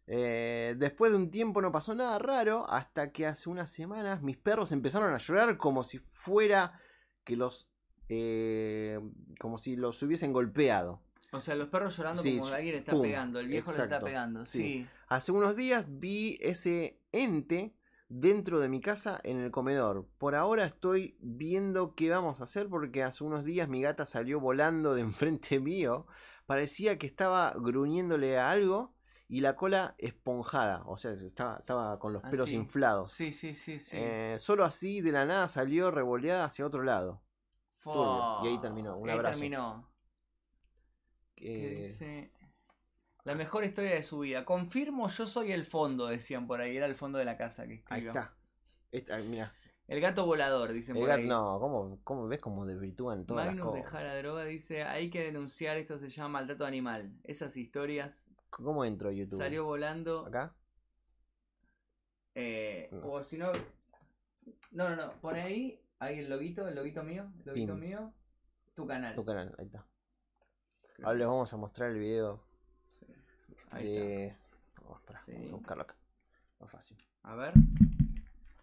Speaker 2: Eh, después de un tiempo no pasó nada raro hasta que hace unas semanas mis perros empezaron a llorar como si fuera que los... eh, como si los hubiesen golpeado.
Speaker 1: O sea, los perros llorando
Speaker 2: Sí,
Speaker 1: como
Speaker 2: sí,
Speaker 1: alguien está
Speaker 2: pum,
Speaker 1: pegando, el viejo le está
Speaker 2: exacto,
Speaker 1: pegando, sí.
Speaker 2: Hace unos días vi ese ente dentro de mi casa en el comedor. Por ahora estoy viendo qué vamos a hacer porque hace unos días mi gata salió volando de <laughs> enfrente mío. Parecía que estaba gruñéndole a algo y la cola esponjada. O sea, estaba, estaba con los pelos
Speaker 1: Así.
Speaker 2: inflados.
Speaker 1: Ah, Sí, sí, sí, sí.
Speaker 2: Eh, solo así de la nada salió revoleada hacia otro lado.
Speaker 1: Fua.
Speaker 2: Turbio. Y ahí terminó. Un
Speaker 1: Ahí
Speaker 2: abrazo.
Speaker 1: terminó. Que
Speaker 2: Eh,
Speaker 1: dice, La mejor historia de su vida. Confirmo, yo soy el fondo, decían por ahí. Era el fondo de la casa que
Speaker 2: ahí
Speaker 1: escribió.
Speaker 2: está. Esta- mira.
Speaker 1: El gato volador, dicen
Speaker 2: El
Speaker 1: por
Speaker 2: gato-
Speaker 1: ahí.
Speaker 2: no, ¿cómo, cómo ves cómo desvirtúan todas las
Speaker 1: Magnus de
Speaker 2: cosas?
Speaker 1: Jara Droga dice, hay que denunciar, esto se llama maltrato animal. Esas historias.
Speaker 2: ¿Cómo entro a YouTube?
Speaker 1: Salió volando.
Speaker 2: ¿Acá?
Speaker 1: eh,
Speaker 2: No.
Speaker 1: O si no... No, no, no. Pone ahí, ahí el loguito, el loguito mío, el loguito
Speaker 2: Pin.
Speaker 1: mío. Tu canal.
Speaker 2: Tu canal, ahí está. Ahora les vamos a mostrar el video
Speaker 1: Ahí
Speaker 2: de. Vamos, pará,
Speaker 1: Sí.
Speaker 2: vamos a buscarlo acá. Más fácil.
Speaker 1: A ver.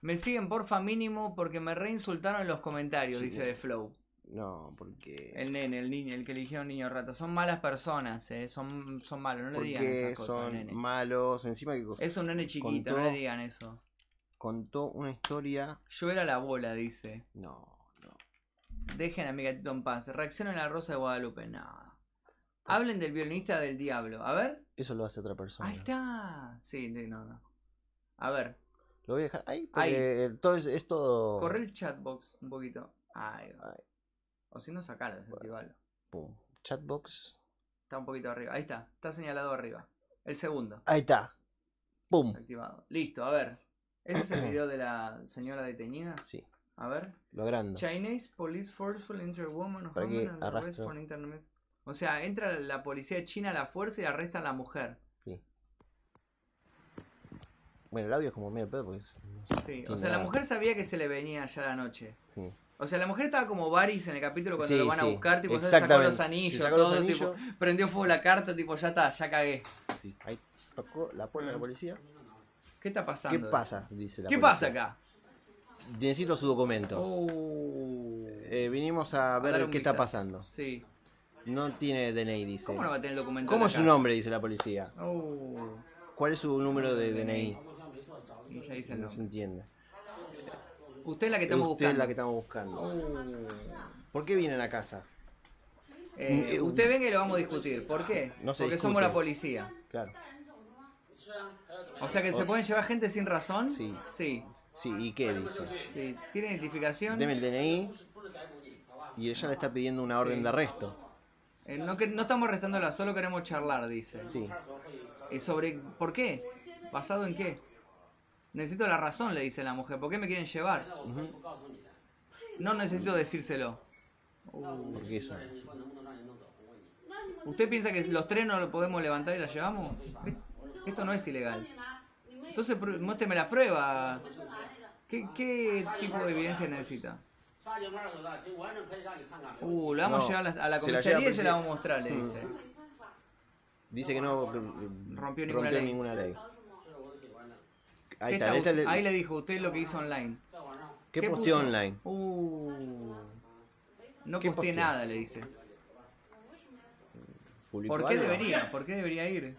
Speaker 1: Me siguen porfa mínimo porque me reinsultaron en los comentarios,
Speaker 2: Sí. eh.
Speaker 1: dice de Flow.
Speaker 2: No, porque.
Speaker 1: El nene, el niño, el que eligieron niño rata. Son malas personas, eh, son, son malos, no le digan
Speaker 2: porque
Speaker 1: esas cosas,
Speaker 2: son
Speaker 1: nene.
Speaker 2: malos. Encima que.
Speaker 1: Es un nene chiquito,
Speaker 2: contó-
Speaker 1: no le digan eso.
Speaker 2: Contó una historia.
Speaker 1: Yo era la bola, dice.
Speaker 2: No.
Speaker 1: Dejen a mi gatito en paz. Reaccionen a la Rosa de Guadalupe. No. Hablen del violinista del diablo. A ver.
Speaker 2: Eso lo hace otra persona.
Speaker 1: Ahí está. Sí, de- no, no. A ver.
Speaker 2: Lo voy a dejar ahí.
Speaker 1: Ahí.
Speaker 2: Porque entonces es Eh, todo.
Speaker 1: Corre el chatbox un poquito. Ahí va. O si no, sacalo, desactivalo.
Speaker 2: Pum. Chatbox.
Speaker 1: Está un poquito arriba. Ahí está. Está señalado arriba. El segundo.
Speaker 2: Ahí está. Pum.
Speaker 1: Desactivado. Listo, a ver. Ese
Speaker 2: <clears throat>
Speaker 1: es el video de la señora detenida.
Speaker 2: Sí.
Speaker 1: A ver.
Speaker 2: Lo agrando.
Speaker 1: Chinese Police Forceful Enter Woman
Speaker 2: ¿Para
Speaker 1: Home
Speaker 2: qué
Speaker 1: and Arrest
Speaker 2: arrastro?
Speaker 1: for Internet. O sea, entra la policía china a la fuerza y arresta a la mujer.
Speaker 2: Bueno, el audio es como medio pedo porque. es- no sé.
Speaker 1: Sí. O
Speaker 2: Tiene
Speaker 1: sea, la
Speaker 2: nada.
Speaker 1: mujer sabía que se le venía ya la noche.
Speaker 2: Sí.
Speaker 1: O sea, la mujer estaba como Varys en el capítulo cuando
Speaker 2: Sí,
Speaker 1: lo van a
Speaker 2: sí.
Speaker 1: buscar, tipo, ya se sacó
Speaker 2: Exactamente.
Speaker 1: los anillos,
Speaker 2: Se sacó los
Speaker 1: todo,
Speaker 2: anillos.
Speaker 1: tipo, prendió fuego la carta, tipo, ya está, ya cagué.
Speaker 2: Sí, ahí tocó la puerta de la policía.
Speaker 1: ¿Qué está pasando?
Speaker 2: ¿Qué pasa? Dice la
Speaker 1: ¿Qué
Speaker 2: policía.
Speaker 1: pasa acá?
Speaker 2: Necesito su documento. Eh, vinimos a ver
Speaker 1: Oh. dar
Speaker 2: qué
Speaker 1: un
Speaker 2: está
Speaker 1: vistazo.
Speaker 2: pasando.
Speaker 1: Sí.
Speaker 2: No tiene DNI, dice.
Speaker 1: ¿Cómo no va a tener el documento?
Speaker 2: ¿Cómo
Speaker 1: en
Speaker 2: es
Speaker 1: la
Speaker 2: su
Speaker 1: casa?
Speaker 2: nombre? Dice la policía.
Speaker 1: Oh.
Speaker 2: ¿Cuál es su número de DNI?
Speaker 1: Y ya dice el
Speaker 2: No se
Speaker 1: nombre.
Speaker 2: entiende.
Speaker 1: Usted es la que estamos
Speaker 2: Usted es
Speaker 1: buscando.
Speaker 2: la que estamos buscando. ¿Por qué vienen a casa?
Speaker 1: Eh,
Speaker 2: Eh,
Speaker 1: usted venga y lo vamos a discutir. ¿Por qué?
Speaker 2: No se
Speaker 1: Porque
Speaker 2: discute.
Speaker 1: somos la policía.
Speaker 2: Claro.
Speaker 1: O sea que se
Speaker 2: O-
Speaker 1: pueden llevar gente sin razón.
Speaker 2: Sí.
Speaker 1: Sí.
Speaker 2: Sí, ¿y qué dice?
Speaker 1: Sí. ¿Tiene identificación?
Speaker 2: Deme el DNI. Y ella le está pidiendo una orden
Speaker 1: Sí.
Speaker 2: de arresto.
Speaker 1: Eh, no, que- no estamos arrestándola, solo queremos charlar, dice.
Speaker 2: Sí.
Speaker 1: Eh, ¿Sobre por qué? ¿Basado en qué? Necesito la razón, le dice la mujer. ¿Por qué me quieren llevar? No necesito decírselo.
Speaker 2: Uh. ¿Por qué eso?
Speaker 1: ¿Usted piensa que los tres no lo podemos levantar y la llevamos? Ve- Esto no es ilegal. Entonces pru- muéstreme la prueba. ¿Qué, qué tipo de evidencia necesita? Uh, lo vamos
Speaker 2: No,
Speaker 1: a llevar a la, a la
Speaker 2: se la lleva
Speaker 1: comisaría y se
Speaker 2: policía.
Speaker 1: la vamos a mostrar, le
Speaker 2: Mm.
Speaker 1: dice.
Speaker 2: Dice que no rompió,
Speaker 1: Rompió ninguna ley.
Speaker 2: ninguna ley. Ahí
Speaker 1: ¿Qué
Speaker 2: está. este
Speaker 1: está
Speaker 2: esta
Speaker 1: us-
Speaker 2: le-
Speaker 1: Ahí le dijo, usted lo que hizo online.
Speaker 2: ¿Qué,
Speaker 1: ¿Qué
Speaker 2: posteó
Speaker 1: puso?
Speaker 2: online?
Speaker 1: Uh, no
Speaker 2: ¿Qué
Speaker 1: posteé
Speaker 2: posteó?
Speaker 1: nada, le dice.
Speaker 2: ¿Publicó
Speaker 1: ¿Por qué
Speaker 2: algo? Uh,
Speaker 1: debería? ¿Por qué debería ir?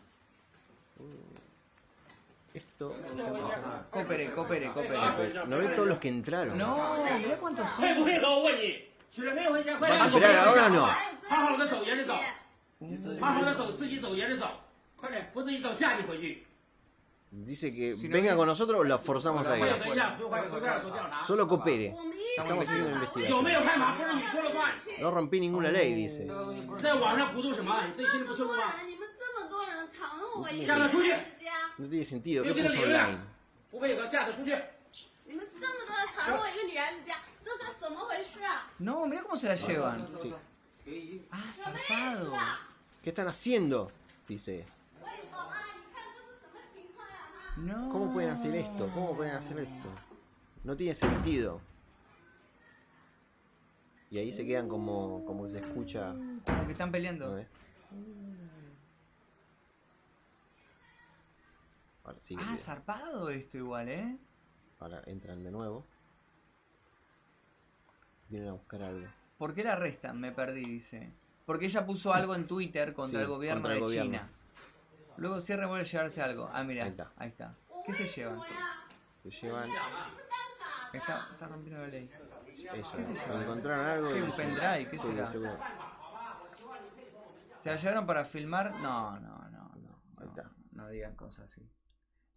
Speaker 2: Esto está pasando.
Speaker 1: Coopere, coopere, coopere.
Speaker 2: Pero, No ve todos los que entraron.
Speaker 1: No, mirá cuántos son.
Speaker 2: ¿Van a entrar ahora o no? Dice que
Speaker 1: Si no
Speaker 2: venga
Speaker 1: viene-
Speaker 2: con nosotros o la forzamos a
Speaker 1: Ahora
Speaker 2: ir.
Speaker 1: afuera.
Speaker 2: Solo coopere.
Speaker 1: Estamos
Speaker 2: Estamos haciendo
Speaker 1: metiendo-
Speaker 2: una investigación. No rompí ninguna ley, dice. No tiene
Speaker 11: 下面出去
Speaker 2: sentido.，No tiene sentido. ¿Qué
Speaker 11: Yo quiero
Speaker 2: puso
Speaker 11: liberar.
Speaker 2: online?
Speaker 11: 不配合，嫁他出去。
Speaker 12: 你们这么多的词儿问一个女孩子家，这是怎么回事啊？
Speaker 1: No, mira cómo se la llevan.
Speaker 2: Ah, zarpado. ¿Qué están haciendo? Dice. ¿Cómo pueden hacer esto? ¿Cómo pueden hacer esto? No tiene sentido. Y ahí se quedan como, como que se escucha.
Speaker 1: Como que están peleando.
Speaker 2: Ahora sigue el
Speaker 1: Ah,
Speaker 2: video.
Speaker 1: zarpado esto igual, ¿eh?
Speaker 2: Ahora entran de nuevo. Vienen a buscar algo.
Speaker 1: ¿Por qué la arrestan? Me perdí, dice. Porque ella puso algo en Twitter contra
Speaker 2: Sí,
Speaker 1: el gobierno
Speaker 2: contra el
Speaker 1: de
Speaker 2: gobierno.
Speaker 1: China. Luego cierre vuelve a llevarse algo. Ah, mira, ahí está. ¿Qué se llevan?
Speaker 2: Se llevan.
Speaker 1: Está, está rompiendo la ley.
Speaker 2: Eso,
Speaker 1: ¿Qué se llevan?
Speaker 2: encontraron algo.
Speaker 1: ¿Qué,
Speaker 2: y
Speaker 1: un
Speaker 2: se-
Speaker 1: pendrive? ¿Qué
Speaker 2: sí,
Speaker 1: será?
Speaker 2: seguro.
Speaker 1: ¿Se la llevaron para filmar? No, no, no. no, no, no digan cosas así.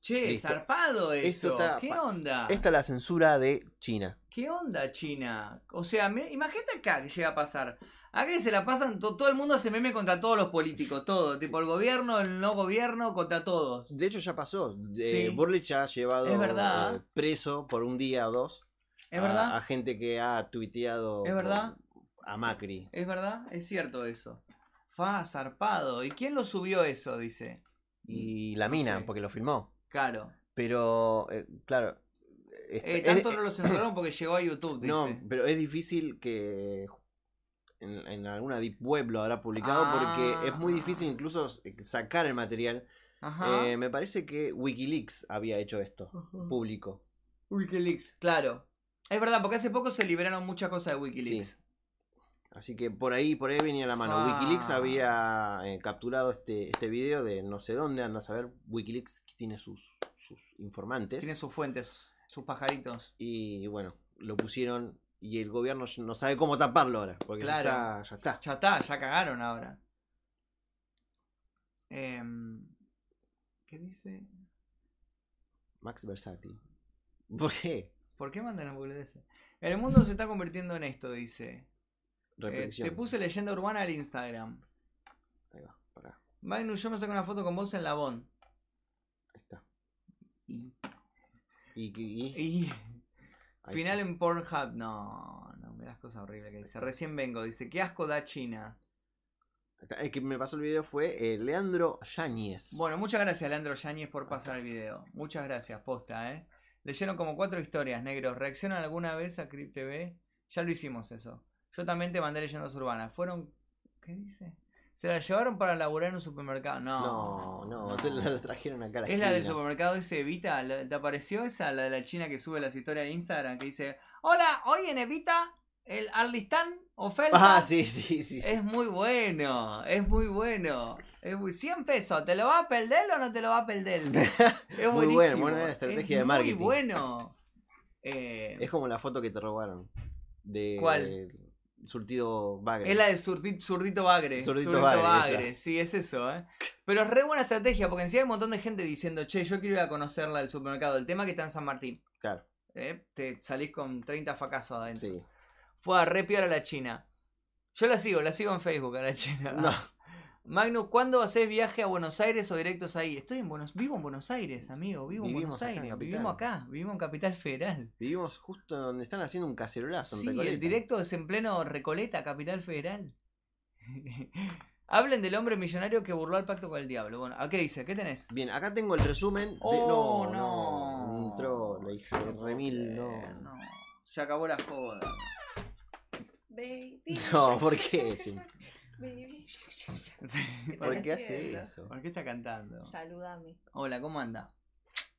Speaker 1: Che,
Speaker 2: Listo.
Speaker 1: zarpado
Speaker 2: Esto
Speaker 1: eso.
Speaker 2: está-
Speaker 1: ¿Qué
Speaker 2: pa-
Speaker 1: onda?
Speaker 2: Esta es la censura de China.
Speaker 1: ¿Qué onda, China? O sea, me- imagínate acá que llega a pasar. Acá que se la pasan, to- todo el mundo hace meme contra todos los políticos,
Speaker 2: <laughs>
Speaker 1: todo. Tipo el gobierno, el no gobierno, contra todos.
Speaker 2: De hecho, ya pasó.
Speaker 1: Sí.
Speaker 2: Eh, Burlich ha llevado
Speaker 1: Es verdad.
Speaker 2: eh, preso por un día o dos
Speaker 1: Es
Speaker 2: a,
Speaker 1: verdad.
Speaker 2: a gente que ha tuiteado
Speaker 1: Es verdad.
Speaker 2: por- a Macri.
Speaker 1: ¿Es verdad? Es cierto eso. Fa, zarpado. ¿Y quién lo subió eso? Dice. Mm,
Speaker 2: Y la mina, porque lo filmó.
Speaker 1: Claro.
Speaker 2: Pero, eh, claro. este-
Speaker 1: Eh, tanto
Speaker 2: es-
Speaker 1: no
Speaker 2: <coughs>
Speaker 1: lo censuraron porque llegó a YouTube, dice.
Speaker 2: No, pero es difícil que en, en alguna deep web lo habrá publicado porque es muy difícil incluso s- sacar el material.
Speaker 1: Ah. Ajá.
Speaker 2: Eh, me parece que Wikileaks había hecho esto público.
Speaker 1: Wikileaks, claro. Es verdad, porque hace poco se liberaron muchas cosas de Wikileaks.
Speaker 2: Así que por ahí, por ahí venía la mano.
Speaker 1: Fa.
Speaker 2: Wikileaks había eh, capturado este, este video de no sé dónde, anda a saber. Wikileaks tiene sus, sus informantes.
Speaker 1: Tiene sus fuentes, sus pajaritos.
Speaker 2: Y bueno, lo pusieron y el gobierno no sabe cómo taparlo ahora. Porque ya
Speaker 1: Claro.
Speaker 2: está- ya está.
Speaker 1: Ya está, ya cagaron ahora. Em, ¿Qué dice?
Speaker 2: Max Versati.
Speaker 1: <laughs>
Speaker 2: ¿Por qué?
Speaker 1: ¿Por qué mandan a boludeces? El mundo se está convirtiendo en esto, dice. Eh,
Speaker 2: Reflexión.
Speaker 1: te puse leyenda urbana al Instagram.
Speaker 2: Ahí va, pará.
Speaker 1: Magnus, yo me saco una foto con vos en Labón.
Speaker 2: Y, y-
Speaker 1: Y.
Speaker 2: Ahí
Speaker 1: Final en Pornhub. No, no, me das cosas horribles que dice. Recién vengo, dice. Qué asco da China.
Speaker 2: El que me pasó el video fue eh, Leandro Yáñez.
Speaker 1: Bueno, muchas gracias, Leandro Yáñez, por pasar el video. Muchas gracias, posta, ¿eh? Leyeron como cuatro historias, negros. ¿Reaccionan alguna vez a Crypt TV? Ya lo hicimos eso. Yo también te mandé leyendas urbanas. Fueron. ¿Qué dice? ¿Se la llevaron para laburar en un supermercado? No.
Speaker 2: No, no, se lo trajeron acá a la
Speaker 1: ¿Es la del
Speaker 2: esquina.
Speaker 1: supermercado ese Evita? ¿La- ¿Te apareció esa, la de la china que sube las historias en Instagram? Que dice: Hola, hoy en Evita, el Arlistán oferta.
Speaker 2: Ah, sí, sí, sí. sí.
Speaker 1: Es muy bueno, es muy bueno. Es muy... 100 pesos, ¿te lo va a perder o no te lo va
Speaker 2: <laughs>
Speaker 1: a perder? Es
Speaker 2: Muy bueno,
Speaker 1: buenísimo.
Speaker 2: buena estrategia
Speaker 1: es
Speaker 2: de marketing.
Speaker 1: Muy bueno. Eh,
Speaker 2: Es como la foto que te robaron. De
Speaker 1: ¿Cuál?
Speaker 2: Surtido Bagre.
Speaker 1: es la de Surti- Zurdito Bagre.
Speaker 2: Zurdito
Speaker 1: Zurdito
Speaker 2: Bagre, esa.
Speaker 1: sí, es eso, ¿eh? Pero es re buena estrategia, porque encima hay un montón de gente diciendo, che, yo quiero ir a conocerla del supermercado. El tema es que está en San Martín.
Speaker 2: Claro.
Speaker 1: ¿eh? Te salís con 30 fracasos adentro.
Speaker 2: Sí.
Speaker 1: Fue a re piola la China. Yo la sigo, la sigo en Facebook a la China. <laughs> Magnus, ¿cuándo haces viaje a Buenos Aires o directos ahí? Estoy en Buenos vivo en Buenos Aires, amigo, vivo en
Speaker 2: Vivimos
Speaker 1: Buenos
Speaker 2: acá en
Speaker 1: Aires,
Speaker 2: Capital.
Speaker 1: vivimos acá, vivimos en Capital Federal.
Speaker 2: Vivimos justo donde están haciendo un cacerolazo. en
Speaker 1: Sí,
Speaker 2: Recoleta.
Speaker 1: el directo es en pleno Recoleta, Capital Federal. <laughs> Hablen del hombre millonario que burló al pacto con el diablo. Bueno, ¿a qué dice? ¿Qué tenés?
Speaker 2: Bien, acá tengo el resumen. de-
Speaker 1: Oh,
Speaker 2: no, no, Entró, le dije remil, no.
Speaker 1: Se acabó la joda. <laughs>
Speaker 2: <laughs>
Speaker 13: Baby.
Speaker 2: No, ¿por qué? Sí.
Speaker 13: Baby.
Speaker 2: ¿Por qué hace eso?
Speaker 1: ¿Por qué está cantando?
Speaker 13: Saludame.
Speaker 1: Hola, ¿cómo anda?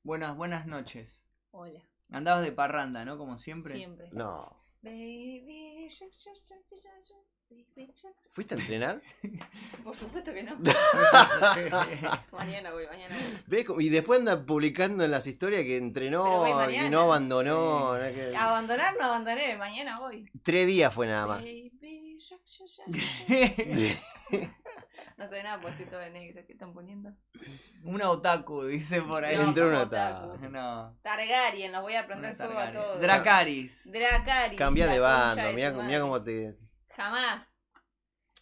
Speaker 1: Buenas, buenas noches.
Speaker 13: Hola.
Speaker 1: Andabas de parranda, ¿no? Como siempre.
Speaker 13: Siempre.
Speaker 2: No.
Speaker 13: Baby. shark, shark, shark, shark, shark, baby shark.
Speaker 2: ¿Fuiste a entrenar?
Speaker 13: <laughs> Por supuesto
Speaker 2: <laughs>
Speaker 13: que no. mañana voy, mañana voy.
Speaker 2: ¿Ves? Y después anda publicando en las historias que
Speaker 13: Pero voy
Speaker 2: entrenó
Speaker 13: mañana. Ah,
Speaker 2: y no abandonó. no es que-
Speaker 13: Abandonar no abandoné, mañana voy.
Speaker 2: Tres días fue nada más.
Speaker 13: Baby shark, shark,
Speaker 2: <laughs>
Speaker 13: shark. no sé nada, pues estoy todo de negro. ¿Qué están poniendo?
Speaker 1: Una otaku, dice por ahí.
Speaker 13: No, Entró una
Speaker 2: otaku.
Speaker 1: No.
Speaker 13: Targaryen, los voy a aprender fuego a
Speaker 1: Targaryen.
Speaker 13: todos.
Speaker 1: Dracaris.
Speaker 13: Dracaris.
Speaker 2: Cambia
Speaker 13: la
Speaker 2: de
Speaker 13: concha
Speaker 2: bando,
Speaker 13: su
Speaker 2: mira
Speaker 13: madre.
Speaker 2: cómo te.
Speaker 13: Jamás.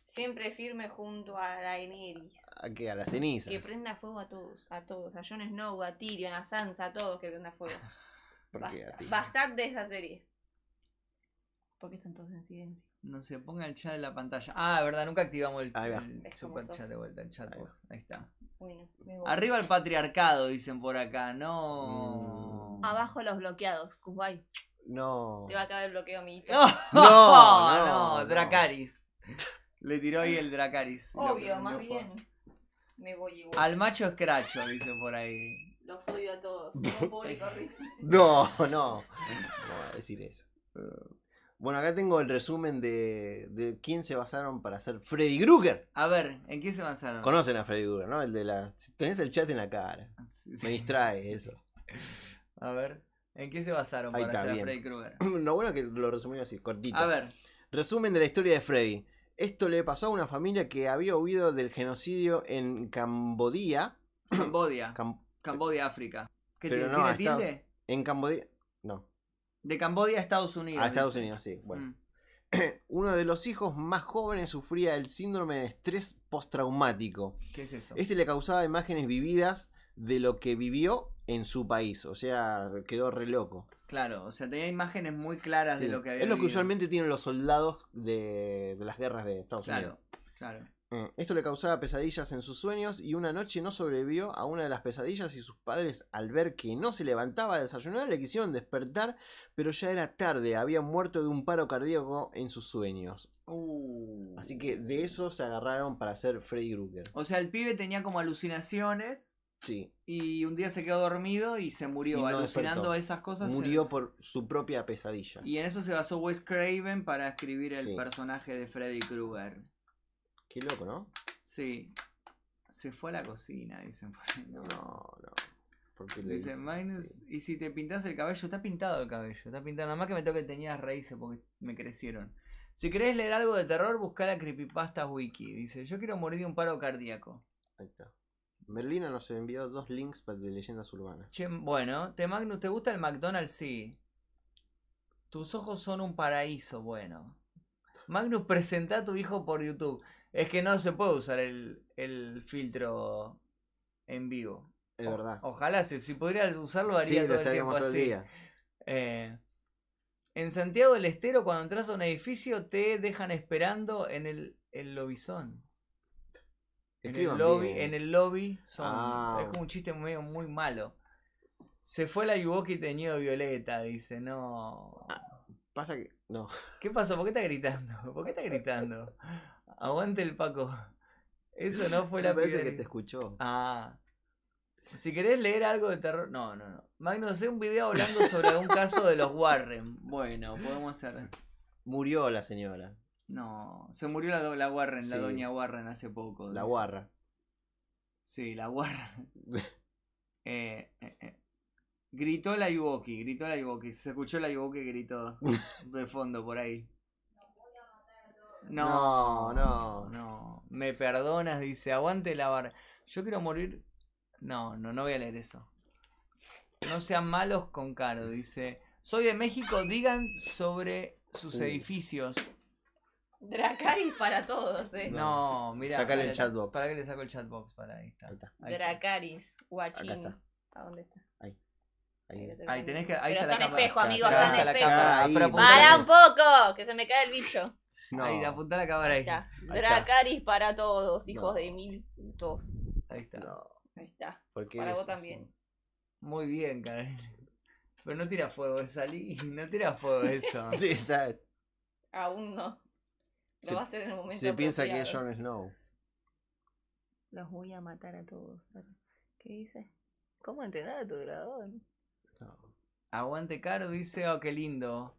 Speaker 13: Siempre firme junto a Daenerys.
Speaker 2: ¿A qué? ah, A las cenizas.
Speaker 13: Que prenda fuego a todos, a todos. A Jon Snow, a Tyrion, a Sansa, a todos que prenda fuego.
Speaker 2: ¿Por qué a ti?
Speaker 13: Basad de esa serie. Porque están todos en silencio.
Speaker 1: No se ponga el chat en la pantalla. Ah, es verdad, nunca activamos el,
Speaker 2: Ahí va.
Speaker 1: el
Speaker 13: Es como
Speaker 1: super
Speaker 13: sos.
Speaker 1: chat de vuelta, el chat. Ahí, está.
Speaker 13: Bueno, me voy.
Speaker 1: Arriba el patriarcado, dicen por acá. No.
Speaker 13: Abajo los bloqueados, Kuzbay.
Speaker 2: Mm, No.
Speaker 13: Te va a acabar el bloqueo,
Speaker 2: <laughs>
Speaker 13: amiguito.
Speaker 1: <laughs> No,
Speaker 2: no,
Speaker 1: no,
Speaker 2: no.
Speaker 1: Dracaris. Le tiró ahí el Dracaris.
Speaker 13: Obvio,
Speaker 1: Lo-
Speaker 13: más
Speaker 1: lo-
Speaker 13: bien. Me voy
Speaker 2: Ah.
Speaker 13: igual.
Speaker 1: Al macho escracho, dice por ahí.
Speaker 13: Los odio a todos.
Speaker 1: <laughs>
Speaker 13: Somos público horrible.
Speaker 2: <laughs> No, no. No voy a decir eso. Bueno, acá tengo el resumen de, de quién se basaron para hacer Freddy Krueger.
Speaker 1: A ver, ¿en qué se avanzaron?
Speaker 2: Conocen a Freddy Krueger, ¿no? El de la. Tenés el chat en la cara.
Speaker 1: sí.
Speaker 2: Me distrae eso.
Speaker 1: A ver, ¿en qué se basaron
Speaker 2: Ahí
Speaker 1: para
Speaker 2: está,
Speaker 1: hacer
Speaker 2: bien.
Speaker 1: a Freddy Krueger?
Speaker 2: <clears throat> Lo bueno es que lo resumí así, cortito.
Speaker 1: A ver.
Speaker 2: Resumen de la historia de Freddy. Esto le pasó a una familia que había huido del genocidio en Cambodia. <clears throat>
Speaker 1: Cambodia.
Speaker 2: Cam-
Speaker 1: Cambodia, África. ¿Qué
Speaker 2: pero
Speaker 1: tiene,
Speaker 2: no, a
Speaker 1: ¿tiene tilde?
Speaker 2: Estados- En Cambodia. No.
Speaker 1: De Cambodia a Estados Unidos.
Speaker 2: A Ah, Estados
Speaker 1: dice.
Speaker 2: Unidos, sí. Bueno.
Speaker 1: Mm.
Speaker 2: <clears throat> Uno de los hijos más jóvenes sufría el síndrome de estrés postraumático.
Speaker 1: ¿Qué es eso?
Speaker 2: Este le causaba imágenes vividas de lo que vivió en su país. O sea, quedó re loco.
Speaker 1: Claro, o sea, tenía imágenes muy claras
Speaker 2: Sí.
Speaker 1: de lo que había
Speaker 2: es lo que
Speaker 1: vivido.
Speaker 2: usualmente tienen los soldados de, de las guerras de Estados Unidos.
Speaker 1: Claro, claro.
Speaker 2: Eh, Esto le causaba pesadillas en sus sueños y una noche no sobrevivió a una de las pesadillas y sus padres al ver que no se levantaba a desayunar le quisieron despertar, pero ya era tarde, había muerto de un paro cardíaco en sus sueños. Así que de eso se agarraron para hacer Freddy Krueger.
Speaker 1: Uh. O sea, el pibe tenía como alucinaciones
Speaker 2: Sí,
Speaker 1: y un día se quedó dormido y se murió.
Speaker 2: Y no despertó.
Speaker 1: alucinando esas cosas. se-
Speaker 2: murió por su propia pesadilla.
Speaker 1: Y en eso se basó Wes Craven para escribir el
Speaker 2: Sí.
Speaker 1: personaje de Freddy Krueger.
Speaker 2: Qué loco, ¿no?
Speaker 1: Sí. Se fue a la cocina, dicen por ahí.
Speaker 2: No, no. Porque le
Speaker 1: Dicen,
Speaker 2: dicen-
Speaker 1: Minus, y si te pintas el cabello, está pintado el cabello, está pintado. Nada más que me toque tenías raíces porque me crecieron. Si querés leer algo de terror, busca la creepypasta wiki. Dice, yo quiero morir de un paro cardíaco.
Speaker 2: Ahí está. Merlina nos envió dos links para- de leyendas urbanas.
Speaker 1: Che, bueno, te Magnus, ¿te gusta el McDonald's? Sí. Tus ojos son un paraíso, bueno. Magnus, <laughs> presenta a tu hijo por YouTube. Es que no se puede usar el, el filtro en vivo.
Speaker 2: Es
Speaker 1: O-
Speaker 2: verdad.
Speaker 1: Ojalá, si, si podrías usarlo, haría
Speaker 2: Sí, lo
Speaker 1: todo el tiempo
Speaker 2: estaríamos todo el
Speaker 1: así.
Speaker 2: día.
Speaker 1: Eh, en Santiago del Estero, cuando entras a un edificio, te dejan esperando en el, el lobizón. En el,
Speaker 2: Escriban
Speaker 1: lobby,
Speaker 2: bien.
Speaker 1: en el lobby son-
Speaker 2: Ah.
Speaker 1: es como un chiste medio muy malo. Se fue la Yuboki teñido de violeta, dice, no.
Speaker 2: Ah, Pasa que. No. <laughs>
Speaker 1: ¿Qué pasó? ¿Por qué está gritando? ¿Por qué está gritando? Aguante el Paco. Eso no fue
Speaker 2: Me
Speaker 1: la
Speaker 2: parece
Speaker 1: piedra-
Speaker 2: que te escuchó.
Speaker 1: Ah. Si querés leer algo de terror. No, no, no. Magnus, hace un video hablando sobre un caso de los Warren. Bueno, podemos hacer.
Speaker 2: Murió la señora.
Speaker 1: No. Se murió la, do- la Warren, la
Speaker 2: Sí.
Speaker 1: doña Warren hace poco.
Speaker 2: La
Speaker 1: dice.
Speaker 2: guarra.
Speaker 1: Sí,
Speaker 2: <laughs>
Speaker 1: la guarra. Eh, eh, eh. Gritó la Iwoki, gritó la Iwoki. Se escuchó la Iwoki y
Speaker 2: <laughs>
Speaker 1: gritó de fondo por ahí.
Speaker 2: No,
Speaker 1: No,
Speaker 2: no.
Speaker 1: no. Me perdonas, dice. Aguante la barra. Yo quiero morir. No, no, no voy a leer eso. No sean malos con Caro, dice. Soy de México, digan sobre sus
Speaker 2: Uh.
Speaker 1: edificios.
Speaker 13: Dracaris para todos, eh.
Speaker 1: No, mira.
Speaker 2: Sacale el chatbox.
Speaker 1: ¿Para qué le saco el chatbox? Para ahí está.
Speaker 2: Ahí está.
Speaker 1: Ahí está.
Speaker 13: Dracaris, guachín.
Speaker 2: Acá está.
Speaker 13: ¿A dónde está?
Speaker 2: Ahí.
Speaker 13: lo tengo
Speaker 1: Ahí tenés que. Ahí
Speaker 13: Pero
Speaker 1: está,
Speaker 13: está
Speaker 1: la
Speaker 13: en
Speaker 1: cámara.
Speaker 13: espejo, amigo,
Speaker 1: Acá
Speaker 13: está en
Speaker 1: la
Speaker 13: espejo.
Speaker 1: cámara,
Speaker 2: Ahí,
Speaker 1: pero apunta
Speaker 2: pará
Speaker 1: la
Speaker 13: ¡Para
Speaker 2: Dracaris.
Speaker 13: un
Speaker 1: cámara.
Speaker 13: poco! Que se me cae el bicho.
Speaker 2: No.
Speaker 1: Ahí, apunta la cámara
Speaker 13: Ahí
Speaker 1: ahí.
Speaker 13: está.
Speaker 2: está.
Speaker 13: Dracaris para todos, hijos
Speaker 2: No.
Speaker 13: de mil dos.
Speaker 1: Ahí está.
Speaker 2: No.
Speaker 13: Ahí está.
Speaker 2: ¿Por qué
Speaker 13: Para
Speaker 2: eres
Speaker 13: vos
Speaker 2: así?
Speaker 13: también.
Speaker 1: Muy bien, Karen. Pero no tira fuego, salí. No tira fuego eso.
Speaker 2: <laughs> Sí, está-
Speaker 13: Aún no. Lo
Speaker 2: Se-
Speaker 13: va a hacer en el momento.
Speaker 2: Se piensa que es
Speaker 13: apropiado.
Speaker 2: Jon Snow.
Speaker 13: Los voy a matar a todos. ¿Qué dice? ¿Cómo entrenar a tu dragón?
Speaker 2: No,
Speaker 1: Aguante Caro dice, oh, qué lindo.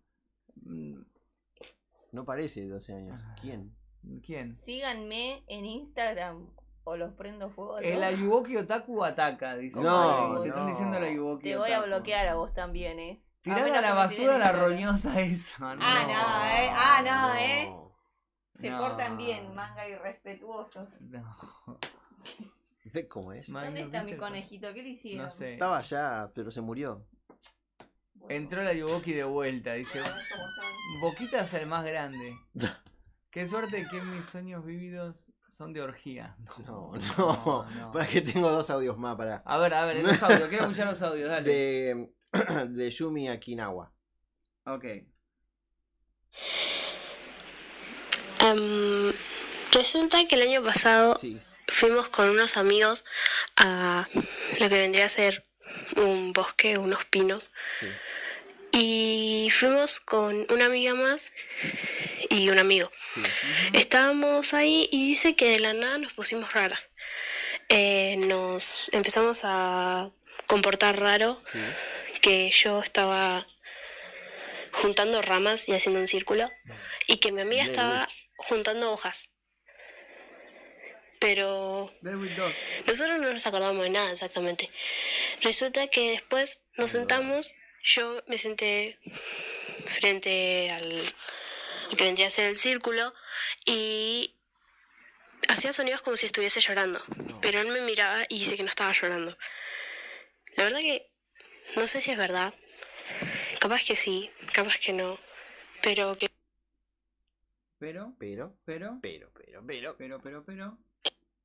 Speaker 1: Mm, Ah.
Speaker 2: No parece de 12 años. ¿Quién?
Speaker 1: ¿Quién?
Speaker 13: Síganme en Instagram o los prendo fuego. a
Speaker 1: El
Speaker 13: todos.
Speaker 1: Ayuboki Otaku ataca, dice.
Speaker 2: No,
Speaker 1: Te están
Speaker 2: no.
Speaker 1: diciendo el Ayuboki
Speaker 13: Te voy a
Speaker 1: Otaku.
Speaker 13: bloquear a vos también, eh.
Speaker 1: Tirar a
Speaker 13: menos
Speaker 1: la
Speaker 13: que me tiren
Speaker 1: basura
Speaker 13: en
Speaker 1: la
Speaker 13: Instagram.
Speaker 1: roñosa esa. No.
Speaker 13: Ah, no, eh. Ah, no, eh.
Speaker 2: No.
Speaker 13: Se
Speaker 1: No.
Speaker 13: portan bien, manga irrespetuosos.
Speaker 1: No.
Speaker 2: ¿Ve cómo es?
Speaker 1: Magnus,
Speaker 13: ¿Dónde está mi
Speaker 1: ¿viste?
Speaker 13: conejito? ¿Qué le hicieron?
Speaker 1: No sé.
Speaker 2: Estaba allá, pero se murió.
Speaker 13: Bueno,
Speaker 1: Entró el Ayuboki de vuelta, dice.
Speaker 13: ¿cómo son?
Speaker 2: <laughs>
Speaker 1: Boquita es el más grande. Qué suerte que mis sueños vívidos son de orgía.
Speaker 2: No, no. Para que tengo dos audios más para.
Speaker 1: A ver, a ver, los audios, quiero escuchar los audios, dale.
Speaker 2: De, <clears throat> de Yumi Akinawa.
Speaker 1: Ok.
Speaker 11: Em, resulta que el año pasado fuimos con unos amigos a lo que vendría a ser un bosque, unos pinos. Y fuimos con una amiga más y un amigo. Estábamos ahí y dice que de la nada nos pusimos raras. Eh, nos empezamos a comportar raro, que yo estaba juntando ramas y haciendo un círculo y que mi amiga
Speaker 1: Del
Speaker 11: estaba juntando hojas. Pero nosotros no nos acordamos de nada exactamente. Resulta que después nos sentamos, yo me senté frente al al que vendría a ser el círculo y hacía sonidos como si estuviese llorando, pero él me miraba y dice que no estaba llorando. La verdad que no sé si es verdad, capaz que sí, capaz que no, pero que
Speaker 1: Pero,
Speaker 2: pero,
Speaker 1: pero,
Speaker 2: pero, pero, pero,
Speaker 1: pero, pero, pero.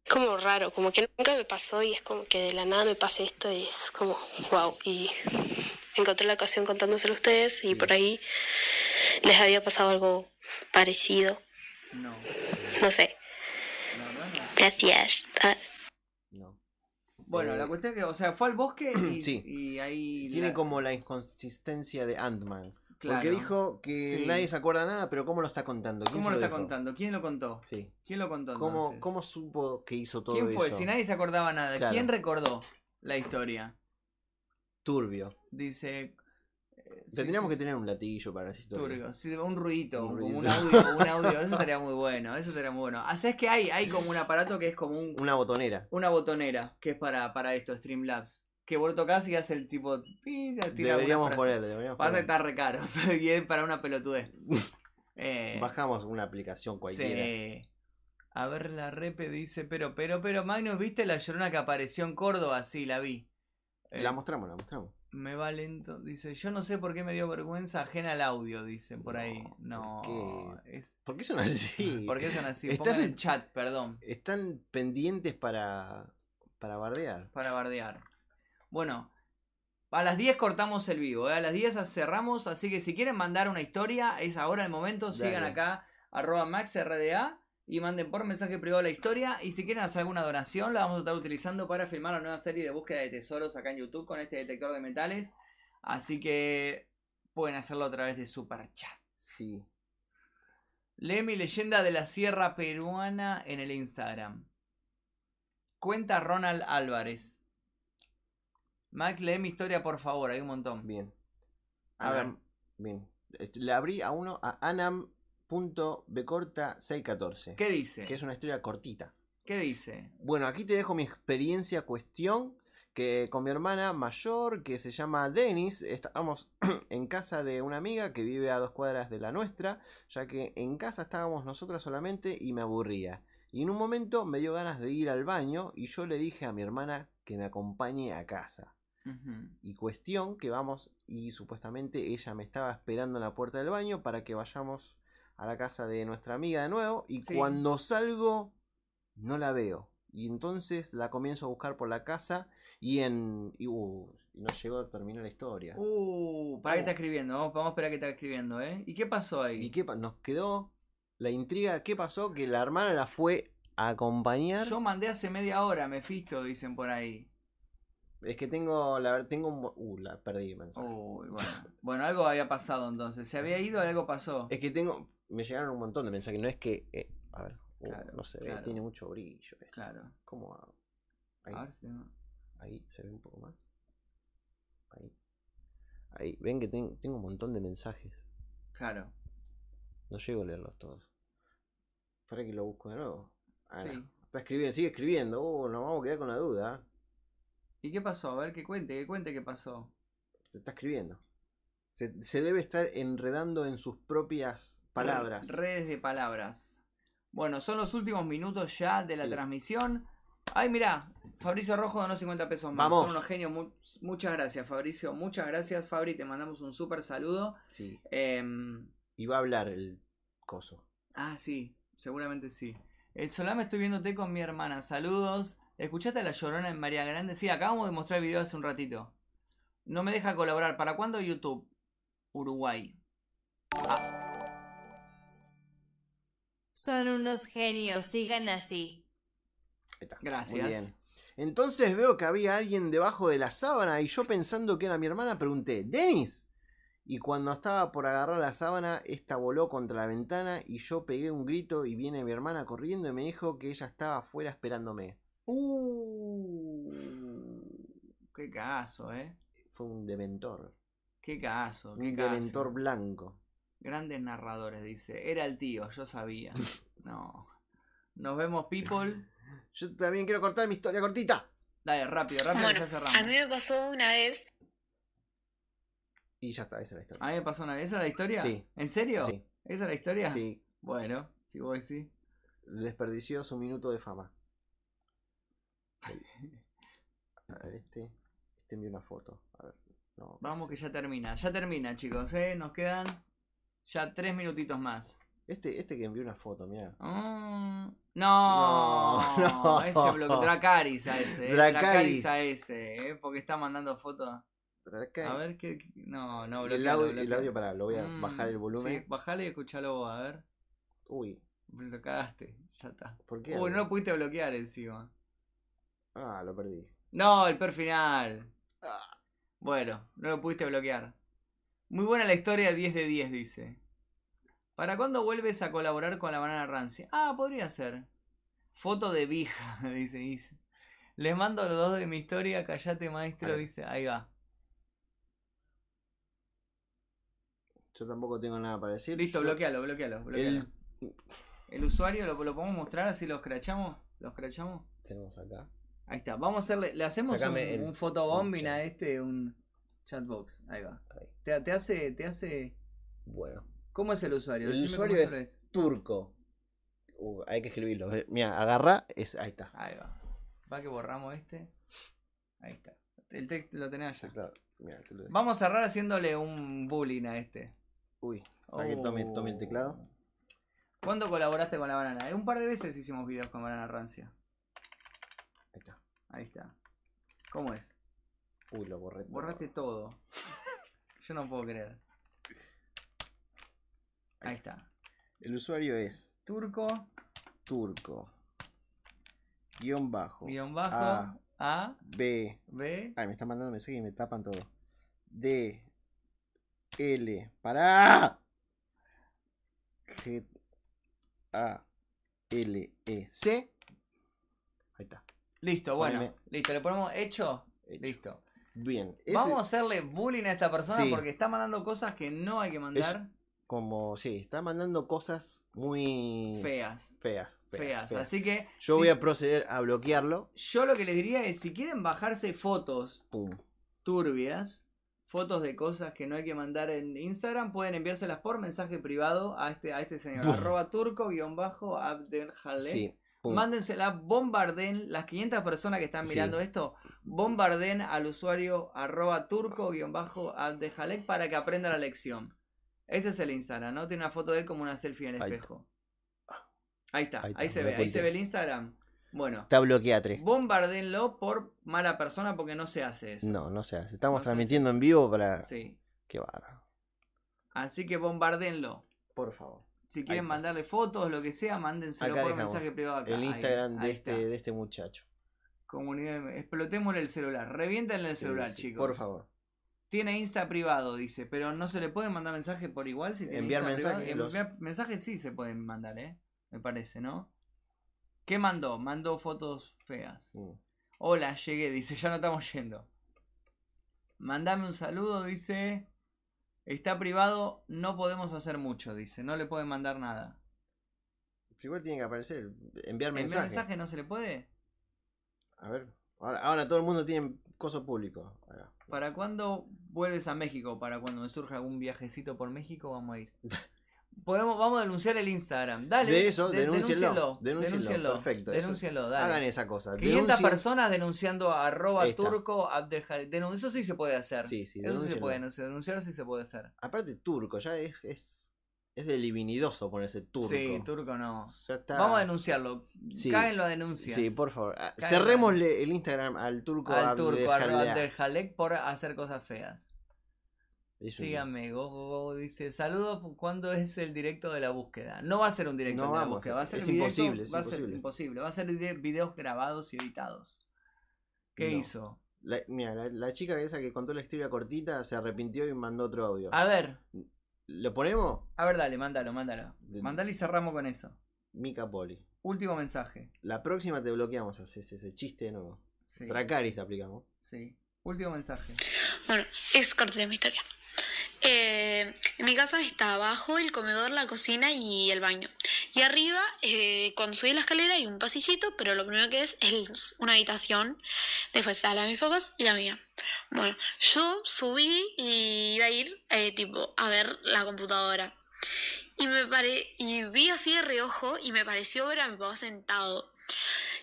Speaker 11: como raro, como que nunca me pasó y es como que de la nada me pasa esto y es como wow. Y encontré la ocasión contándoselo a ustedes y por ahí les había pasado algo parecido. No. No sé. Gracias. Ah,
Speaker 1: Bueno, la cuestión es que, o sea, fue
Speaker 2: <clears throat>
Speaker 1: al bosque y,
Speaker 2: Eh, Sí.
Speaker 1: y ahí.
Speaker 2: Tiene
Speaker 1: la-
Speaker 2: como la inconsistencia de Ant-Man. Porque
Speaker 1: Claro.
Speaker 2: dijo que
Speaker 1: Sí.
Speaker 2: nadie se acuerda nada, pero ¿cómo lo está contando? ¿Quién se
Speaker 1: ¿Cómo lo está
Speaker 2: dijo?
Speaker 1: contando? ¿Quién lo contó?
Speaker 2: Sí.
Speaker 1: ¿Quién lo contó?
Speaker 2: ¿Cómo,
Speaker 1: entonces?
Speaker 2: ¿Cómo supo que hizo todo
Speaker 1: ¿Quién fue?
Speaker 2: eso?
Speaker 1: Si nadie se acordaba nada,
Speaker 2: Claro.
Speaker 1: ¿quién recordó la historia?
Speaker 2: Turbio.
Speaker 1: Dice. eh,
Speaker 2: Tendríamos que tener un latillo para decir todo.
Speaker 1: Turgo, sí, un ruidito,
Speaker 2: Un
Speaker 1: como
Speaker 2: ruidito.
Speaker 1: un audio, un audio,
Speaker 2: <laughs>
Speaker 1: eso estaría muy bueno, eso sería muy bueno. Así es que hay, hay como un aparato que es como un,
Speaker 2: Una botonera.
Speaker 1: una botonera, que es para, para esto, Streamlabs, que vos tocas y hace el tipo... pi, tira alguna
Speaker 2: Deberíamos
Speaker 1: frase.
Speaker 2: ponerle, deberíamos
Speaker 1: Pasa que
Speaker 2: ponerle.
Speaker 1: está re caro, <laughs> y es para
Speaker 2: <laughs>
Speaker 1: una pelotudez. Eh,
Speaker 2: Bajamos una aplicación cualquiera.
Speaker 1: sí. A ver, la repe dice, pero, pero, pero, Magnus, ¿viste la llorona que apareció en Córdoba? Sí, la vi. Eh,
Speaker 2: La mostramos, la mostramos.
Speaker 1: me va lento. Dice, yo no sé por qué me dio vergüenza ajena al audio, dicen por ahí. No.
Speaker 2: ¿por
Speaker 1: Oh, es-
Speaker 2: ¿Por qué son así?
Speaker 1: <laughs> ¿Por qué son así?
Speaker 2: Están-
Speaker 1: Pongan en el chat, perdón,
Speaker 2: Están pendientes para, para bardear.
Speaker 1: para bardear. Bueno, a las 10 cortamos el vivo, ¿eh? a las 10 cerramos, así que si quieren mandar una historia, es ahora el momento, sigan
Speaker 2: Dale.
Speaker 1: acá, arroba maxrda y manden por mensaje privado la historia y si quieren hacer alguna donación la vamos a estar utilizando para filmar la nueva serie de búsqueda de tesoros acá en YouTube con este detector de metales, así que pueden hacerlo a través de Super Chat.
Speaker 2: Sí.
Speaker 1: Lee mi leyenda de la sierra peruana en el Instagram. Cuenta Ronald Álvarez. Max, lee mi historia, por favor. Hay un montón.
Speaker 2: Bien.
Speaker 1: A ver.
Speaker 2: Anam- Bien. Este, Le abrí a uno a anam.bcorta614.
Speaker 1: ¿Qué dice?
Speaker 2: Que es una historia cortita.
Speaker 1: ¿Qué dice?
Speaker 2: Bueno, aquí te dejo mi experiencia cuestión que con mi hermana mayor que se llama Denis, estábamos <clears throat> en casa de una amiga que vive a dos cuadras de la nuestra, ya que en casa estábamos nosotras solamente y me aburría. Y en un momento me dio ganas de ir al baño y yo le dije a mi hermana que me acompañe a casa. Y cuestión que vamos y supuestamente ella me estaba esperando en la puerta del baño para que vayamos a la casa de nuestra amiga de nuevo y
Speaker 1: Sí.
Speaker 2: cuando salgo no la veo. Y entonces la comienzo a buscar por la casa y en... Y, uh, y no llegó a terminar la historia.
Speaker 1: Uh, para que está escribiendo. Vamos, vamos a esperar que está escribiendo, ¿eh? ¿Y qué pasó ahí?
Speaker 2: oh. ¿Y qué pa- nos quedó? La intriga, ¿qué pasó? Que la hermana la fue a acompañar.
Speaker 1: Yo mandé hace media hora, Mefisto, dicen por ahí.
Speaker 2: Es que tengo, la verdad, tengo un... mo- Uh, la perdí el mensaje.
Speaker 1: Uy, bueno. Bueno, algo había pasado entonces. Se había ido, algo pasó.
Speaker 2: Es que tengo. Me llegaron un montón de mensajes. No es que. eh, a ver. uh, no se ve.
Speaker 1: claro.
Speaker 2: Tiene mucho brillo. esto.
Speaker 1: Claro.
Speaker 2: ¿Cómo hago? Ahí.
Speaker 1: A ver si no-
Speaker 2: Ahí se ve un poco más. Ahí. Ahí. Ven que ten- tengo un montón de mensajes.
Speaker 1: Claro.
Speaker 2: No llego a leerlos todos. Para que lo busco de nuevo. Ah,
Speaker 1: Sí.
Speaker 2: no. Está escribiendo, sigue escribiendo. Uh, nos vamos a quedar con la duda. ¿ah?
Speaker 1: ¿Y qué pasó? A ver, que cuente, que cuente qué pasó.
Speaker 2: Se está escribiendo. Se, se debe estar enredando en sus propias palabras.
Speaker 1: Redes de palabras. Bueno, son los últimos minutos ya de la transmisión. Ay, mirá, Fabricio Rojo donó 50 pesos más.
Speaker 2: Vamos.
Speaker 1: Son unos genios. Mu- muchas gracias, Fabricio. Muchas gracias, Fabri. Te mandamos un súper saludo.
Speaker 2: Sí.
Speaker 1: Em,
Speaker 2: Y va a hablar el coso.
Speaker 1: Ah, sí, seguramente sí. El Solame estoy viéndote con mi hermana. Saludos. ¿Escuchaste a la llorona en María Grande? Sí, acabamos de mostrar el video hace un ratito. No me deja colaborar. ¿Para cuándo YouTube? Uruguay. Ah,
Speaker 3: Son unos genios, sigan así.
Speaker 1: gracias.
Speaker 2: Muy bien. Entonces veo que había alguien debajo de la sábana y yo pensando que era mi hermana pregunté, ¿Denis? Y cuando estaba por agarrar la sábana, esta voló contra la ventana y yo pegué un grito y viene mi hermana corriendo y me dijo que ella estaba afuera esperándome.
Speaker 1: Uh. Qué caso, ¿eh?
Speaker 2: Fue un dementor.
Speaker 1: Qué caso, qué
Speaker 2: Un
Speaker 1: caso.
Speaker 2: dementor blanco.
Speaker 1: Grandes narradores, dice. Era el tío, yo
Speaker 2: <laughs>
Speaker 1: sabía. No. Nos vemos, people.
Speaker 2: Yo también quiero cortar mi historia cortita.
Speaker 1: Dale, rápido, rápido,
Speaker 14: Bueno,
Speaker 1: ya
Speaker 14: a
Speaker 1: cerramos.
Speaker 14: mí me pasó una vez
Speaker 2: Y ya está, esa es la historia.
Speaker 1: A mí me pasó una ¿Esa es la historia?
Speaker 2: Sí.
Speaker 1: ¿En serio?
Speaker 2: Sí.
Speaker 1: ¿Esa es la historia?
Speaker 2: Sí.
Speaker 1: Bueno, si vos decís.
Speaker 2: Desperdició su minuto de fama. A ver, este. Este envió una foto. A ver. No,
Speaker 1: Vamos que ya termina. Ya termina, chicos, ¿eh? Nos quedan ya tres minutitos más.
Speaker 2: Este, este que envió una foto, mira.
Speaker 1: Mm, no,
Speaker 2: No, no.
Speaker 1: <laughs> Ese bloque, Dracaris a ese. eh,
Speaker 2: Dracaris.
Speaker 1: a ese, eh, porque está mandando fotos.
Speaker 2: Dracaris.
Speaker 1: A ver qué. qué- No, no,
Speaker 2: el,
Speaker 1: bloquealo,
Speaker 2: audio, el
Speaker 1: bloquealo.
Speaker 2: audio, pará, lo voy a
Speaker 1: Mm,
Speaker 2: bajar el volumen.
Speaker 1: Sí, bajale y escuchalo vos, a ver.
Speaker 2: Uy.
Speaker 1: Lo cagaste, ya está.
Speaker 2: ¿Por qué?
Speaker 1: Uy, no lo pudiste bloquear encima.
Speaker 2: Ah, lo perdí.
Speaker 1: No, el per final.
Speaker 2: Ah.
Speaker 1: Bueno, no lo pudiste bloquear. Muy buena la historia 10 de 10, dice. ¿Para cuándo vuelves a colaborar con la banana rancia? Ah, podría ser. Foto de vieja, <laughs> dice Is. Les mando los dos de mi historia, callate maestro,
Speaker 2: Ahí.
Speaker 1: dice. Ahí va.
Speaker 2: Yo tampoco tengo nada para decir.
Speaker 1: Listo,
Speaker 2: Yo-
Speaker 1: bloquealo, bloquealo, bloquealo. El... usuario lo, lo podemos mostrar así los crachamos. ¿Los crachamos?
Speaker 2: Tenemos acá.
Speaker 1: Ahí está. Vamos a hacerle. Le hacemos un,
Speaker 2: Sácame el-
Speaker 1: un fotobombing a este, un chatbox. Ahí va. Te, te hace. Te hace.
Speaker 2: Bueno.
Speaker 1: ¿Cómo es el usuario?
Speaker 2: El
Speaker 1: Decime cómo
Speaker 2: usuario es
Speaker 1: se lo
Speaker 2: turco. Uh, hay que escribirlo. Mira, agarra. Es, ahí está.
Speaker 1: Ahí va. Va que borramos este. Ahí está. El texto lo tenés allá.
Speaker 2: Mira, te lo dejo.
Speaker 1: Vamos a cerrar haciéndole un bullying a este.
Speaker 2: Uy, para que tome, tome el teclado.
Speaker 1: ¿Cuándo colaboraste con la banana? Eh, Un par de veces hicimos videos con banana rancia.
Speaker 2: Ahí está.
Speaker 1: Ahí está. ¿Cómo es?
Speaker 2: Uy, lo borré. todo.
Speaker 1: Borraste todo.
Speaker 2: <laughs>
Speaker 1: Yo no puedo creer. Ahí está.
Speaker 2: El usuario es
Speaker 1: Turco,
Speaker 2: turco. Guión bajo.
Speaker 1: guión bajo,
Speaker 2: A,
Speaker 1: A,
Speaker 2: B.
Speaker 1: B.
Speaker 2: Ay, me están mandando mensajes y me tapan todo. D. L. ¡Pará! G. A. L. E. C. Ahí está.
Speaker 1: Listo, bueno.
Speaker 2: Poneme.
Speaker 1: Listo, le ponemos hecho. Listo.
Speaker 2: Bien. Ese-
Speaker 1: Vamos a hacerle bullying a esta persona
Speaker 2: Sí.
Speaker 1: porque está mandando cosas que no hay que mandar.
Speaker 2: Como, sí, está mandando cosas muy.
Speaker 1: Feas.
Speaker 2: Feas.
Speaker 1: Feas, así que,
Speaker 2: Yo
Speaker 1: sí.
Speaker 2: voy a proceder a bloquearlo.
Speaker 1: Yo lo que les diría es, si quieren bajarse fotos
Speaker 2: Pum.
Speaker 1: turbias, fotos de cosas que no hay que mandar en Instagram, pueden enviárselas por mensaje privado a este, a este señor,
Speaker 2: Buf.
Speaker 1: arroba turco-abdelhale.
Speaker 2: Sí, pum.
Speaker 1: Mándensela, bombarden, las 500 personas que están
Speaker 2: Sí.
Speaker 1: mirando esto, bombarden al usuario arroba turco-abdelhalek para que aprenda la lección. Ese es el Instagram, ¿no? Tiene una foto de él como una selfie en el
Speaker 2: Ahí
Speaker 1: espejo. Ahí está, ahí,
Speaker 2: Ahí está,
Speaker 1: se
Speaker 2: me
Speaker 1: ve,
Speaker 2: lo
Speaker 1: ahí se
Speaker 2: apunté.
Speaker 1: ve el Instagram. Bueno,
Speaker 2: Está bloqueatre.
Speaker 1: bombardenlo por mala persona porque no se hace eso.
Speaker 2: No, no se hace. Estamos
Speaker 1: No se
Speaker 2: transmitiendo en vivo para.
Speaker 1: Sí.
Speaker 2: Qué bárbaro.
Speaker 1: Así que bombardenlo.
Speaker 2: Por favor.
Speaker 1: Si quieren mandarle fotos, lo que sea, mándenselo
Speaker 2: Acá
Speaker 1: por
Speaker 2: dejamos
Speaker 1: mensaje privado acá.
Speaker 2: el
Speaker 1: Ahí,
Speaker 2: Instagram
Speaker 1: ahí
Speaker 2: de, este,
Speaker 1: está.
Speaker 2: de este muchacho.
Speaker 1: Comunidad, explotémosle el celular. Reviéntenle el
Speaker 2: Sí,
Speaker 1: celular,
Speaker 2: sí,
Speaker 1: chicos.
Speaker 2: Por favor.
Speaker 1: Tiene Insta privado, dice, pero no se le puede mandar mensaje por igual si tiene
Speaker 2: Enviar
Speaker 1: Insta privado?
Speaker 2: mensajes, los-
Speaker 1: Enviar mensajes sí se pueden mandar, ¿eh? Me parece, ¿no? ¿Qué mandó? Mandó fotos feas.
Speaker 2: Mm.
Speaker 1: Hola, llegué, dice, ya no estamos yendo. Mandame un saludo, dice. Está privado, no podemos hacer mucho, dice. No le pueden mandar nada.
Speaker 2: Pero Igual tiene que aparecer. Enviar
Speaker 1: ¿El
Speaker 2: mensaje.
Speaker 1: mensaje no se le puede?
Speaker 2: A ver. Ahora, ahora todo el mundo tiene coso público. Acá.
Speaker 1: ¿Para cuándo vuelves a México? Para cuando me surja algún viajecito por México,
Speaker 2: <laughs>
Speaker 1: vamos a ir. Podemos, vamos a denunciar el Instagram. Dale.
Speaker 2: de eso,
Speaker 1: de-
Speaker 2: denúncienlo.
Speaker 1: denúncienlo,
Speaker 2: Denúncienlo.
Speaker 1: denúncienlo,
Speaker 2: Perfecto. eso.
Speaker 1: denúncienlo, dale.
Speaker 2: Hagan esa cosa.
Speaker 1: 500
Speaker 2: denuncien-
Speaker 1: personas denunciando a arroba
Speaker 2: Ahí está.
Speaker 1: turco Abdelhal- denun- Eso sí se puede hacer.
Speaker 2: Sí, sí,
Speaker 1: Eso sí se
Speaker 2: denúncienlo.
Speaker 1: puede denunciar, denunciar sí se puede hacer.
Speaker 2: Aparte, turco, ya es. es Es de livinidoso ponerse turco.
Speaker 1: Sí, turco no.
Speaker 2: Ya está.
Speaker 1: Vamos a denunciarlo.
Speaker 2: Sí.
Speaker 1: Cáguenlo a denuncias.
Speaker 2: Sí, por favor. Ah,
Speaker 1: Cáguenlo a
Speaker 2: Cerrémosle el Instagram al turco
Speaker 1: Al turco, al
Speaker 2: Abdeljalá.
Speaker 1: Abdeljalek por hacer cosas feas.
Speaker 2: Es un-
Speaker 1: Síganme, Gogo Gogo dice, saludos, ¿cuándo es el directo de la búsqueda? No va a ser un directo
Speaker 2: No
Speaker 1: de la
Speaker 2: vamos a
Speaker 1: búsqueda, va a
Speaker 2: hacer-
Speaker 1: ser
Speaker 2: es
Speaker 1: directo-
Speaker 2: imposible, es
Speaker 1: va a ser
Speaker 2: imposible.
Speaker 1: imposible, va a ser vide- videos grabados y editados. ¿Qué
Speaker 2: No.
Speaker 1: hizo?
Speaker 2: La, mira, la, la chica esa que contó la historia cortita se arrepintió y mandó otro audio.
Speaker 1: A ver,
Speaker 2: ¿Lo ponemos?
Speaker 1: a ver, dale, mándalo, mándalo. Mándalo y cerramos con eso.
Speaker 2: Mica Poli.
Speaker 1: Último mensaje.
Speaker 2: La próxima te bloqueamos, haces ese chiste de nuevo.
Speaker 1: Sí.
Speaker 2: Tracaris aplicamos.
Speaker 1: Sí. Último mensaje.
Speaker 14: Bueno, es cortita mi historia. Eh, mi casa está abajo, el comedor, la cocina y el baño. Y arriba, eh, cuando subí la escalera hay un pasillito, pero lo primero que es es una habitación. Después está la de mis papás y la mía. Bueno, yo subí y iba a ir eh, tipo a ver la computadora. Y me pare y vi así de reojo y me pareció ver a mi papá sentado.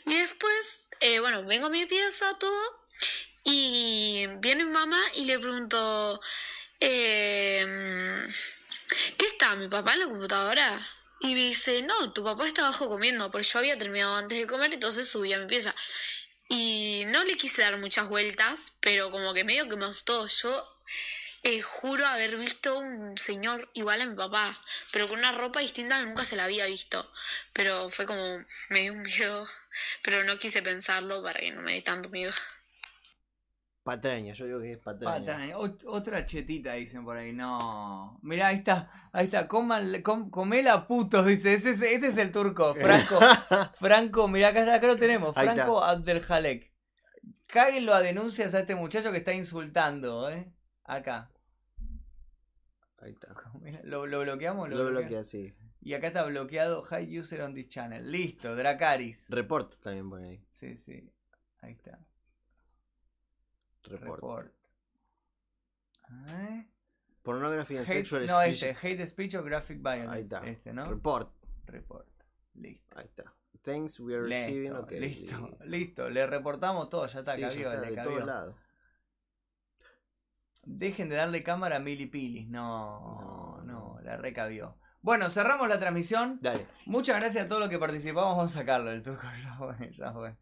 Speaker 14: Y después, eh, bueno, vengo a mi pieza, todo, y eh, viene mi mamá y le pregunto, eh, ¿qué está? ¿Mi papá en la computadora? Y me dice, no, tu papá está abajo comiendo, porque yo había terminado antes de comer, entonces subí a mi pieza. Y no le quise dar muchas vueltas, pero como que medio que me asustó. Yo eh, juro haber visto un señor igual a mi papá, pero con una ropa distinta que nunca se la había visto. Pero fue como, me dio un miedo, pero no quise pensarlo para que no me dé tanto miedo.
Speaker 2: Patraña, yo digo que es patraña.
Speaker 1: Patraña. Ot- Otra chetita dicen por ahí. No. Mirá, ahí está. Ahí está. Coman, com- comela putos, dice. Ese, es- ese es el
Speaker 2: <laughs>
Speaker 1: turco. Franco. Franco, mirá, acá, está, acá lo
Speaker 2: Eh.
Speaker 1: tenemos.
Speaker 2: Ahí está.
Speaker 1: Franco Abdelhalek. Cáguenlo a denuncias a este muchacho que está insultando, ¿eh? Acá.
Speaker 2: Ahí está.
Speaker 1: ¿Lo, lo bloqueamos?
Speaker 2: Lo
Speaker 1: bloquea-
Speaker 2: bloquea, sí.
Speaker 1: Y acá está bloqueado High User on this channel. Listo, Dracaris.
Speaker 2: Report también pone ahí.
Speaker 1: Sí, sí. Ahí está.
Speaker 2: Report.
Speaker 1: Report. ¿Eh?
Speaker 2: Pornography and
Speaker 1: Hate-
Speaker 2: sexual
Speaker 1: no,
Speaker 2: explicit-
Speaker 1: este, hate speech o graphic violence.
Speaker 2: Ahí está.
Speaker 1: Este, ¿no?
Speaker 2: Report.
Speaker 1: Report. Listo.
Speaker 2: Ahí está. Thanks, we are receiving.
Speaker 1: Listo,
Speaker 2: Okay.
Speaker 1: listo, listo. Le reportamos todo, ya está,
Speaker 2: Sí, ya
Speaker 1: cabió,
Speaker 2: está,
Speaker 1: le
Speaker 2: de
Speaker 1: cabió.
Speaker 2: todos lados.
Speaker 1: Dejen de darle cámara a Milipilis. No, no, la recabió. Bueno, cerramos la transmisión.
Speaker 2: Dale.
Speaker 1: Muchas gracias a todos los que participamos. Vamos a sacarlo del truco. <laughs> Ya fue, ya fue.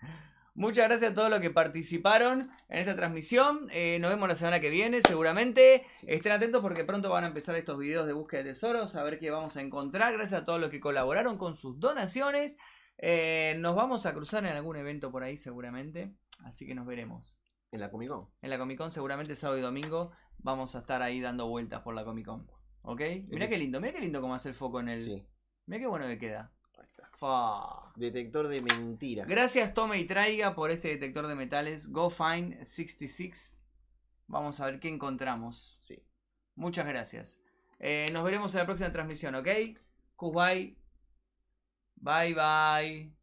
Speaker 1: Muchas gracias a todos los que participaron en esta transmisión. Eh, nos vemos la semana que viene, seguramente. Estén atentos porque pronto van a empezar estos videos de búsqueda de tesoros, a ver qué vamos a encontrar. Gracias a todos los que colaboraron con sus donaciones. Eh, nos vamos a cruzar en algún evento por ahí, seguramente. Así que nos veremos.
Speaker 2: En la Comic Con.
Speaker 1: En la Comic Con, seguramente sábado y domingo vamos a estar ahí dando vueltas por la Comic Con. ¿Ok? Mirá qué lindo, mirá qué lindo cómo hace el foco en el. Mirá qué bueno que queda. Fa.
Speaker 2: Detector de mentiras.
Speaker 1: Gracias, Tome y Traiga, por este detector de metales. Go Find 66. Vamos a ver qué encontramos.
Speaker 2: Sí.
Speaker 1: Muchas gracias. Eh, nos veremos en la próxima transmisión, ¿ok? Cus bye. Bye bye.